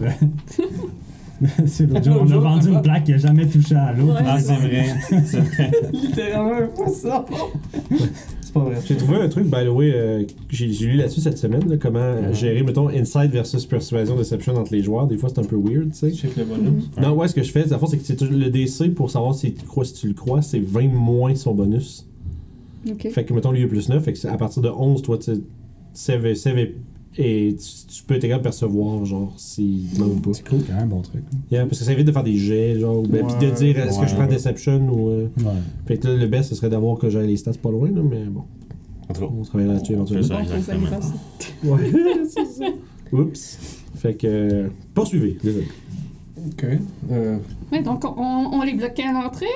S5: c'est l'autre jour. On a
S6: jour,
S5: vendu
S6: c'est
S5: une
S6: pas-
S5: plaque qui a jamais touché à l'eau.
S3: Ah, c'est vrai. <laughs> C'est vrai.
S6: Littéralement un poisson. C'est pas vrai.
S1: J'ai trouvé un truc, by the way, euh, j'ai j'ai lu là-dessus cette semaine, là, comment euh, gérer, mettons, insight versus persuasion, deception entre les joueurs. Des fois, c'est un peu weird, tu sais.
S6: Check le bonus.
S1: Non, ouais, ce que je fais, la fois, c'est que c'est toujours- le DC, pour savoir si tu, crois, si tu le crois, c'est 20 moins son bonus.
S4: Ok.
S1: Fait que, mettons, lui, il est plus 9, fait que c'est à partir de 11, toi, tu sais, save et- save et- et tu, tu peux être capable de percevoir, genre, s'il te manque ou pas.
S5: C'est cool, quand même, bon truc.
S1: Yeah, parce que ça évite de faire des jets, genre, ou ben, puis de
S5: Ouais,
S1: dire est-ce que je
S3: ouais.
S1: prends Deception ou. euh,
S5: Ouais.
S1: Fait que là, le best, ce serait d'avoir que j'aille les stats pas loin, là, mais bon,
S3: En tout cas,
S1: on travaille là-dessus éventuellement.
S3: ça,
S4: Bon conseil,
S3: exactement.
S4: passe.
S1: Ouais, <laughs> c'est ça. Oups. Fait que. euh, Poursuivez, désolé.
S6: Ok. Euh,
S4: Ouais, donc on, on les bloquait à l'entrée,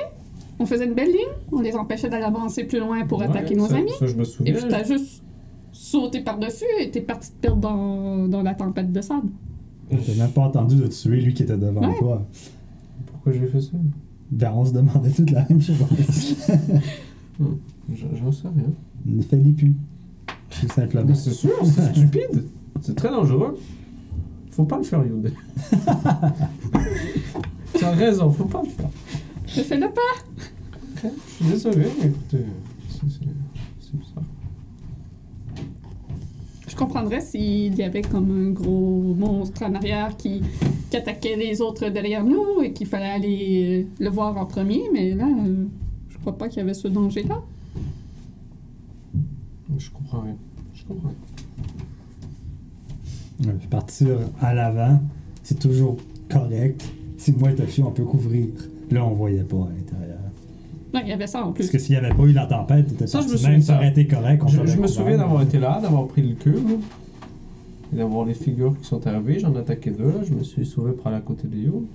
S4: on faisait une belle ligne, on les empêchait d'aller avancer plus loin pour
S6: ouais,
S4: attaquer nos
S6: ça-
S4: amis.
S6: Ça, je me
S4: Et
S6: souviens.
S4: puis t'as juste sauté par-dessus et t'es parti te perdre dans, dans la tempête de sable.
S5: T'as même pas entendu de tuer lui qui était devant
S4: Ouais.
S5: toi.
S6: Pourquoi j'ai fait ça
S5: Ben, on se demandait toute la même chose. <laughs>
S6: J'en j'en sais rien.
S5: ne fallait plus. Tout simplement.
S6: Ah, Mais c'est sûr, c'est stupide. C'est très dangereux. Faut pas le faire, <laughs> Yoda. T'as raison, faut pas le faire.
S4: Je fais le pas.
S6: Je suis désolé, mais écoutez, c'est- c'est c'est bizarre.
S4: Je comprendrais s'il y avait comme un gros monstre en arrière qui, qui attaquait les autres derrière nous et qu'il fallait aller euh, le voir en premier, mais là, euh, je crois pas qu'il y avait ce danger-là.
S6: Je comprends rien. Je comprends rien.
S5: Ouais, puis partir à l'avant, c'est toujours correct. Si moi et Toshi, on peut couvrir. Là, on voyait pas à l'intérieur.
S4: Non, il y avait ça en
S5: Parce
S4: plus.
S5: que s'il n'y avait pas eu la tempête, t'étais
S6: Ça, je me
S5: parti
S6: souviens
S5: même,
S6: de
S5: ça
S6: ça.
S5: aurait été correct. on
S6: Je,
S5: t'aurait
S6: je me
S5: couvert.
S6: souviens d'avoir été là, d'avoir pris le cube, et d'avoir les figures qui sont arrivées. J'en ai attaqué deux, là. Je me suis sauvé par aller à côté de Yo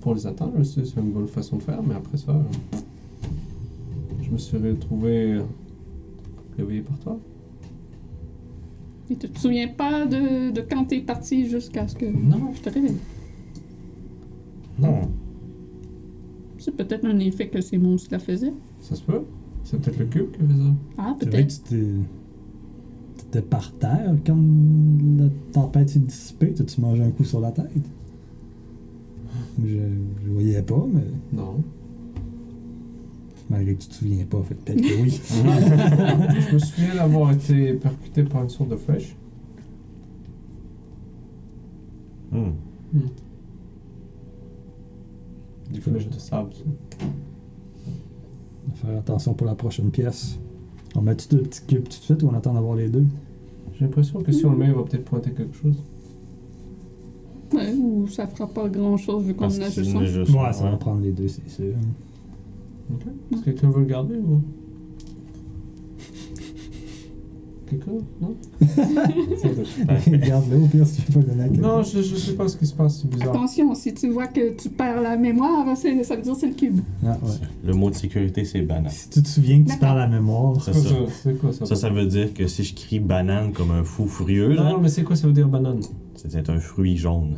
S6: pour les atteindre. Je sais, c'est une bonne façon de faire, mais après ça, euh, je me suis retrouvé euh, réveillé par toi.
S4: Et tu te souviens pas de, de quand t'es parti jusqu'à ce que.
S6: Non.
S4: Je te réveille.
S3: Non.
S4: C'est peut-être un effet que ces monstres-là faisaient.
S6: Ça se peut C'est peut-être le cube qui fait ça.
S4: Ah,
S5: C'est vrai que
S4: peut-être.
S5: tu t'es. T'étais par terre quand la tempête s'est dissipée. T'as-tu mangé un coup sur la tête? Je, je voyais pas, mais
S6: Non.
S5: malgré que tu te souviens pas, fait que peut-être
S6: <laughs>
S5: que oui.
S6: Ah Je me souviens d'avoir été percuté par une sorte de flèche.
S1: Mmh.
S3: Hmm.
S6: Des flèches de sable. ça.
S5: On va Faire attention pour la prochaine pièce. On met-tu deux petits cubes tout de suite ou on attend d'avoir les deux?
S6: J'ai l'impression que si on le met, il va peut-être pointer quelque chose.
S4: Ouais, ou ça fera pas grand-chose vu qu'on
S3: Parce
S4: en a
S3: que
S4: juste
S3: Ah, c'est
S4: un.
S3: juste-
S5: Ouais, ça va prendre les deux, c'est sûr.
S6: Ok. Est-ce que quelqu'un veut le garder ou. Quelqu'un <laughs> Non
S5: <laughs> Regarde-le au pire si tu veux pas le donner à quelqu'un.
S6: Non, je, je sais pas ce qui se passe, c'est bizarre.
S4: Attention, si tu vois que tu perds la mémoire, c'est- ça veut dire que c'est le cube.
S5: Ah, ouais.
S3: Le mot de sécurité, c'est banane.
S5: Si tu te souviens que tu
S4: D'accord.
S5: perds la mémoire,
S3: C'est
S6: C'est
S3: ça.
S6: quoi ça C'est quoi ça
S3: Ça, ça veut dire que si je crie banane comme un fou furieux,
S6: Non,
S3: là,
S6: non, mais c'est quoi ça veut dire banane
S3: c'est un fruit jaune.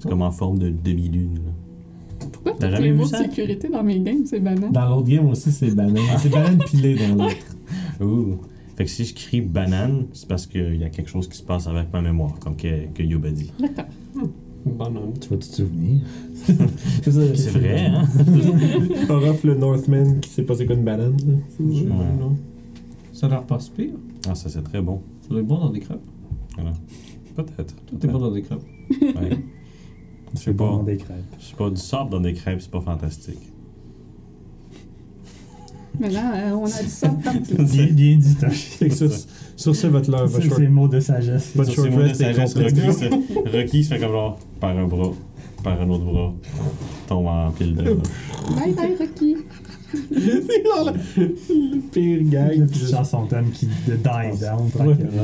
S3: C'est comme en forme de demi-lune. là.
S4: Pourquoi
S3: T'as
S4: toutes
S3: jamais
S4: les
S3: vu
S4: mots de
S3: ça?
S4: sécurité dans mes games, c'est banal?
S1: Dans l'autre game aussi, c'est banane. C'est banane pilée dans l'autre.
S3: Ouh. Fait que si je crie banane, c'est parce qu'il y a quelque chose qui se passe avec ma mémoire, comme que, que Yoba dit.
S4: D'accord.
S6: Banane.
S5: tu vas te souvenir.
S3: <laughs> C'est vrai, hein?
S1: Par off, le Northman qui sait pas c'est quoi une banane. là.
S6: Je-
S3: Ouais.
S6: non. Ça a l'air pas si pire.
S3: Ah, ça c'est très bon.
S6: Ça doit être bon dans des crêpes.
S3: Voilà. Peut-être.
S6: Tout est bon dans des crêpes.
S3: Ouais. Je sais pas.
S5: Dans des crêpes.
S3: Je sais pas, du sable dans des crêpes, c'est pas fantastique.
S4: Mais là, euh, on a dit ça partout.
S5: Bien, bien dit, Toshi.
S1: Fait que sur, sur ce, votre
S3: Ah, bah,
S1: love,
S5: C'est
S1: short.
S5: c'est mots de sagesse.
S1: Pas de
S3: Ça,
S1: short
S3: c'est mon
S1: rest et
S3: sagesse.
S1: contre-
S3: Rocky, se- Rocky se fait comme genre par un bras, par un autre bras, tombe en pile de
S4: Bye bye, Rocky.
S1: C'est genre le, le pire
S5: La
S1: gag.
S5: petite chanson thème qui de
S3: Ah,
S5: die down tranquillement.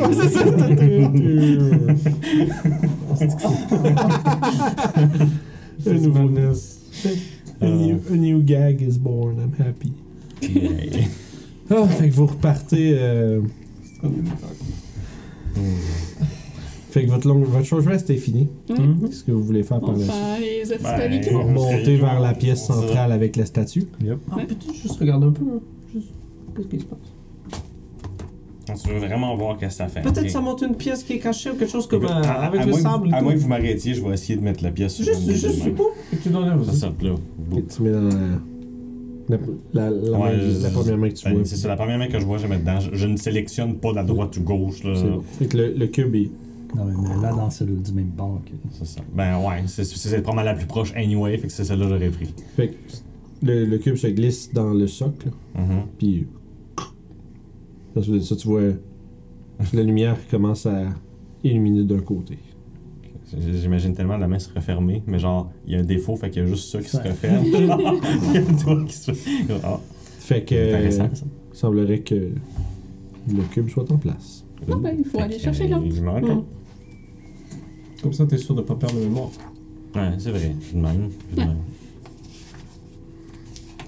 S1: Ouais, c'est <laughs> ça. Un nouveau Ah. nest. A new, a new gag is born, I'm happy.
S3: Yeah.
S1: Ah, fait que vous repartez. euh, Fait que votre, long, votre short rest est fini.
S4: Ouais.
S3: Hmm?
S6: Mhm.
S1: Qu'est-ce que vous voulez faire par
S4: On
S1: la
S4: fait
S1: suite?
S4: les
S3: Ben,
S4: habitudes
S1: Vous
S3: on
S1: remontez
S3: se-
S1: vers la pièce
S3: on se-
S1: centrale avec la statue.
S6: Ah, peut-être juste regarde un peu. hein. Juste. Qu'est-ce qui se passe?
S3: Tu veux vraiment voir qu'est-ce que ça fait.
S6: Peut-être
S3: ok?
S6: ça monte une pièce qui est cachée ou quelque chose comme
S3: Écoute,
S6: euh,
S3: Eh ben, à- à
S6: avec le
S3: moins que-
S6: sable. et
S3: À
S6: tout.
S3: moins que vous m'arrêtiez, je vais essayer de mettre la pièce sur
S6: Juste,
S3: une des deux
S6: juste,
S3: mains.
S6: boum, et tu donnes un
S3: Ça saute là.
S1: Que tu mets dans la, la, la, la
S3: Ouais,
S1: main-
S3: je-
S1: la première main que tu
S3: Ben,
S1: vois.
S3: C'est ça, la première main que je vois, je mets dedans. Je, je ne sélectionne pas de la droite ou gauche. Là.
S1: C'est bon. Fait que le, le cube est.
S5: Non, mais, mais là, dans celui du même bord que.
S3: C'est ça. Ben ouais, c'est c'est- c'est probablement la plus proche anyway, fait que c'est celle-là que j'aurais pris.
S1: Fait que le, le cube se glisse dans le socle,
S3: Mhm.
S1: puis. Ensuite de ça, tu vois la lumière commence à illuminer d'un côté.
S3: J'imagine tellement la main se refermer, mais genre, il y a un défaut, fait qu'il y a juste ça qui se
S6: <laughs>
S5: Ça.
S3: referme. il y a le doigt qui se.
S4: <laughs>
S3: Ah,
S1: Fait que.
S3: intéressant ça.
S1: il semblerait que le cube soit en place.
S4: Ah ben, il faut
S3: Fait
S4: aller
S3: que,
S4: chercher
S3: euh,
S4: l'autre.
S3: il manque l'autre.
S6: Comme ça, t'es sûr de pas perdre le mémoire.
S4: Mm.
S3: Ouais, c'est vrai. Tout de même. tout de
S4: Ouais.
S3: même.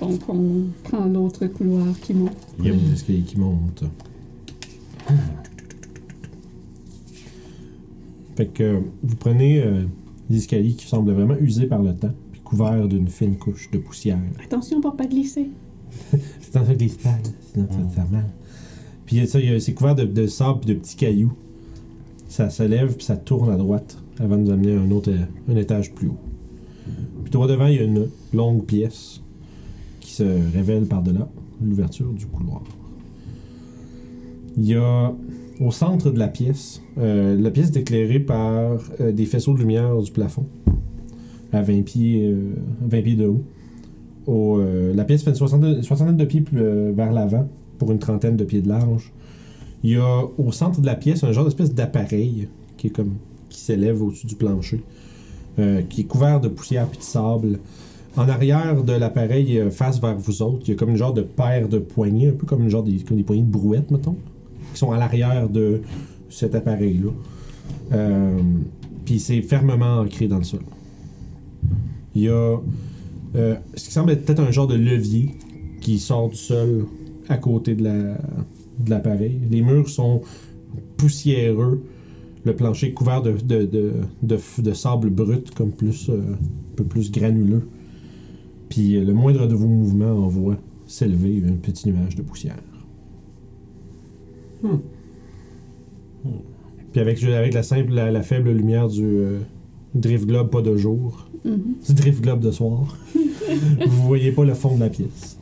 S4: Donc, on prend l'autre couloir qui monte.
S3: Il y a-
S1: Les escaliers qui montent. Fait que vous prenez euh, des escaliers qui semblent vraiment usés par le temps, puis couverts d'une fine couche de poussière.
S4: Attention pour pas glisser.
S1: C'est dans ça que les stades, sinon ça, ça mal. Puis il y a ça, il y a- c'est couvert de, de sable et de petits cailloux. Ça se lève puis ça tourne à droite avant de nous amener à un autre euh, un étage plus haut. Puis droit devant, il y a une longue pièce qui se révèle par-delà l'ouverture du couloir. Il y a au centre de la pièce, euh, la pièce est éclairée par euh, des faisceaux de lumière du plafond à 20 pieds, euh, 20 pieds de haut. Au, euh, la pièce fait une soixantaine soixantaine de pieds plus, euh, vers l'avant pour une trentaine de pieds de large. Il y a au centre de la pièce un genre d'espèce d'appareil qui est comme qui s'élève au-dessus du plancher, euh, qui est couvert de poussière puis de sable. En arrière de l'appareil, euh, face vers vous autres, il y a comme une genre de paire de poignées, un peu comme une genre des, comme des poignées de brouette, mettons, qui sont à l'arrière de cet appareil-là. Euh, puis c'est fermement ancré dans le sol. Il y a euh, ce qui semble être peut-être un genre de levier qui sort du sol à côté de la- de l'appareil. Les murs sont poussiéreux. Le plancher est couvert de, de, de- de f- de sable brut, comme plus, euh, un peu plus granuleux. Puis euh, le moindre de vos mouvements envoie s'élever un petit nuage de poussière.
S6: Hmm.
S1: Hmm. Puis avec, avec la simple, la, la faible lumière du euh, drift globe pas de jour,
S4: Mhm.
S1: du drift globe de <laughs> soir. vous voyez pas le fond de la pièce.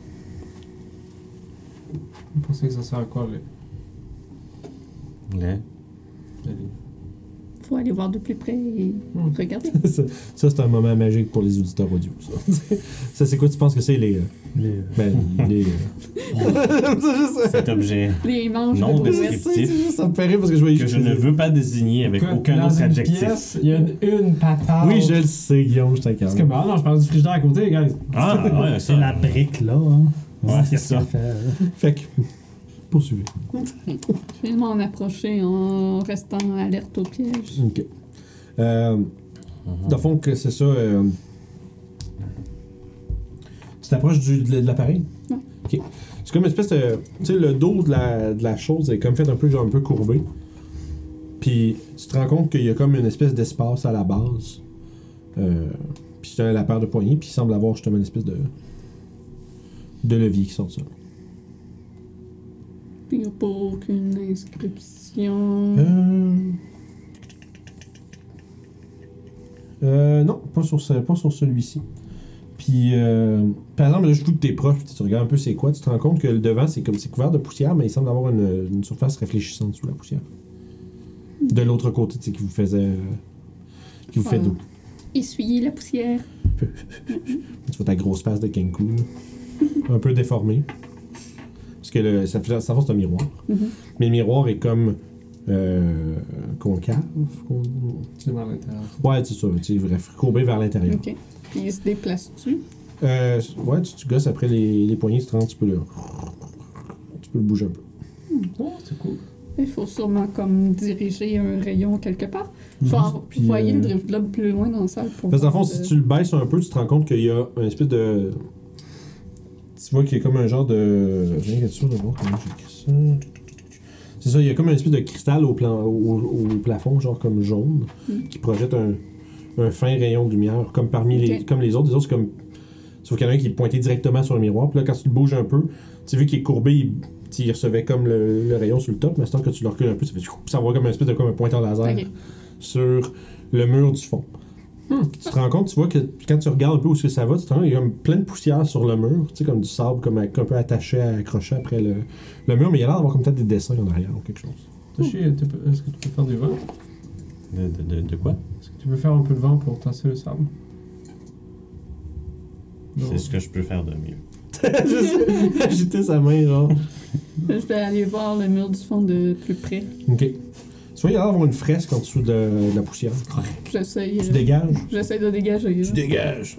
S6: Vous pensez que ça sert à quoi, les...
S3: Ouais.
S6: les-
S4: Faut aller voir de plus près et
S6: Hmm.
S4: regarder.
S1: ça, ça, c'est un moment magique pour les auditeurs audio. <laughs> Ça, ça c'est quoi tu penses que c'est les. euh,
S5: Les,
S1: Ben, les. euh, <laughs>
S3: Cet objet
S4: Les manches
S3: Non,
S4: de
S3: mais
S4: brouette.
S3: c'est- Descriptif.
S1: ça me fait rire parce que je voyais.
S3: que je
S6: <laughs>
S3: ne veux pas désigner avec
S6: Écoute,
S3: aucun
S6: dans
S3: autre
S6: une
S3: adjectif.
S6: pièce, Il y a une, une patate.
S1: Oui, je le sais, Guillaume, je
S6: Parce que,
S1: t'inquiète.
S6: bah non, je parle du frigidaire à côté, les gars. <laughs>
S3: Ah, ouais, ça.
S5: c'est la brique, là. Hein.
S3: Ouais, c'est
S5: Qu'est-ce
S3: ça.
S5: qu'elle fait, euh, là?
S1: Fait que. Poursuivez.
S4: Je vais m'en approcher en restant alerte au piège.
S1: Ok. Euh, Dans le fond, que c'est ça. euh, tu t'approches du- de l'appareil?
S4: Ouais.
S1: Ok. C'est comme une espèce de. Tu sais, le dos de la, de la chose est comme fait un peu, genre, un peu courbé. Puis tu te rends compte qu'il y a comme une espèce d'espace à la base. Euh, puis c'est la paire de poignées, puis il semble avoir justement une espèce de. de levier qui sort de ça.
S4: Il n'y a pas aucune inscription.
S1: Euh... Euh, non, pas sur, ce- pas sur celui-ci. Puis, euh, par exemple, là, je trouve que t'es proche, puis tu regardes un peu c'est quoi, tu te rends compte que le devant, c'est comme c'est couvert de poussière, mais il semble avoir une, une surface réfléchissante sous la poussière. De l'autre côté, tu sais, qui vous faisait. euh, qui vous fait
S4: Ah.
S1: d'eau.
S4: Essuyer la poussière.
S1: Tu vois ta grosse face de Kenku, là. un peu déformée. Parce que le, ça, fait- ça force un miroir.
S4: Mhm.
S1: Mais le miroir est comme euh, concave. con-
S6: C'est mal l'intérieur.
S1: Ouais, c'est ça. Tu sais, bref, courbé vers l'intérieur.
S4: Ok. Puis il se déplace-tu?
S1: Euh, ouais, tu, tu gosses après les, les poignées, tu te rends, tu peux le. Tu peux le bouger un peu.
S6: Oh, c'est cool.
S4: Il faut sûrement comme diriger un rayon quelque part. Faut en-
S1: Puis,
S4: faut aller
S1: euh,
S4: le drift globe plus loin dans la salle pour.
S1: Parce que dans le fond,
S4: voir
S1: si
S4: euh, de-
S1: tu le baisses un peu, tu te rends compte qu'il y a un espèce de. Tu vois qu'il y a comme un genre de. J'ai rien sûr de voir comment j'écris ça. C'est ça, il y a comme un espèce de cristal au, plan... au, au plafond, genre comme jaune,
S4: Mm.
S1: qui projette un, un fin rayon de lumière, comme parmi les.
S4: Ok.
S1: Comme les autres. Les autres, c'est comme. Sauf qu'il y en a un qui est pointé directement sur le miroir. Puis là, quand tu le bouges un peu, tu vu qu'il est courbé, il, tu- il recevait comme le, le rayon sur le top. Mais c'est que tu le recules un peu, ça fait chou, ça envoie comme un espèce de comme un pointeur laser
S4: Ok.
S1: sur le mur du fond. Tu te rends compte, tu vois que quand tu regardes un peu où est-ce que ça va, tu te rends compte qu'il y a comme plein de poussière sur le mur, tu sais, comme du sable, comme un un peu attaché, accroché après le, le mur, mais il y a l'air d'avoir comme peut-être des dessins en arrière ou quelque chose. <laughs>
S6: Toshi, tu peux- est-ce que tu peux faire du vent
S3: De, de, de, de quoi
S6: Est-ce que tu peux faire un peu de vent pour tasser le sable Non.
S3: C'est ce que je peux faire de mieux.
S1: Juste agiter sa main, genre.
S4: Je vais aller voir le mur du fond de plus près.
S1: Ok. Tu vois, il y a l'air d'avoir une fresque en dessous de, de la poussière.
S4: J'essaye.
S1: Tu
S4: euh,
S1: dégages.
S4: J'essaie de dégager.
S1: Tu dégages.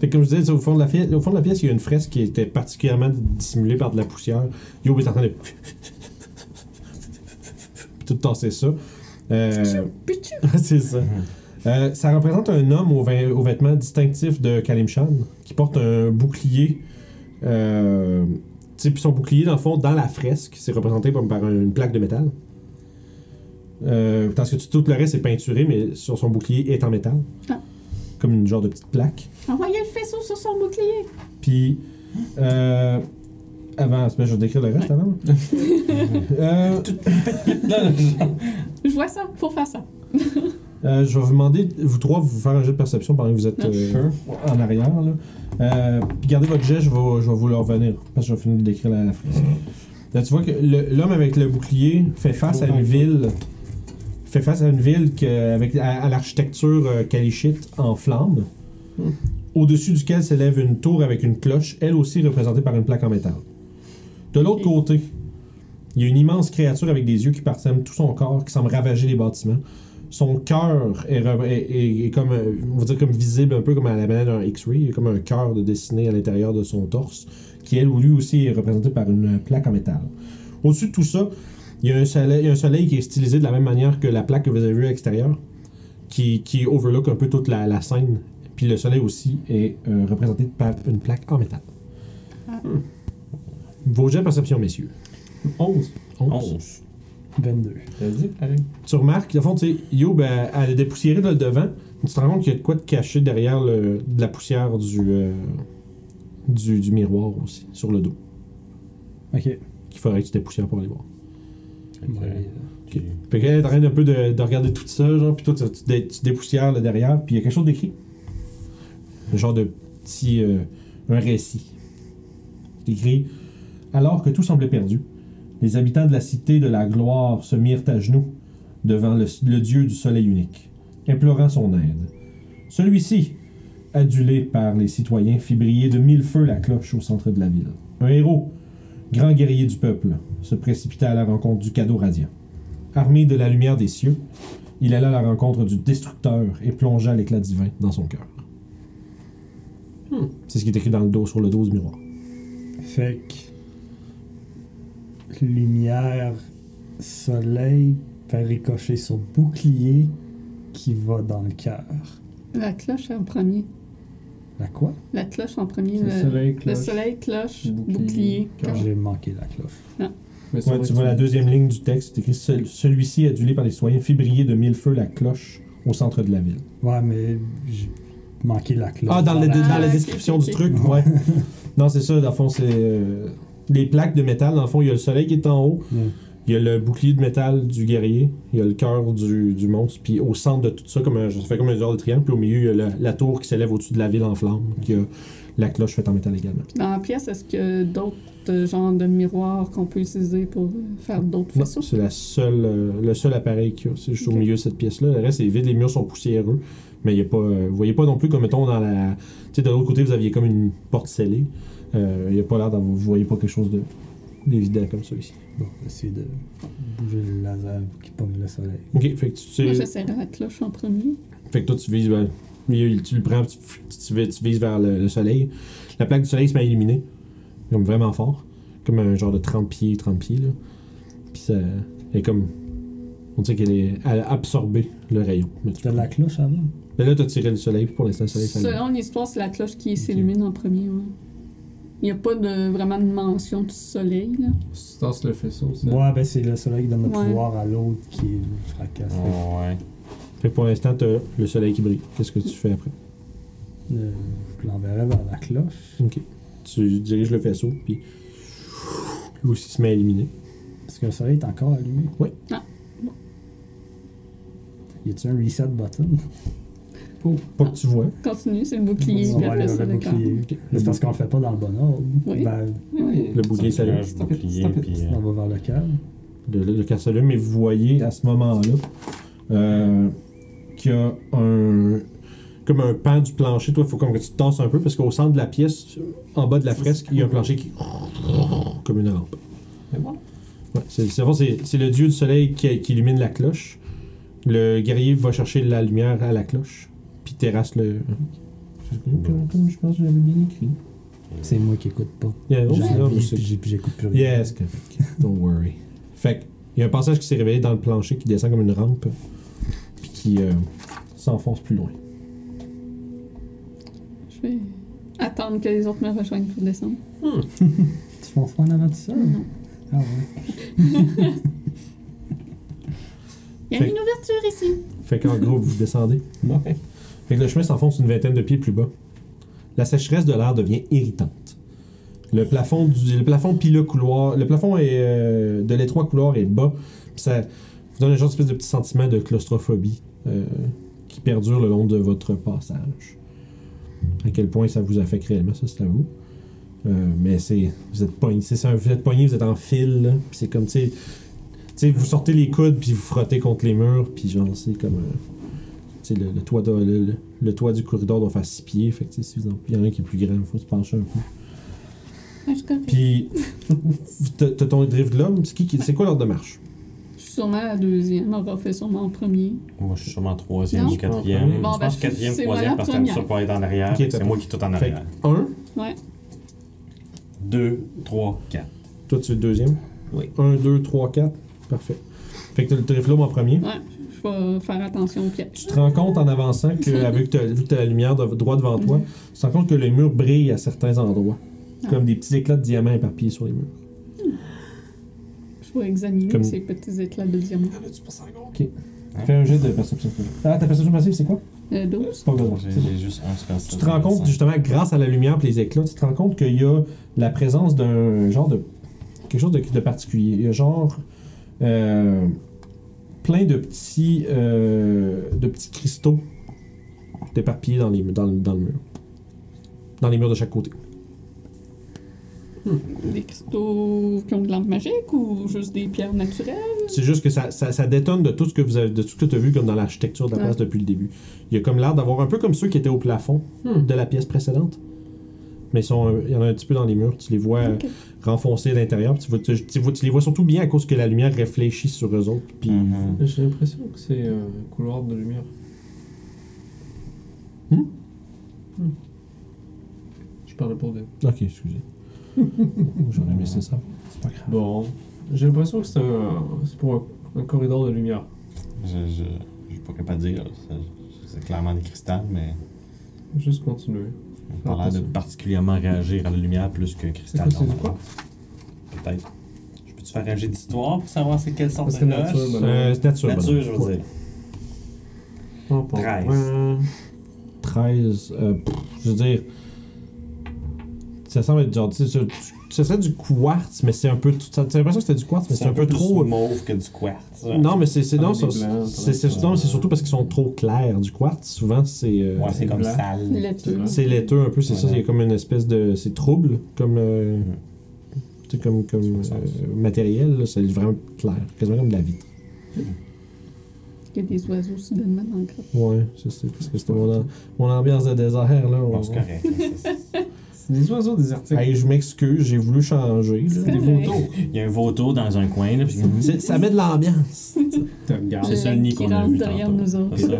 S1: Fait que comme je disais, tu sais, au fond, de la pièce, au fond de la pièce, il y a une fresque qui était particulièrement dissimulée par de la poussière. Yob est en train de. <laughs> tout tasser ça. Euh, <laughs>
S4: Pichu!
S1: c'est ça. Euh, ça représente un homme aux, vin- aux vêtements distinctifs de Kalim Khan, qui porte un bouclier. Euh, tu sais, puis son bouclier, dans le fond, dans la fresque, c'est représenté comme par une plaque de métal. Euh, parce que tout le reste est peinturé, mais sur son bouclier est en métal.
S4: Ah.
S1: Comme une genre de petite plaque.
S4: Envoyez le faisceau sur son bouclier!
S1: Puis, euh, avant, je vais décrire le reste avant. euh,
S4: Je vois ça, faut faire ça.
S1: Euh, je vais vous demander, vous trois, vous faire un jet de perception pendant que vous êtes
S4: Ah,
S1: euh, en arrière. Là. Euh, puis gardez votre jet, je vais, je vais vous le revenir. Parce que je vais finir de décrire la, la phrase. Là, tu vois que le- l'homme avec le bouclier fait face à une ville. Fait face à une ville que, avec, à, à l'architecture euh, kalichite en flammes, au-dessus duquel s'élève une tour avec une cloche, elle aussi représentée par une plaque en métal. De l'autre côté, il y a une immense créature avec des yeux qui parsèment tout son corps, qui semble ravager les bâtiments son cœur est, re- est- est- est comme, euh, on va dire comme visible un peu comme à la manière d'un X-ray, il y a comme un cœur de dessiné à l'intérieur de son torse, qui elle ou lui aussi est représenté par une plaque en métal. Au-dessus de tout ça, il y, a un soleil, il y a un soleil qui est stylisé de la même manière que la plaque que vous avez vue à l'extérieur, qui, qui overlook un peu toute la, la scène. Puis le soleil aussi est euh, représenté par une plaque en métal. Hmm. Vos jets de perception, messieurs.
S6: 11.
S1: 11.
S3: 11.
S5: 22.
S6: T'as dit, pareil.
S1: tu remarques, dans le fond, tu sais, Yo, ben, elle est dépoussiérée dans le devant. mais Tu te rends compte qu'il y a de quoi de caché derrière le, de la poussière du, euh, du, du miroir aussi, sur le dos,
S5: Ok.
S1: qu'il faudrait que tu dépoussières pour aller voir.
S5: Ouais.
S3: euh,
S1: Ok. Fait qu'elle est en train un peu de, de regarder tout ça, genre, puis toi, tu, tu dé- tu dépoussières le derrière, puis il y a quelque chose d'écrit. Un genre de petit. euh, un récit. C'est Écrit Alors que tout semblait perdu, les habitants de la cité de la gloire se mirent à genoux devant le, le dieu du soleil unique, implorant son aide. Celui-ci, adulé par les citoyens, fit briller de mille feux la cloche au centre de la ville. Un héros, grand guerrier du peuple, se précipita à la rencontre du cadeau radiant. Armé de la lumière des cieux, il alla à la rencontre du destructeur et plongea l'éclat divin dans son cœur.
S6: Hmm.
S1: C'est ce qui est écrit dans le dos, sur le dos du miroir.
S5: Fait que lumière, soleil, fait ricocher son bouclier qui va dans le cœur.
S4: La cloche en premier.
S5: La quoi?
S4: La cloche en premier.
S6: C'est le
S4: Le,
S6: soleil,
S4: le
S6: cloche.
S4: soleil, cloche,
S6: Bouclier,
S4: bouclier.
S6: cœur.
S4: cœur.
S5: J'ai manqué la cloche.
S6: Mais ça
S1: Ouais,
S6: va
S1: tu
S6: être-
S1: vois la deuxième ligne du texte, c'est écrit Cel- Celui-ci, adulé par les citoyens, fit briller de mille feux la cloche au centre de la ville.
S5: Ouais, mais j'ai manqué la cloche.
S1: Ah, dans, le-
S5: la-
S1: dans la
S4: ok,
S1: description
S4: ok,
S1: du
S4: ok.
S1: truc,
S4: <laughs>
S1: ouais. non, c'est ça, dans le fond, c'est. euh, les plaques de métal, dans le fond, il y a le soleil qui est en haut,
S5: Mm.
S1: il y a le bouclier de métal du guerrier, il y a le cœur du, du monstre, puis au centre de tout ça, comme un, ça fait comme un genre de triangle, puis au milieu, il y a la, la tour qui s'élève au-dessus de la ville en flammes, qui a la cloche faite en métal également.
S4: Dans la pièce, est-ce qu'il y a d'autres euh, genres de miroirs qu'on peut utiliser pour euh, faire d'autres
S1: Non,
S4: faisceaux?
S1: c'est la seule, euh, le seul appareil qu'il y a. C'est juste
S4: Ok.
S1: au milieu de cette pièce-là. Le reste est vide, les murs sont poussiéreux. Mais il y a pas, euh, vous voyez pas non plus comme mettons dans la. Tu sais, de l'autre côté, vous aviez comme une porte scellée. Euh, Il y a pas l'air d'avoir. Vous voyez pas quelque chose de d'évident comme ça ici.
S5: Bon, essayer de bouger le laser pour qu'il pogne le soleil.
S1: Ok, fait que tu sais-
S4: Moi, j'essaierai la cloche en premier.
S1: Fait que toi, tu vises vers. il- Tu le prends, tu, tu, vis- tu vises vers le, le soleil. La plaque du soleil se met à illuminer. Comme vraiment fort. Comme un genre de 30 pieds, 30 pieds, là. Puis ça. Elle est comme. On dirait qu'elle est. Elle a absorbé le rayon. Mais tu-
S5: T'as de la cloche avant?
S1: Mais là, t'as tiré le soleil, puis pour l'instant, le soleil s'allume.
S4: Selon l'histoire, c'est la cloche qui s'illumine en premier. ouais. Il n'y a pas de, vraiment de mention du soleil. Là.
S6: Si tu tasses le faisceau, ça.
S5: Ouais, ben c'est le soleil qui donne le
S4: Ouais.
S5: pouvoir à l'autre qui le fracasse.
S3: Ah, Ouais.
S1: Fait que pour l'instant, t'as le soleil qui brille. Qu'est-ce que tu fais après?
S5: Euh, je l'enverrai vers la cloche.
S1: Ok. Tu diriges le faisceau, puis. Lui aussi se met à éliminer.
S5: Est-ce que le soleil est encore allumé?
S1: Oui.
S4: Ah.
S5: Y a-t-il un reset button?
S1: Pas que tu vois.
S4: Continue, c'est le bouclier.
S5: On
S4: puis
S5: va
S4: après
S5: aller
S4: ça,
S5: le
S4: le corps.
S5: bouclier. C'est parce qu'on le fait pas dans le bon ordre.
S4: Oui.
S5: Ben,
S4: Oui.
S1: Le bouclier
S3: Ça,
S1: s'allume.
S3: je vais plier,
S6: Stop it,
S3: puis, euh,
S5: on va vers le cave.
S1: Le, le, le cœur s'allume, et vous voyez à ce moment-là euh, qu'il y a un. Comme un pan du plancher. Toi, il faut comme que tu te tasses un peu, parce qu'au centre de la pièce, en bas de la fresque, il y a un plancher qui. Comme une rampe.
S6: Mais voilà.
S1: Ouais, c'est, c'est, vrai, c'est- c'est le dieu du soleil qui, qui illumine la cloche. Le guerrier va chercher la lumière à la cloche, puis terrasse le.
S3: Comme-
S1: je pense que j'avais bien écrit.
S5: C'est moi qui écoute pas.
S1: Yeah, oh,
S5: J'ai
S1: c'est là, mais
S5: envie,
S1: c'est-
S5: puis j'ai- puis j'écoute plus rien.
S1: Yes, correct. Don't worry. Fait que, il y a un passage qui s'est révélé dans le plancher qui descend comme une rampe, puis qui euh, s'enfonce plus loin.
S4: Je vais attendre que les autres me rejoignent pour descendre.
S5: Tu fonces pas en avant de ça?
S4: Non.
S5: Ah ouais.
S4: Il y a
S1: Fait-
S4: une ouverture ici.
S1: Fait qu'en gros, vous descendez.
S6: Ouais.
S1: Fait que le chemin s'enfonce une vingtaine de pieds plus bas. La sécheresse de l'air devient irritante. Le plafond, du, le plafond puis le couloir, le plafond est, euh, de l'étroit couloir est bas. Puis ça vous donne un genre d'espèce de petit sentiment de claustrophobie euh, qui perdure le long de votre passage. À quel point ça vous affecte réellement, ça c'est à vous. Euh, mais c'est vous êtes pogné, c'est ça, vous êtes pogné, vous êtes en fil, là. Puis c'est comme tu sais, tu sais, vous sortez les coudes puis vous frottez contre les murs puis genre c'est comme euh, tu sais, le, le toit doit- le, le- le toit du corridor doit faire 6 pieds. Fait que, tu sais, si vous en- il y en a un qui est plus grand, il faut se pencher un peu.
S4: Ah, je suis correcte.
S1: Puis, <laughs> t'as t'as ton drift de l'homme. C'est qui qui- c'est quoi l'ordre de marche
S4: Je suis sûrement à la deuxième. Aura fait sûrement en premier.
S3: Moi, je suis sûrement troisième
S4: Non.
S3: ou quatrième.
S6: Bon,
S3: je
S4: ben,
S3: pense quatrième,
S4: c'est
S3: troisième,
S4: moi la
S3: parce que t'aimes
S4: première.
S3: ça pour être en arrière.
S1: Ok,
S3: fait que
S1: t'as-
S3: c'est moi qui est tout en
S1: Fait
S3: arrière.
S1: que, un,
S4: Ouais.
S3: Deux, trois, quatre.
S1: toi tu es le deuxième.
S3: Oui.
S1: Un, deux, trois, quatre. Parfait. Fait que t'as le drift de l'homme en premier.
S4: Ouais. Je vais faire attention aux pièges.
S1: Tu te rends compte en avançant que, avec t'as- vu que t'as la lumière de, droit devant toi, tu te rends compte que les murs brillent à certains endroits.
S4: Ah.
S1: Comme des petits éclats de diamants éparpillés sur les murs.
S4: Je vais examiner
S1: Comme-
S4: ces petits éclats de diamant.
S1: Fais un jet de perception. Ah, ta perception passive, c'est quoi
S4: Euh, 12.
S1: Pas besoin.
S3: J'ai
S1: c'est bon.
S3: j'ai juste un super
S1: Tu te rends compte, justement, grâce à la lumière et les éclats, tu te rends compte qu'il y a la présence d'un genre de. quelque chose de, de particulier. Il y a genre. euh, plein de petits. euh, de petits cristaux d'éparpillés dans, les, dans, le- dans le mur. Dans les murs de chaque côté.
S4: Des cristaux qui ont de lampe magique ou juste des pierres naturelles?
S1: C'est juste que ça, ça, ça détonne de tout ce que vous avez, de tout ce que tu as vu comme dans l'architecture de la
S4: Ouais.
S1: place depuis le début. Il y a comme l'air d'avoir un peu comme ceux qui étaient au plafond
S6: Hmm.
S1: de la pièce précédente. Mais ils sont, euh, il y en a un petit peu dans les murs. Tu les vois euh,
S4: Ok.
S1: renfoncés à l'intérieur. puis Tu, vois- tu- tu vois- tu les vois surtout bien à cause que la lumière réfléchit sur eux autres. Puis
S3: Mhm.
S6: J'ai l'impression que c'est euh, un couloir de lumière.
S1: Hmm?
S6: Hmm. Je parle pour des.
S1: Ok, excusez. J'aurais aimé ça. ça. C'est pas grave.
S6: Bon. J'ai l'impression que c'est un- c'est pour un, un corridor de lumière.
S3: Je, je, je pourrais pas dire. c'est- C'est clairement des cristals, mais
S6: Juste continuer.
S3: on a l'air de particulièrement réagir à la lumière plus qu'un cristal
S6: C'est quoi, c'est
S3: normal. Peut-être. Je peux-tu faire un jet d'histoire pour savoir c'est quelle sorte
S6: Parce
S3: de
S6: que
S3: loge?
S6: nature, ben,
S1: Euh, c'est nature.
S3: Nature,
S1: madame.
S3: je veux
S1: Ouais.
S3: dire.
S6: Pom, pom,
S3: Treize.
S6: pom.
S1: 13. euh, pff, je veux dire. Ça semble être genre. tu sais, ça- Ça serait du quartz, mais c'est un peu. T'as t'as l'impression que c'était du quartz, mais c'est un peu
S3: plus
S1: trop.
S3: mauve que du quartz.
S1: Non, mais c'est c'est- non,
S6: Avec
S1: ça-
S6: des blancs,
S1: c'est- c'est-
S6: ça.
S1: non, mais c'est surtout parce qu'ils sont trop clairs. Du quartz, souvent, c'est euh,
S3: Ouais, c'est comme
S6: blanc.
S3: sale.
S4: Laiteux.
S1: c'est laiteux un peu. C'est ça,
S3: Voilà.
S1: il y a comme une espèce de. C'est trouble comme. euh,
S3: Mhm.
S1: tu sais, comme, comme
S3: Ça fait
S1: euh,
S3: sens.
S1: matériel, là, c'est vraiment clair. Quasiment comme de la vitre.
S4: Il y a des oiseaux soudainement dans le grotte.
S1: Ouais, ça, c'est parce que c'était mon, am- mon ambiance de désert, là. on-
S3: Bon, c'est correct. C'est- c'est-
S6: C'est des oiseaux désertiques.
S1: Hey, je m'excuse, j'ai voulu changer. là.
S4: C'est
S1: Niveau-
S4: correct.
S3: Il y a un vautour dans un coin, là. puis-
S1: C'est- Ça met de l'ambiance.
S6: Te regarde.
S3: C'est
S4: Le
S3: ça le
S4: lac
S3: nid
S4: qui
S3: qu'on a
S4: rentre
S3: vu
S4: derrière
S3: tantôt.
S4: nous autres.
S3: C'est ça.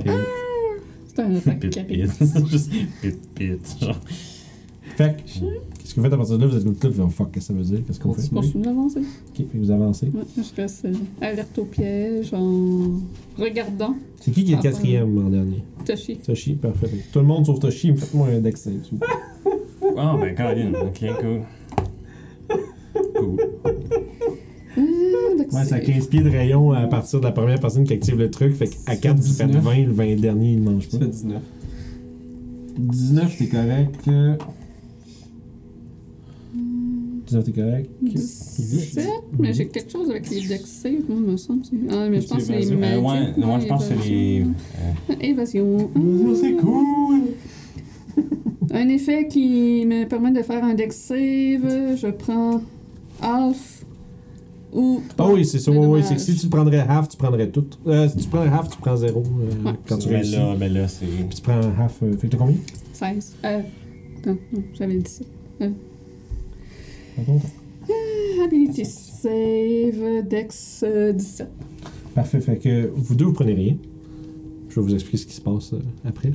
S4: C'est un attaque
S3: Pit
S4: capé.
S3: pit. C'est <laughs> juste pit pit. genre.
S1: <laughs> Fait que, qu'est-ce que vous faites à partir de là? Vous êtes tout là, vous faites, fuck, qu'est-ce que ça veut dire? Qu'est-ce qu'on fait?
S4: Tu continues d'avancer?
S1: Ok, puis vous avancez.
S4: hein? Ouais, je reste euh, alerte au piège en regardant
S1: C'est qui qui est le
S4: Ah, ouais.
S1: quatrième en dernier?
S4: Toshi.
S1: Toshi, parfait. Fait que Tout le monde sauf Toshi, faites-moi un deck save, s'il vous plaît.
S3: Ah, ben, Colin. Ok, cool. Cool.
S4: Hum, donc
S1: Ouais,
S4: c'est-
S1: ça a 15 pieds de rayon à partir de la première personne qui active le truc. Fait qu'à 4, vous faites
S6: 19.
S1: 20, le 20 dernier, il ne mange
S6: Ça
S1: pas.
S6: fait 19.
S1: 19, t'es correct. Euh, 19, t'es correct.
S4: 17, mais j'ai quelque chose avec les dex save, moi, me semble. c'est- Ah, mais je pense que c'est les
S3: Euh, ouais,
S4: magic,
S3: ouais, je pense que c'est les. euh,
S4: évasion. Évasion.
S1: Oh,
S4: Euh,
S1: C'est cool!
S4: Un effet qui me permet de faire un dex save, je prends half ou.
S1: Ah oui, c'est ça.
S4: de
S1: Oui, oui,
S4: dommages.
S1: c'est que si tu prendrais half, tu prendrais tout. Euh, si tu prends half, tu prends zéro euh,
S4: Ouais.
S1: quand tu
S3: mais
S1: réussis.
S3: ben là, mais là, c'est.
S1: Puis tu prends half. euh, fait que t'as combien
S4: 16. Euh. Attends, non, j'avais dit ça.
S1: Attends, attends.
S4: Habilité save, dex euh, 17.
S1: Parfait. Fait que vous deux, vous prenez rien. Je vais vous expliquer ce qui se passe euh, après.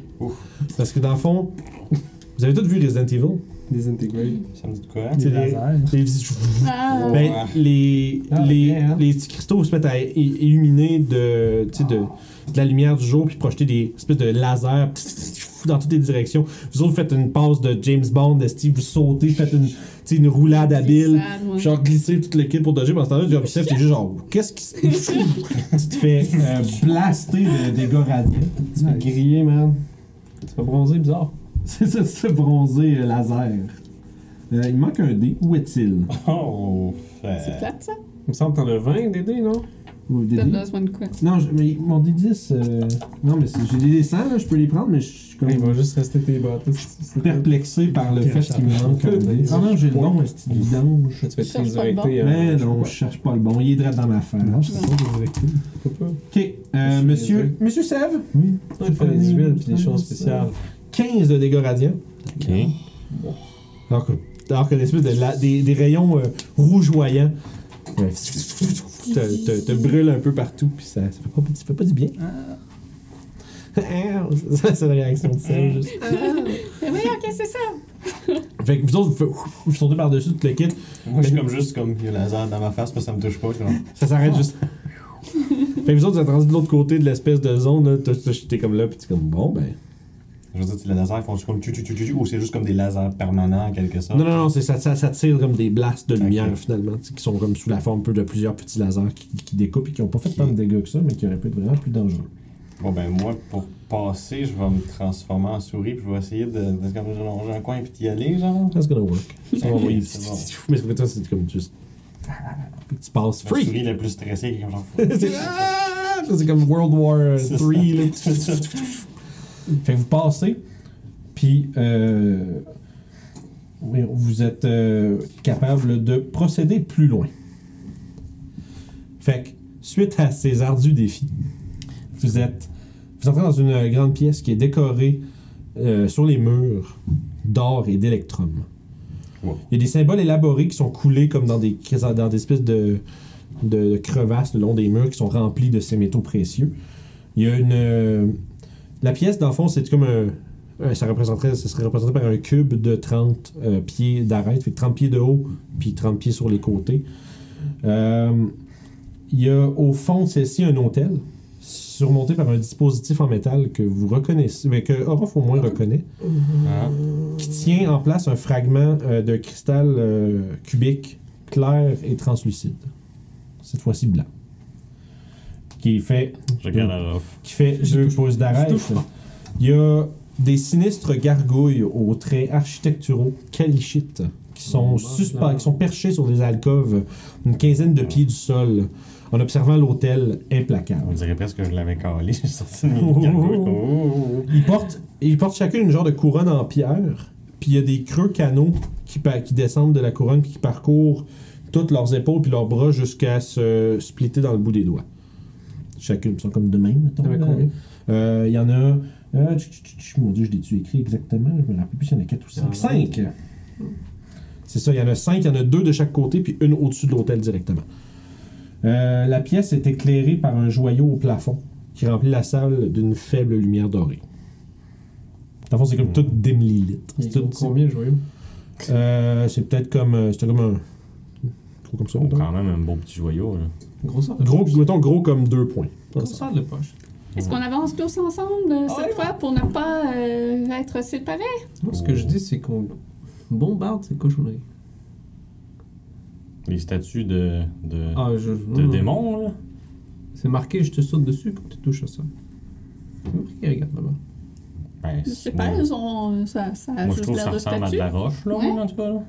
S1: Parce que dans le fond, vous avez tous vu Resident Evil.
S6: Désintégré.
S3: Ça me dit de quoi?
S5: Des
S1: C'est les-
S5: lasers.
S1: Les,
S4: Ah!
S1: ben, les,
S6: euh, Ah,
S1: les,
S6: ok, hein.
S1: les petits cristaux se mettent à é- illuminer de, tu sais, de, de la lumière du jour puis projeter des espèces de lasers pss, pss, pss, dans toutes les directions. Vous autres, vous faites une passe de James Bond, de Steve, vous sautez, faites une, tu sais, une roulade habile.
S4: Glissade, ouais.
S1: Genre glisser toute l'équipe pour dodger, mais en ce temps-là, Jobsef, t'es juste genre, qu'est-ce qui se. <laughs> tu te fais euh, blaster de dégâts radiants.
S6: Tu fais griller, man. Tu fais bronzer bizarre.
S1: <laughs> C'est ça, tu te fais bronzer euh, laser. Euh, il manque un dé. Où est-il
S3: <laughs> Oh, fait-
S4: C'est plate, ça?
S6: Il me semble que t'en as 20 des dés, non
S1: Vous avez des
S4: T'as
S1: dés?
S4: besoin de quoi?
S1: Non, je- mais mon D10. euh, non, mais c'est- j'ai des 100, là, je peux les prendre, mais je suis comme
S6: Il va juste rester
S1: <laughs>
S6: tes bottes. C'est
S1: perplexé par le fait qu'il me manque un dé. Ah non, j'ai le bon, c'est vidange.
S6: Tu vas te
S4: Je
S6: faire
S4: cherche pas le
S6: directer.
S1: Mais non, euh, je cherche pas le bon. Il est drette dans ma femme.
S5: Non, je sais pas, des directives.
S1: Ok, euh, monsieur, monsieur Sev,
S5: Oui.
S6: Il fait des huiles pis des choses spéciales.
S1: 15 de dégâts radiants.
S3: Ok.
S1: Alors que, alors que des, espèces de la- des, des rayons euh, rougeoyants euh, te, te- te brûlent un peu partout, puis ça, ça, fait pas, ça fait pas du bien. <laughs> ça, c'est la réaction de Sev, juste.
S4: Mais <laughs> oui, ok, c'est ça!
S1: Fait que vous autres, vous, faites ouf, vous sautez par-dessus tout le kit.
S3: Moi, je suis comme juste comme il y a le laser dans ma face, parce que ça me touche pas. Genre.
S1: Ça s'arrête juste. fait que vous autres, vous êtes rendus de l'autre côté de l'espèce de zone. là. Toi, toi, T'es comme là, puis t'es comme bon, ben.
S3: Je veux dire, tu- les lasers font juste comme tu tu tu tu tu, ou c'est juste comme des lasers permanents en quelque sorte.
S1: Non, non, non, c'est- ça, ça, ça tire comme des blasts de lumière,
S3: Ah. Ok.
S1: finalement, tu sais, qui sont comme sous la forme un peu de plusieurs petits lasers qui, qui découpent et qui ont pas fait tant de dégâts que ça, mais qui auraient pu être vraiment plus dangereux.
S3: Bon, ben, moi, pour passer, je vais me transformer en souris, puis je vais essayer de, de comme longer un coin, puis d'y aller, genre.
S1: That's gonna work. Ça va
S3: Ok, Ah,
S1: envoyer.
S3: c'est bon.
S1: Mais c'est toi, c'est comme juste. Faut que tu passes.
S3: La
S1: Free!
S3: souris la plus stressée, qui est comme genre. <laughs>
S1: C'est- Ah! c'est comme World War
S3: C'est
S1: 3. Là.
S3: ça.
S1: Fait que vous passez, puis euh, oui, vous êtes euh, capable de procéder plus loin. Fait que, suite à ces ardus défis, vous êtes vous entrez dans une grande pièce qui est décorée euh, sur les murs d'or et d'électrum.
S3: Wow.
S1: Il y a des symboles élaborés qui sont coulés comme dans des, dans des espèces de, de crevasses le long des murs qui sont remplis de ces métaux précieux. Il y a une. euh, la pièce, dans le fond, c'est comme un. un- ça, représenterait, ça serait représenté par un cube de 30 euh, pieds d'arête, fait que 30 pieds de haut, puis 30 pieds sur les côtés. Euh, il y a au fond de celle-ci un hôtel, surmonté par un dispositif en métal que vous reconnaissez, mais que Orof au moins reconnaît
S3: Ah.
S1: qui tient en place un fragment euh, de cristal euh, cubique clair et translucide. Cette fois-ci blanc. Qui fait,
S3: Je regarde la rough.
S1: qui fait deux pouces d'arrêt. Il y a des sinistres gargouilles aux traits architecturaux calichites qui sont, suspens, qui sont perchés sur des alcôves une quinzaine de pieds du sol en observant l'hôtel
S3: On
S1: implacable.
S3: dirait presque que je l'avais calé, <laughs> j'ai sorti de mes gargouilles. Oh.
S1: Ils portent, ils portent chacune une genre de couronne en pierre, puis il y a des creux canaux qui, pa- qui descendent de la couronne puis qui parcourent toutes leurs épaules puis leurs bras jusqu'à se splitter dans le bout des doigts. Chacune, ils sont comme de même, mettons.
S6: T'avais
S1: là.
S6: combien?
S1: Euh, Il y en a. euh, tch, tch, tch, tch, mon dieu, je l'ai-tu écrit exactement Je me rappelle plus s'il y en a 4 ou 5.
S6: Ah,
S1: 5 C'est ça, il y en a 5, il y en a 2 de chaque côté, puis une au-dessus de l'hôtel directement. Euh, la pièce est éclairée par un joyau au plafond qui remplit la salle d'une faible lumière dorée. Dans le fond, c'est comme tout démilite.
S6: Il
S1: C'est
S6: est
S1: tout-
S6: gros combien le joyau
S1: Euh, c'est peut-être comme. euh, C'était comme un. Gros comme ça,
S3: Oh,
S1: mettons.
S3: quand même un beau petit joyau, là.
S6: Grosseur de
S1: Gros,
S6: poche.
S1: mettons, gros comme deux points.
S6: Grosseur de poche.
S4: Est-ce qu'on avance tous ensemble euh, cette fois pour ne pas euh, être séparés?
S6: Moi, ce que je dis, c'est qu'on bombarde ces cochonneries.
S3: Les statues de, de,
S6: Ah, je.
S3: de
S6: non, non.
S3: démons, là.
S6: C'est marqué, je te saute dessus quand tu touches à ça. C'est marqué, regarde là-bas.
S3: Ben,
S4: Je sais pas,
S3: moi,
S4: ils ont- ça, ça a
S3: moi, je
S4: juste
S3: trouve que
S4: l'air
S3: ça
S4: de
S3: ressemble à de
S4: statue.
S3: la roche, là,
S4: Ouais.
S3: en tout cas. Là.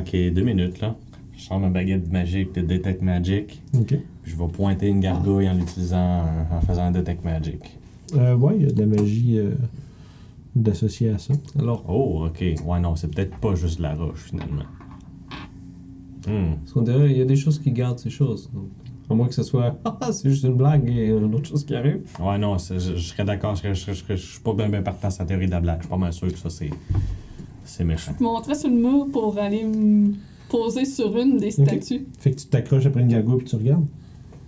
S3: Ok, deux minutes, là. Je sors ma baguette magique de Detect Magic.
S1: Ok.
S3: puis Je vais pointer une gargouille en l'utilisant, euh, en faisant un Detect Magic.
S1: Euh, ouais, il y a de la magie euh, d'associée à ça.
S6: Alors,
S3: Oh, ok. Ouais, non, c'est peut-être pas juste de la roche, finalement. Hmm.
S6: parce qu'on dirait, il y a des choses qui gardent ces choses. Donc, à moins que ce soit, <laughs> ah, ah, c'est juste une blague et euh, une autre chose qui arrive.
S3: Ouais, non, c'est- je, je serais d'accord. Je, serais- je, serais- je, serais- je suis pas bien, bien partant sur la théorie de la blague. Je suis pas mal sûr que ça, c'est, c'est méchant.
S4: Je me montrais sur le mur pour aller me poser sur une des
S1: Ok.
S4: statues.
S1: Fait que tu t'accroches après une gargouille puis tu regardes.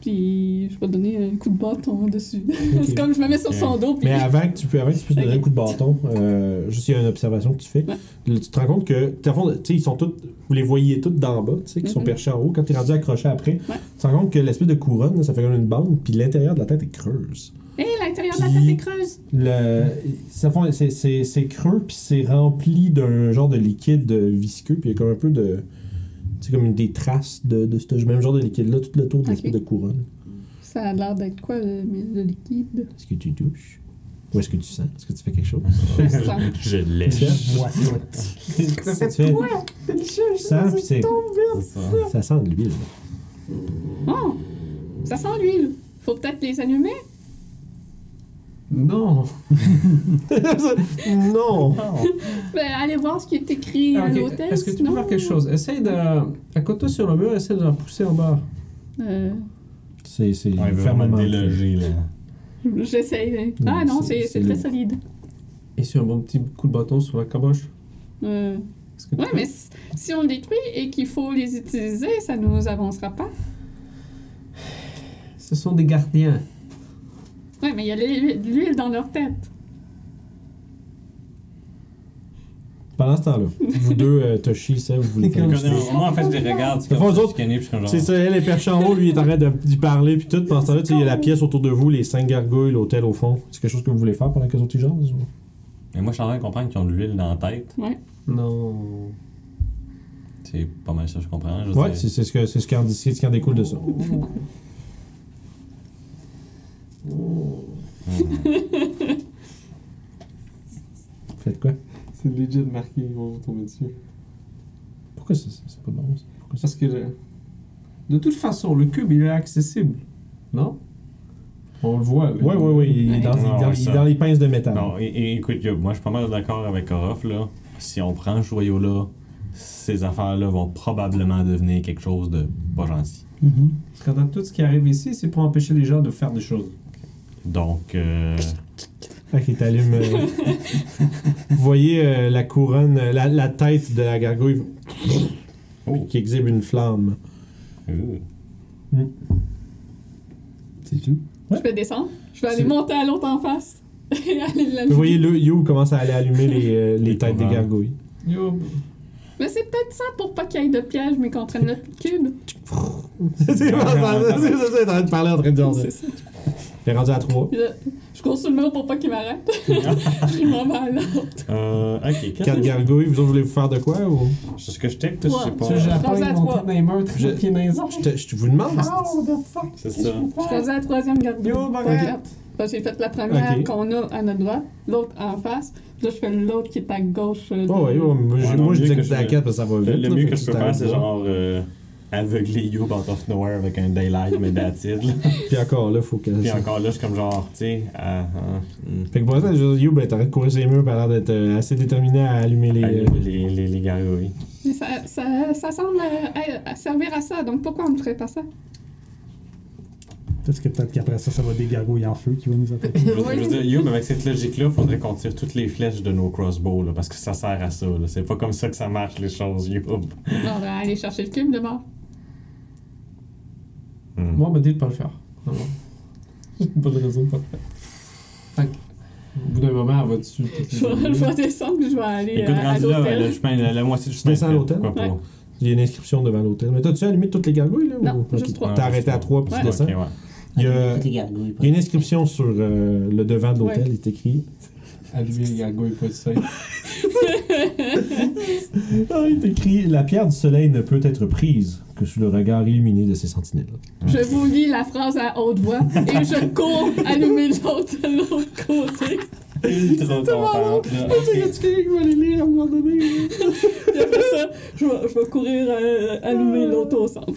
S4: Puis je vais donner un coup de bâton dessus.
S1: Ok.
S4: <laughs> c'est comme je me mets sur son dos. Puis
S1: Mais avant que tu puisses, avant que tu puisses donner
S4: Ok.
S1: un coup de bâton, euh, juste il y a une observation que tu fais.
S4: Ouais.
S1: Tu te rends compte que, dans le fond, tu sais, ils sont tous, vous les voyez tous d'en bas, tu sais, qui sont
S4: Mhm.
S1: perchés en haut. Quand tu es rendu accroché après,
S4: Ouais.
S1: tu te rends compte que l'espèce de couronne, là, ça fait comme une bande, puis l'intérieur de la tête est creuse.
S4: Hé, l'intérieur de
S1: Puis-
S4: la tête est creuse.
S1: Le, ça fond, c'est, c'est, c'est creux, puis c'est rempli d'un genre de liquide euh, visqueux, puis il y a comme un peu de. Tu sais, comme des traces de, de ce même genre de liquide-là, tout le tour de l'espèce
S4: Ok.
S1: de couronne.
S4: Ça a l'air d'être quoi le, le
S3: <laughs>
S4: liquide
S1: Est-ce que tu touches Ou est-ce que tu sens Est-ce que tu fais quelque chose
S4: Je sens.
S3: Je l'ai.
S1: Tiens.
S5: Moi, tout.
S1: Ça fait ça, puis c'est- ça sent de l'huile.
S4: Oh, ça sent l'huile. Faut peut-être les allumer.
S6: Non!
S1: <laughs> non!
S4: Ben, allez voir ce qui est écrit à
S6: Ah, Ok,
S4: l'hôtel.
S6: Est-ce que tu peux
S4: sinon-
S6: faire quelque chose? Essaye de. À côté sur le mur, essaye de la pousser en bas.
S4: Euh,
S1: C'est, c'est
S3: Ouais, vraiment
S1: fermement.
S3: délogé, là.
S4: J'essaye. Ah non, c'est c'est très solide.
S6: Et sur un bon petit coup de bâton sur la caboche.
S4: Euh,
S6: Est-ce que tu
S4: ouais,
S6: peux?
S4: mais si si on le détruit et qu'il faut les utiliser, ça nous avancera pas.
S6: Ce sont des gardiens.
S4: Ouais, mais il y a l'huile l'huile dans leur tête.
S1: Pendant ce temps-là, vous deux, euh, Toshi, ça, vous voulez
S6: Les
S1: faire
S6: gars,
S1: quelque chose?
S4: sais.
S3: Moi, en fait, je les regarde. C'est
S1: Dans le
S3: comme
S1: fond,
S3: ça,
S1: eux
S3: je suis canné, puis je suis comme genre.
S1: C'est ça, elle est perchée en haut, lui il est en train de- d'y parler, puis tout. Pendant ce temps-là, tu sais, il y a la pièce autour de vous, les cinq gargouilles, l'hôtel au fond. C'est quelque chose que vous voulez faire pendant que les autres ils jasent, ou?
S3: Mais moi, je suis en train de comprendre qu'ils ont de l'huile dans la tête.
S6: Non.
S3: C'est pas mal ça, je comprends. Je veux
S1: Ouais,
S3: dire,
S1: c'est, c'est ce que, c'est, ce qui en, c'est ce qui en découle de ça. Faites quoi?
S6: <laughs> C'est legit marqué, ils vont vous tomber dessus.
S1: Pourquoi ça, c'est, c'est pas bon ça? Pourquoi ça?
S6: Parce que. euh, De toute façon, le cube, il est accessible. Non? On le voit. là.
S1: Ouais, ouais, ouais, il est dans, il est dans- il est dans les pinces de métal.
S3: Non, é- é- écoute, yo, moi, je suis pas mal d'accord avec Orof, là. Si on prend ce joyau-là, ces affaires-là vont probablement devenir quelque chose de pas gentil.
S5: Mhm.
S6: Quant à tout ce qui arrive ici, c'est pour empêcher les gens de faire des choses.
S3: Donc, euh,
S1: Ok, t'allumes. euh, vous voyez euh, la couronne, euh, la, la tête de la gargouille
S3: Oh.
S1: qui exhibe une flamme.
S3: euh,
S5: C'est tout.
S1: Ouais.
S4: Je vais descendre. Je vais
S1: C'est-
S4: aller monter à l'autre en face. <laughs> et aller l'allumer.
S1: Vous voyez le You commence à aller allumer les, euh, les
S3: Les
S1: têtes des
S3: couronnes. <laughs>
S1: gargouilles.
S6: Yo,
S4: Mais c'est peut-être ça pour pas qu'il y ait de piège, mais qu'on prenne le cube.
S1: c'est vraiment ça, c'est ça, c'est en train de parler, en train de dire.
S4: C'est ça.
S1: T'es rendu à 3.
S4: Puis là, je cours sur le mur pour pas qu'il m'arrête.
S1: <laughs>
S4: je m'en vais à l'autre.
S3: euh, ok, qu'est-ce
S1: 4
S3: que-
S1: gargouilles, vous autres voulez vous faire de quoi ou
S3: C'est ce que je check,
S4: Ouais.
S3: toi, c'est
S6: tu sais,
S3: pas.
S4: Je-
S6: j'apprends
S4: Rendu à
S6: ils vont
S4: trois.
S6: tous dans les meurtres,
S1: Je-
S6: je... qui est dans les
S1: je, te- je te- vous demande.
S6: How Oh, the fuck?
S3: C'est ça.
S4: Je suis rendue à la troisième garde.
S6: Yo, Margaret.
S4: J'ai fait la première
S1: Ok.
S4: qu'on a à notre droite, l'autre en face. Puis là, je fais l'autre qui est à gauche. euh,
S1: Oh, ouais, ouais, moi, je-
S3: Ouais, non,
S1: moi je
S3: mieux
S1: disais que
S3: que
S1: j'étais
S3: je-
S1: à 4 parce que ça va vite.
S3: Le, le
S1: là,
S3: mieux
S1: fait
S3: que je peux
S1: t'arrêtes
S3: faire, c'est
S1: là.
S3: genre euh, aveugler You out of nowhere avec un daylight, mais that's it.
S1: <laughs>
S3: là.
S1: Puis encore là, faut que.
S3: Puis encore là, je suis comme genre, tu sais, ah, ah, hmm.
S1: Fait que pour l'instant, je- You, ben, t'arrêtes de courir ses murs, pis a l'air d'être euh, assez déterminé à allumer les.
S3: Allumer
S1: euh,
S3: les, les, les gargouilles.
S4: Mais ça, ça, ça semble euh, à- à servir à ça, donc pourquoi on ne ferait pas ça?
S5: Parce que peut-être qu'après ça, ça va des gargouilles en feu qui vont nous attaquer.
S3: <laughs> Je veux, je veux dire, Youb, avec cette logique-là, faudrait qu'on tire toutes les flèches de nos crossbows, là, parce que ça sert à ça. là. C'est pas comme ça que ça marche, les choses, Youb.
S4: On va aller chercher le cube d'abord. euh,
S3: Hmm.
S6: Moi, on m'a dit de pas le faire. Alors, J'ai
S4: <laughs>
S6: pas de raison de pas le faire. Fait que, au bout d'un moment, elle va dessus.
S4: Je vais, je vais descendre puis je vais aller
S3: Écoute,
S4: euh, à
S3: rendu là, le
S4: l'hôtel.
S3: chemin, la, la moitié du chemin.
S1: descends à
S3: fait,
S1: l'hôtel?
S3: pourquoi pas.
S4: Ouais.
S1: Il y a une inscription devant l'hôtel. Mais t'as-tu allumé toutes les gargouilles, là?
S4: Non,
S1: ou...
S4: juste
S1: Ok.
S4: trois.
S1: T'as arrêté à 3 puis tu
S4: Ouais.
S1: descends.
S4: <laughs>
S3: Ok, ouais.
S1: Il y a,
S7: Toutes les gargouilles,
S1: il y a une inscription sur euh, le devant de l'hôtel,
S4: Ouais.
S1: il est écrit.
S6: Allumer les gargouilles, pas de ça.
S1: Ah, il t'écrit La pierre du soleil ne peut être prise que sous le regard illuminé de ses sentinelles.
S4: Je vous lis la phrase à haute voix et je
S3: <laughs>
S4: cours allumer l'autre de l'autre côté.
S3: Ultra contente, là.
S4: <laughs>
S3: Ok.
S1: quelqu'un qui va les lire à un moment donné
S4: Et après ça, je vais, je vais courir euh, allumer l'autre au centre.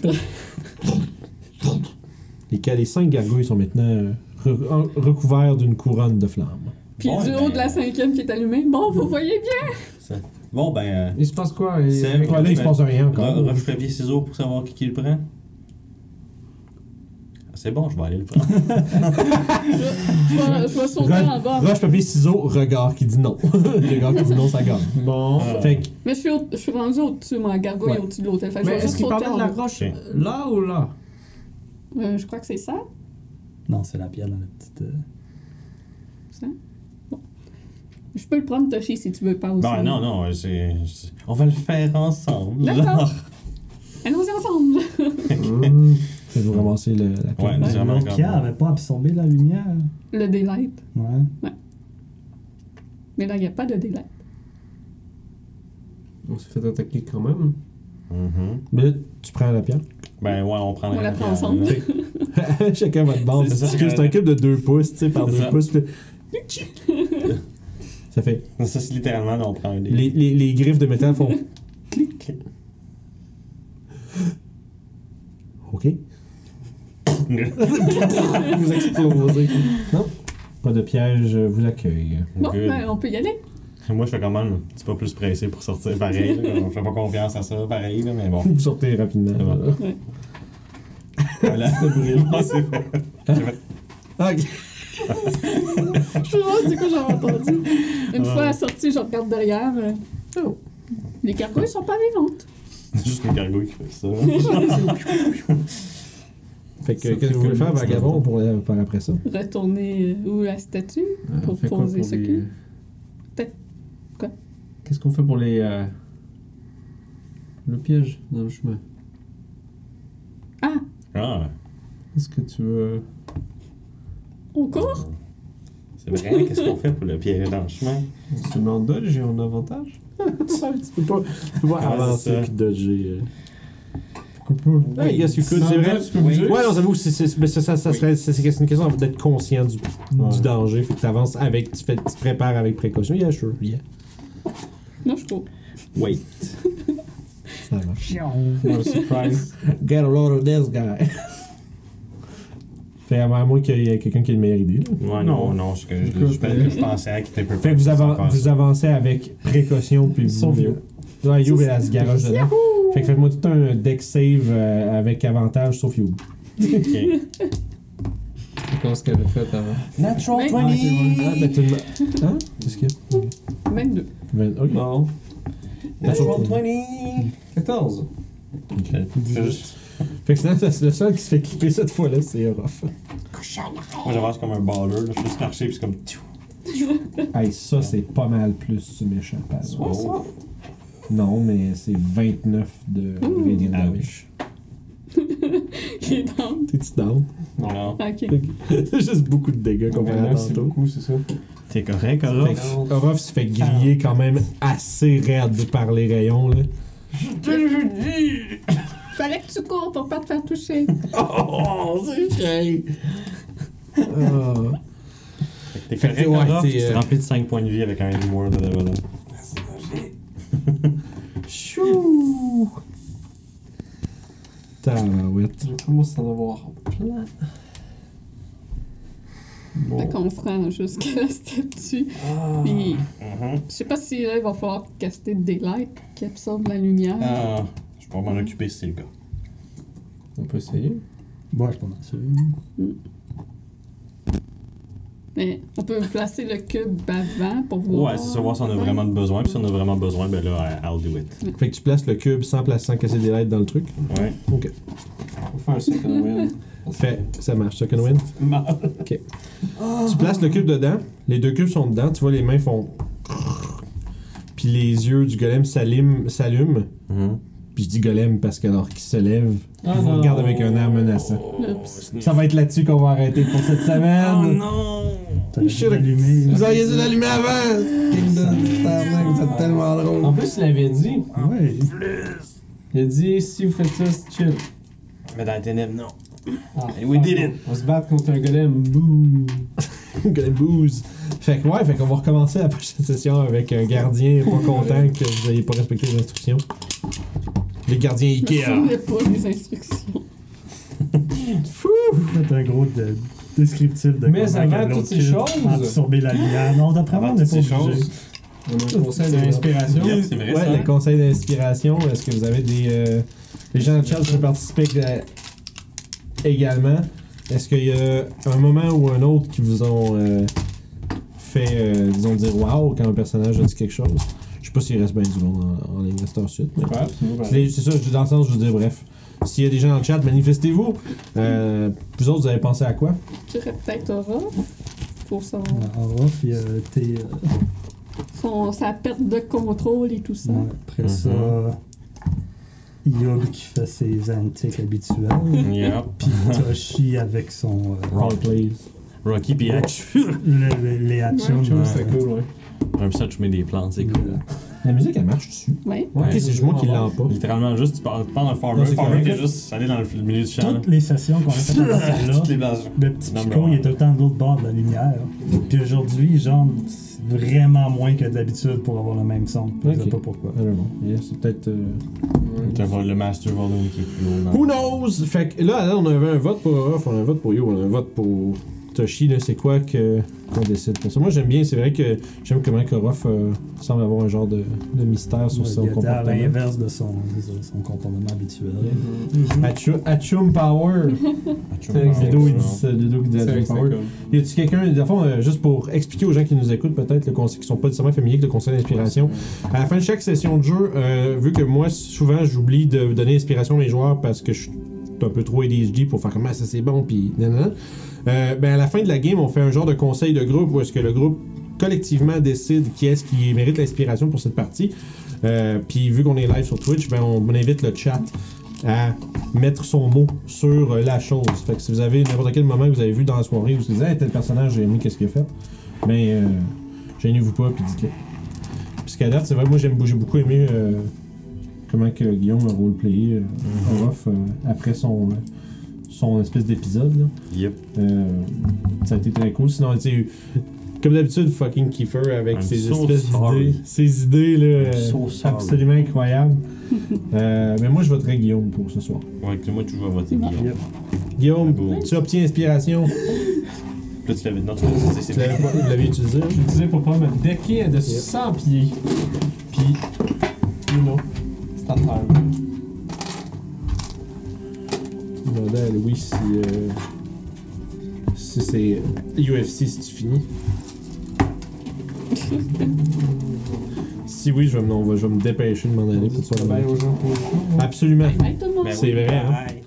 S1: Les, ca- les cinq gargouilles sont maintenant euh, re- en- recouverts d'une couronne de flammes.
S4: Puis
S3: Bon,
S4: du
S3: ben-
S4: haut de la cinquième qui est allumée, bon, vous voyez bien.
S7: Bon, ben,
S6: Il se passe quoi et-
S7: C'est vrai.
S1: Ouais, là, il se passe rien
S7: euh,
S1: encore.
S7: ro- roche, papier, ciseaux pour savoir qui, qui le prend.
S3: Ah,
S7: C'est bon, je vais aller le
S4: <laughs>
S7: prendre.
S4: Je vais, je vais sauter en
S1: Ro-
S4: bas.
S1: Roche, papier, ciseaux, regard qui dit non. <laughs> le regard qui dit non, ça gagne.
S6: Bon.
S7: Ah.
S1: Fait que,
S4: Mais je suis, au- je suis rendu au-dessus, moi, gargouille
S1: Ouais.
S4: au-dessus de l'hôtel. Fait que je
S6: Mais
S4: vais
S6: est-ce
S4: juste
S6: qu'il
S4: sauter
S6: parlait de
S4: en
S6: la
S4: bas.
S6: roche euh, là ou là
S4: Euh, je crois que c'est ça.
S5: Non, c'est la pierre dans la petite. euh,
S4: ça. Bon. Je peux le prendre, Toshi, si tu veux pas aussi.
S3: Ben, Non, non, non, c'est. c'est- On va le faire ensemble. là.
S4: D'accord. Allons-y ensemble.
S6: Mmh.
S1: je vais vous ramasser le, la pierre.
S3: Ouais, nous avons
S5: La pierre
S3: encore.
S5: avait pas absorbé la lumière.
S4: Le daylight.
S5: Ouais.
S4: Mais là, il n'y a pas de daylight.
S6: On s'est fait attaquer quand même.
S3: Mhm.
S1: Mais là, tu prends la pierre.
S3: Ben ouais, on prend
S4: On la
S3: même
S4: prend
S3: pierre,
S4: ensemble.
S3: là.
S1: <laughs> Chacun votre bande.
S3: C'est
S1: C'est
S3: ça.
S1: parce que c'est un cube de 2 pouces, tu sais, par
S3: C'est
S1: 2
S3: ça.
S1: pouces. puis là- Ça fait.
S3: <laughs> Ça, c'est littéralement, là, on prend un des.
S1: Les, les, les griffes de métal font. clic.
S3: <laughs>
S1: Ok. vous explosez. Non. Pas de piège euh, vous accueille.
S4: Bon,
S3: Good.
S4: ben, on peut y aller.
S3: Moi, je fais quand même un petit peu plus pressé pour sortir pareil. là. Je fais pas confiance à ça, pareil, là,
S4: <laughs>
S3: mais bon.
S1: Vous sortez rapidement.
S3: Ça va.
S4: Ouais.
S3: Voilà, c'est vraiment, c'est fait. J'ai fait-
S1: Ok.
S4: Je sais pas c'est quoi j'avais entendu. Une fois assortie, je regarde derrière. euh, oh, Les gargouilles sont pas vivantes.
S3: C'est juste une gargouille qui fait ça.
S4: <laughs>
S1: Fait que
S6: Ça,
S1: qu'est-ce que
S6: c'est
S1: vous voulez
S6: au-
S1: faire, vagabond, pour la- par après ça?
S4: Retourner euh, où la statue
S6: Euh, on
S4: pour
S6: fait quoi
S4: poser ce
S6: les-
S4: cul. Peut-être. Quoi?
S6: Qu'est-ce qu'on fait pour les. euh, Le piège dans le chemin
S4: Ah,
S3: Ah,
S6: Est-ce que tu veux.
S4: on court?
S3: c'est vrai, qu'est-ce qu'on fait pour le piège dans le chemin?
S6: On se met en dodge et en avantage
S1: tu peux pas, tu peux pas
S3: Ouais, Ah, c'est
S1: avancer
S3: ça.
S1: puis dodger.
S6: Pourquoi
S1: euh. Hey, guess you could,
S6: Sans
S1: c'est vrai.
S6: dodge, tu peux bouger.
S1: Ouais, non, j'avoue, c'est, c'est, mais ça, ça, ça
S3: Oui.
S1: serait, c'est, c'est une question d'être conscient du,
S6: Ouais.
S1: du danger. Faut que tu avances avec, tu, fais, tu te prépares avec précaution. Yeah, sure, yeah.
S4: Non, je cours.
S3: Wait.
S1: Ça marche.
S3: What a surprise.
S1: Get a load of this guy. <laughs> fait à moins qu'il y ait quelqu'un qui ait une meilleure idée. là.
S3: Ouais, non, non, c'est que je,
S6: Écoute,
S3: je, je- je pensais à quitter Purple.
S1: Fait que vous, avan-
S3: Ça passe.
S1: vous avancez avec précaution puis
S6: Ils sont
S1: vous.
S6: vieux.
S1: Non, You, elle se garage dedans. Fait que faites-moi tout un deck save euh, avec avantage sauf You.
S3: Ok.
S6: Comment ce qu'elle a fait avant
S4: Mais-
S7: Natural
S1: Ah,
S7: 20!
S1: ben, tout le monde- Hein? Qu'est-ce qu'il y a?
S4: 22.
S1: Ben, ok.
S6: Non.
S7: Natural
S1: Natural
S7: 20!
S6: 14.
S3: Je fais juste-
S1: Fait que finalement, c'est le seul qui se fait clipper cette fois-là, c'est Orof.
S3: Moi, j'avance comme un baller, là. Je fais juste marcher, puis c'est comme. tchou.
S1: <laughs> Hey, ça, c'est pas mal plus du méchant, par exemple.
S3: Oh.
S1: Non, mais c'est 29 de
S4: Ouh.
S1: radiant
S3: Ah oui.
S1: damage.
S4: Il est down.
S1: T'es-tu down? <laughs>
S3: Non, non.
S4: Ok.
S1: C'est juste beaucoup de dégâts comparé à
S6: 29, c'est
S1: tantôt.
S6: beaucoup, c'est ça.
S3: T'es correct, Aurore?
S1: Fait que Orof se fait griller quand même assez raide par les rayons, là.
S4: Fallait que tu cours pour pas te faire toucher.
S1: <laughs> Oh, c'est chiant! Ah.
S3: T'es
S1: Fait que
S3: correct,
S1: ouais,
S3: Aurore?
S1: t'es,
S3: Tu te
S1: euh,
S3: remplis de 5 points de vie avec un humor de level.
S1: Chou! Tabarouette.
S6: Je commence à en avoir plein. Bon.
S4: Fait qu'on se rend jusqu'à la statue.
S6: Ah.
S4: Puis,
S3: Mhm.
S4: je sais pas si là, il va falloir caster des lights qui absorbent la lumière.
S3: Ah, je pourrais m'en occuper si c'est le cas.
S6: On peut essayer.
S5: Bon, je suis pas mal sûr.
S4: Mais on peut placer le cube avant pour voir.
S3: Ouais, c'est ça, voir si on a vraiment besoin. Puis si on a vraiment besoin, ben là, I- I'll do it.
S1: Fait que tu places le cube sans, placer, sans casser des lettres dans le truc.
S3: Ouais.
S1: Ok.
S6: On fait un second win.
S1: Fait, ça marche. Second win. Ok. Tu places le cube dedans, les deux cubes sont dedans, tu vois les mains font. Puis les yeux du golem s'allument, s'allument.
S3: Mhm.
S1: Puis je dis golem parce que alors qu'il se lève,
S6: Ah
S1: il vous
S6: non.
S1: regarde avec un air menaçant.
S4: Oups.
S1: Ça va être là-dessus qu'on va arrêter pour cette
S3: Oh
S1: semaine.
S3: non!
S5: T'as dû
S1: Shit.
S5: l'allumer.
S8: Vous auriez dû l'allumer avant! Kingdom, tabarnak, vous êtes tellement drôle.
S6: En plus, il avait dit.
S5: Ah Ouais.
S6: Il a dit si vous faites ça, c'est chill.
S3: Mais dans les ténèbres, non.
S6: Ah,
S3: And we
S6: fuck,
S3: did it.
S6: On se bat contre un golem.
S1: <laughs>
S6: Bouh.
S1: Golem booze. Fait que ouais, fait qu'on va recommencer la prochaine session avec un gardien pas content que vous ayez pas respecté les instructions. Les gardiens
S4: Je me
S1: Ikea.
S4: souvenais pas des instructions. <laughs>
S5: C'est un gros de- descriptif de
S6: Mais
S5: comment
S6: avant
S5: que l'autre
S6: toutes ces
S5: kid
S6: choses-
S5: a absorbé la lumière. Non, d'après moi,
S3: Avant
S5: on n'est
S3: toutes
S5: pas
S3: ces
S5: obligé.
S3: choses.
S6: On a un conseil d'inspiration.
S3: Yeah, c'est vrai,
S1: ouais,
S3: ça. hein?
S1: le conseil d'inspiration, est-ce que vous avez des. euh, les gens de chat peuvent participer euh, également. Est-ce qu'il y a un moment ou un autre qui vous ont euh, fait, euh, disons, dire waouh quand un personnage a dit quelque chose Je sais pas s'il reste bien du monde en, en ligne à cette heure-ci, mais-
S6: Ouais, c'est bon, ben.
S1: C'est c'est ça, je dis dans le sens, je veux dire, bref. S'il y a des gens dans le chat, manifestez-vous. Euh, vous autres, vous avez pensé à quoi
S4: J'irais peut-être Aura pour son,
S5: En off, il y a tes. euh,
S4: son- sa perte de contrôle et tout ça.
S5: ouais, Après ça, Yob qui fait ses antiques habituelles.
S3: Yep.
S5: Puis Toshi avec son. euh,
S1: Roll, please.
S3: Rocky pis Hachu.
S5: le- le- les actions.
S6: Chose, c'est cool, ouais.
S7: Comme ça, tu mets des plantes, c'est cool.
S1: La musique, elle marche dessus.
S4: Ouais.
S1: ok, c'est juste moi qui l'en pas.
S3: Littéralement, juste, tu parles, tu parles d'un farmer.
S1: Non, c'est
S3: Le farmer,
S1: correct.
S3: t'es juste allé dans le milieu du champ. là.
S5: Toutes les sessions qu'on a
S3: <laughs>
S5: faites dans cette là
S3: Toutes les bases.
S5: Le petit
S3: Number
S5: Pico,
S3: one.
S5: il est tout le temps de l'autre bord de la lumière. Puis aujourd'hui, genre, c'est vraiment moins que d'habitude pour avoir le même son. Je
S1: Ok. Euh,
S5: sais pas pourquoi.
S1: I
S6: Ah,
S1: don't know. Yeah, c'est peut-être. euh,
S3: T'as vol- le master volume qui est plus haut. dans-
S1: Who knows? Fait que là, là, on avait un vote pour Orof, on a un vote pour Yo, on a un vote pour Toshi, là, c'est quoi que qu'on décide pour ça? Moi j'aime bien, c'est vrai que j'aime comment Orof semble avoir un genre de, de mystère sur son
S5: il était à
S1: comportement.
S5: l'inverse de son, de son comportement habituel.
S1: Achu- Achum Power!
S3: Hachu,
S6: <laughs> C'est
S3: on
S1: Ludo,
S3: parle,
S1: il dit
S3: non?
S1: ça, Ludo qui dit
S6: C'est vrai
S1: Achum
S6: que c'est
S1: Power.
S6: cool.
S1: Y a-tu quelqu'un, dans le fond, euh, juste pour expliquer aux gens qui nous écoutent peut-être, le conseil, qui sont pas nécessairement familiers avec le conseil d'inspiration, à la fin de chaque session de jeu, euh, vu que moi, souvent, j'oublie de donner inspiration à mes joueurs parce que je suis un peu trop ADHD pour faire comme ah, ça c'est bon, puis nanana. Euh, ben à la fin de la game, on fait un genre de conseil de groupe où est-ce que le groupe collectivement décide qui est-ce qui mérite l'inspiration pour cette partie. Euh, puis vu qu'on est live sur Twitch, ben on, on invite le chat à mettre son mot sur euh, la chose. Fait que si vous avez n'importe quel moment que vous avez vu dans la soirée où vous vous dites hey, tel personnage j'ai aimé qu'est-ce qu'il a fait, ben euh, gênez-vous pas puis dites-le. Puisqu'à date, c'est vrai, moi j'aime j'ai beaucoup aimé euh, comment que Guillaume a roleplayé
S3: Mhm.
S1: euh, en off, euh, après son, euh, son espèce d'épisode. là.
S3: Yep.
S1: Euh, ça a été très cool. Sinon, tu sais, comme d'habitude, fucking Kiefer avec
S3: I'm
S1: ses
S3: so
S1: espèces
S3: sorry.
S1: d'idées. Ses idées, là.
S3: I'm
S1: euh,
S3: so sorry.
S1: absolument incroyables. Euh, mais moi, je voterai Guillaume pour ce soir.
S3: Ouais, que moi, tu joues à voter, Guillaume.
S5: Yep.
S1: Guillaume,
S3: Bon.
S1: tu obtiens inspiration.
S3: Là, tu l'avais. Non, tu l'avais. c'est-
S1: Tu
S3: c'est-
S1: l'avais pas- vous l'avez utilisé. hein?
S6: Je l'utilisais pour pas me decker de 100 pieds. Puis, you know, c'est à faire.
S1: Je demandais à Louis si. euh, si c'est UFC, si tu
S6: <laughs>
S1: finis. si oui, je vais me, on va- je vais me dépêcher de m'en aller pour
S6: Tu
S1: toi.
S6: travailles aux gens pour le coup.
S1: Absolument.
S4: Bye tout le monde.
S3: Ben oui,
S1: C'est vrai, hein?
S3: bye.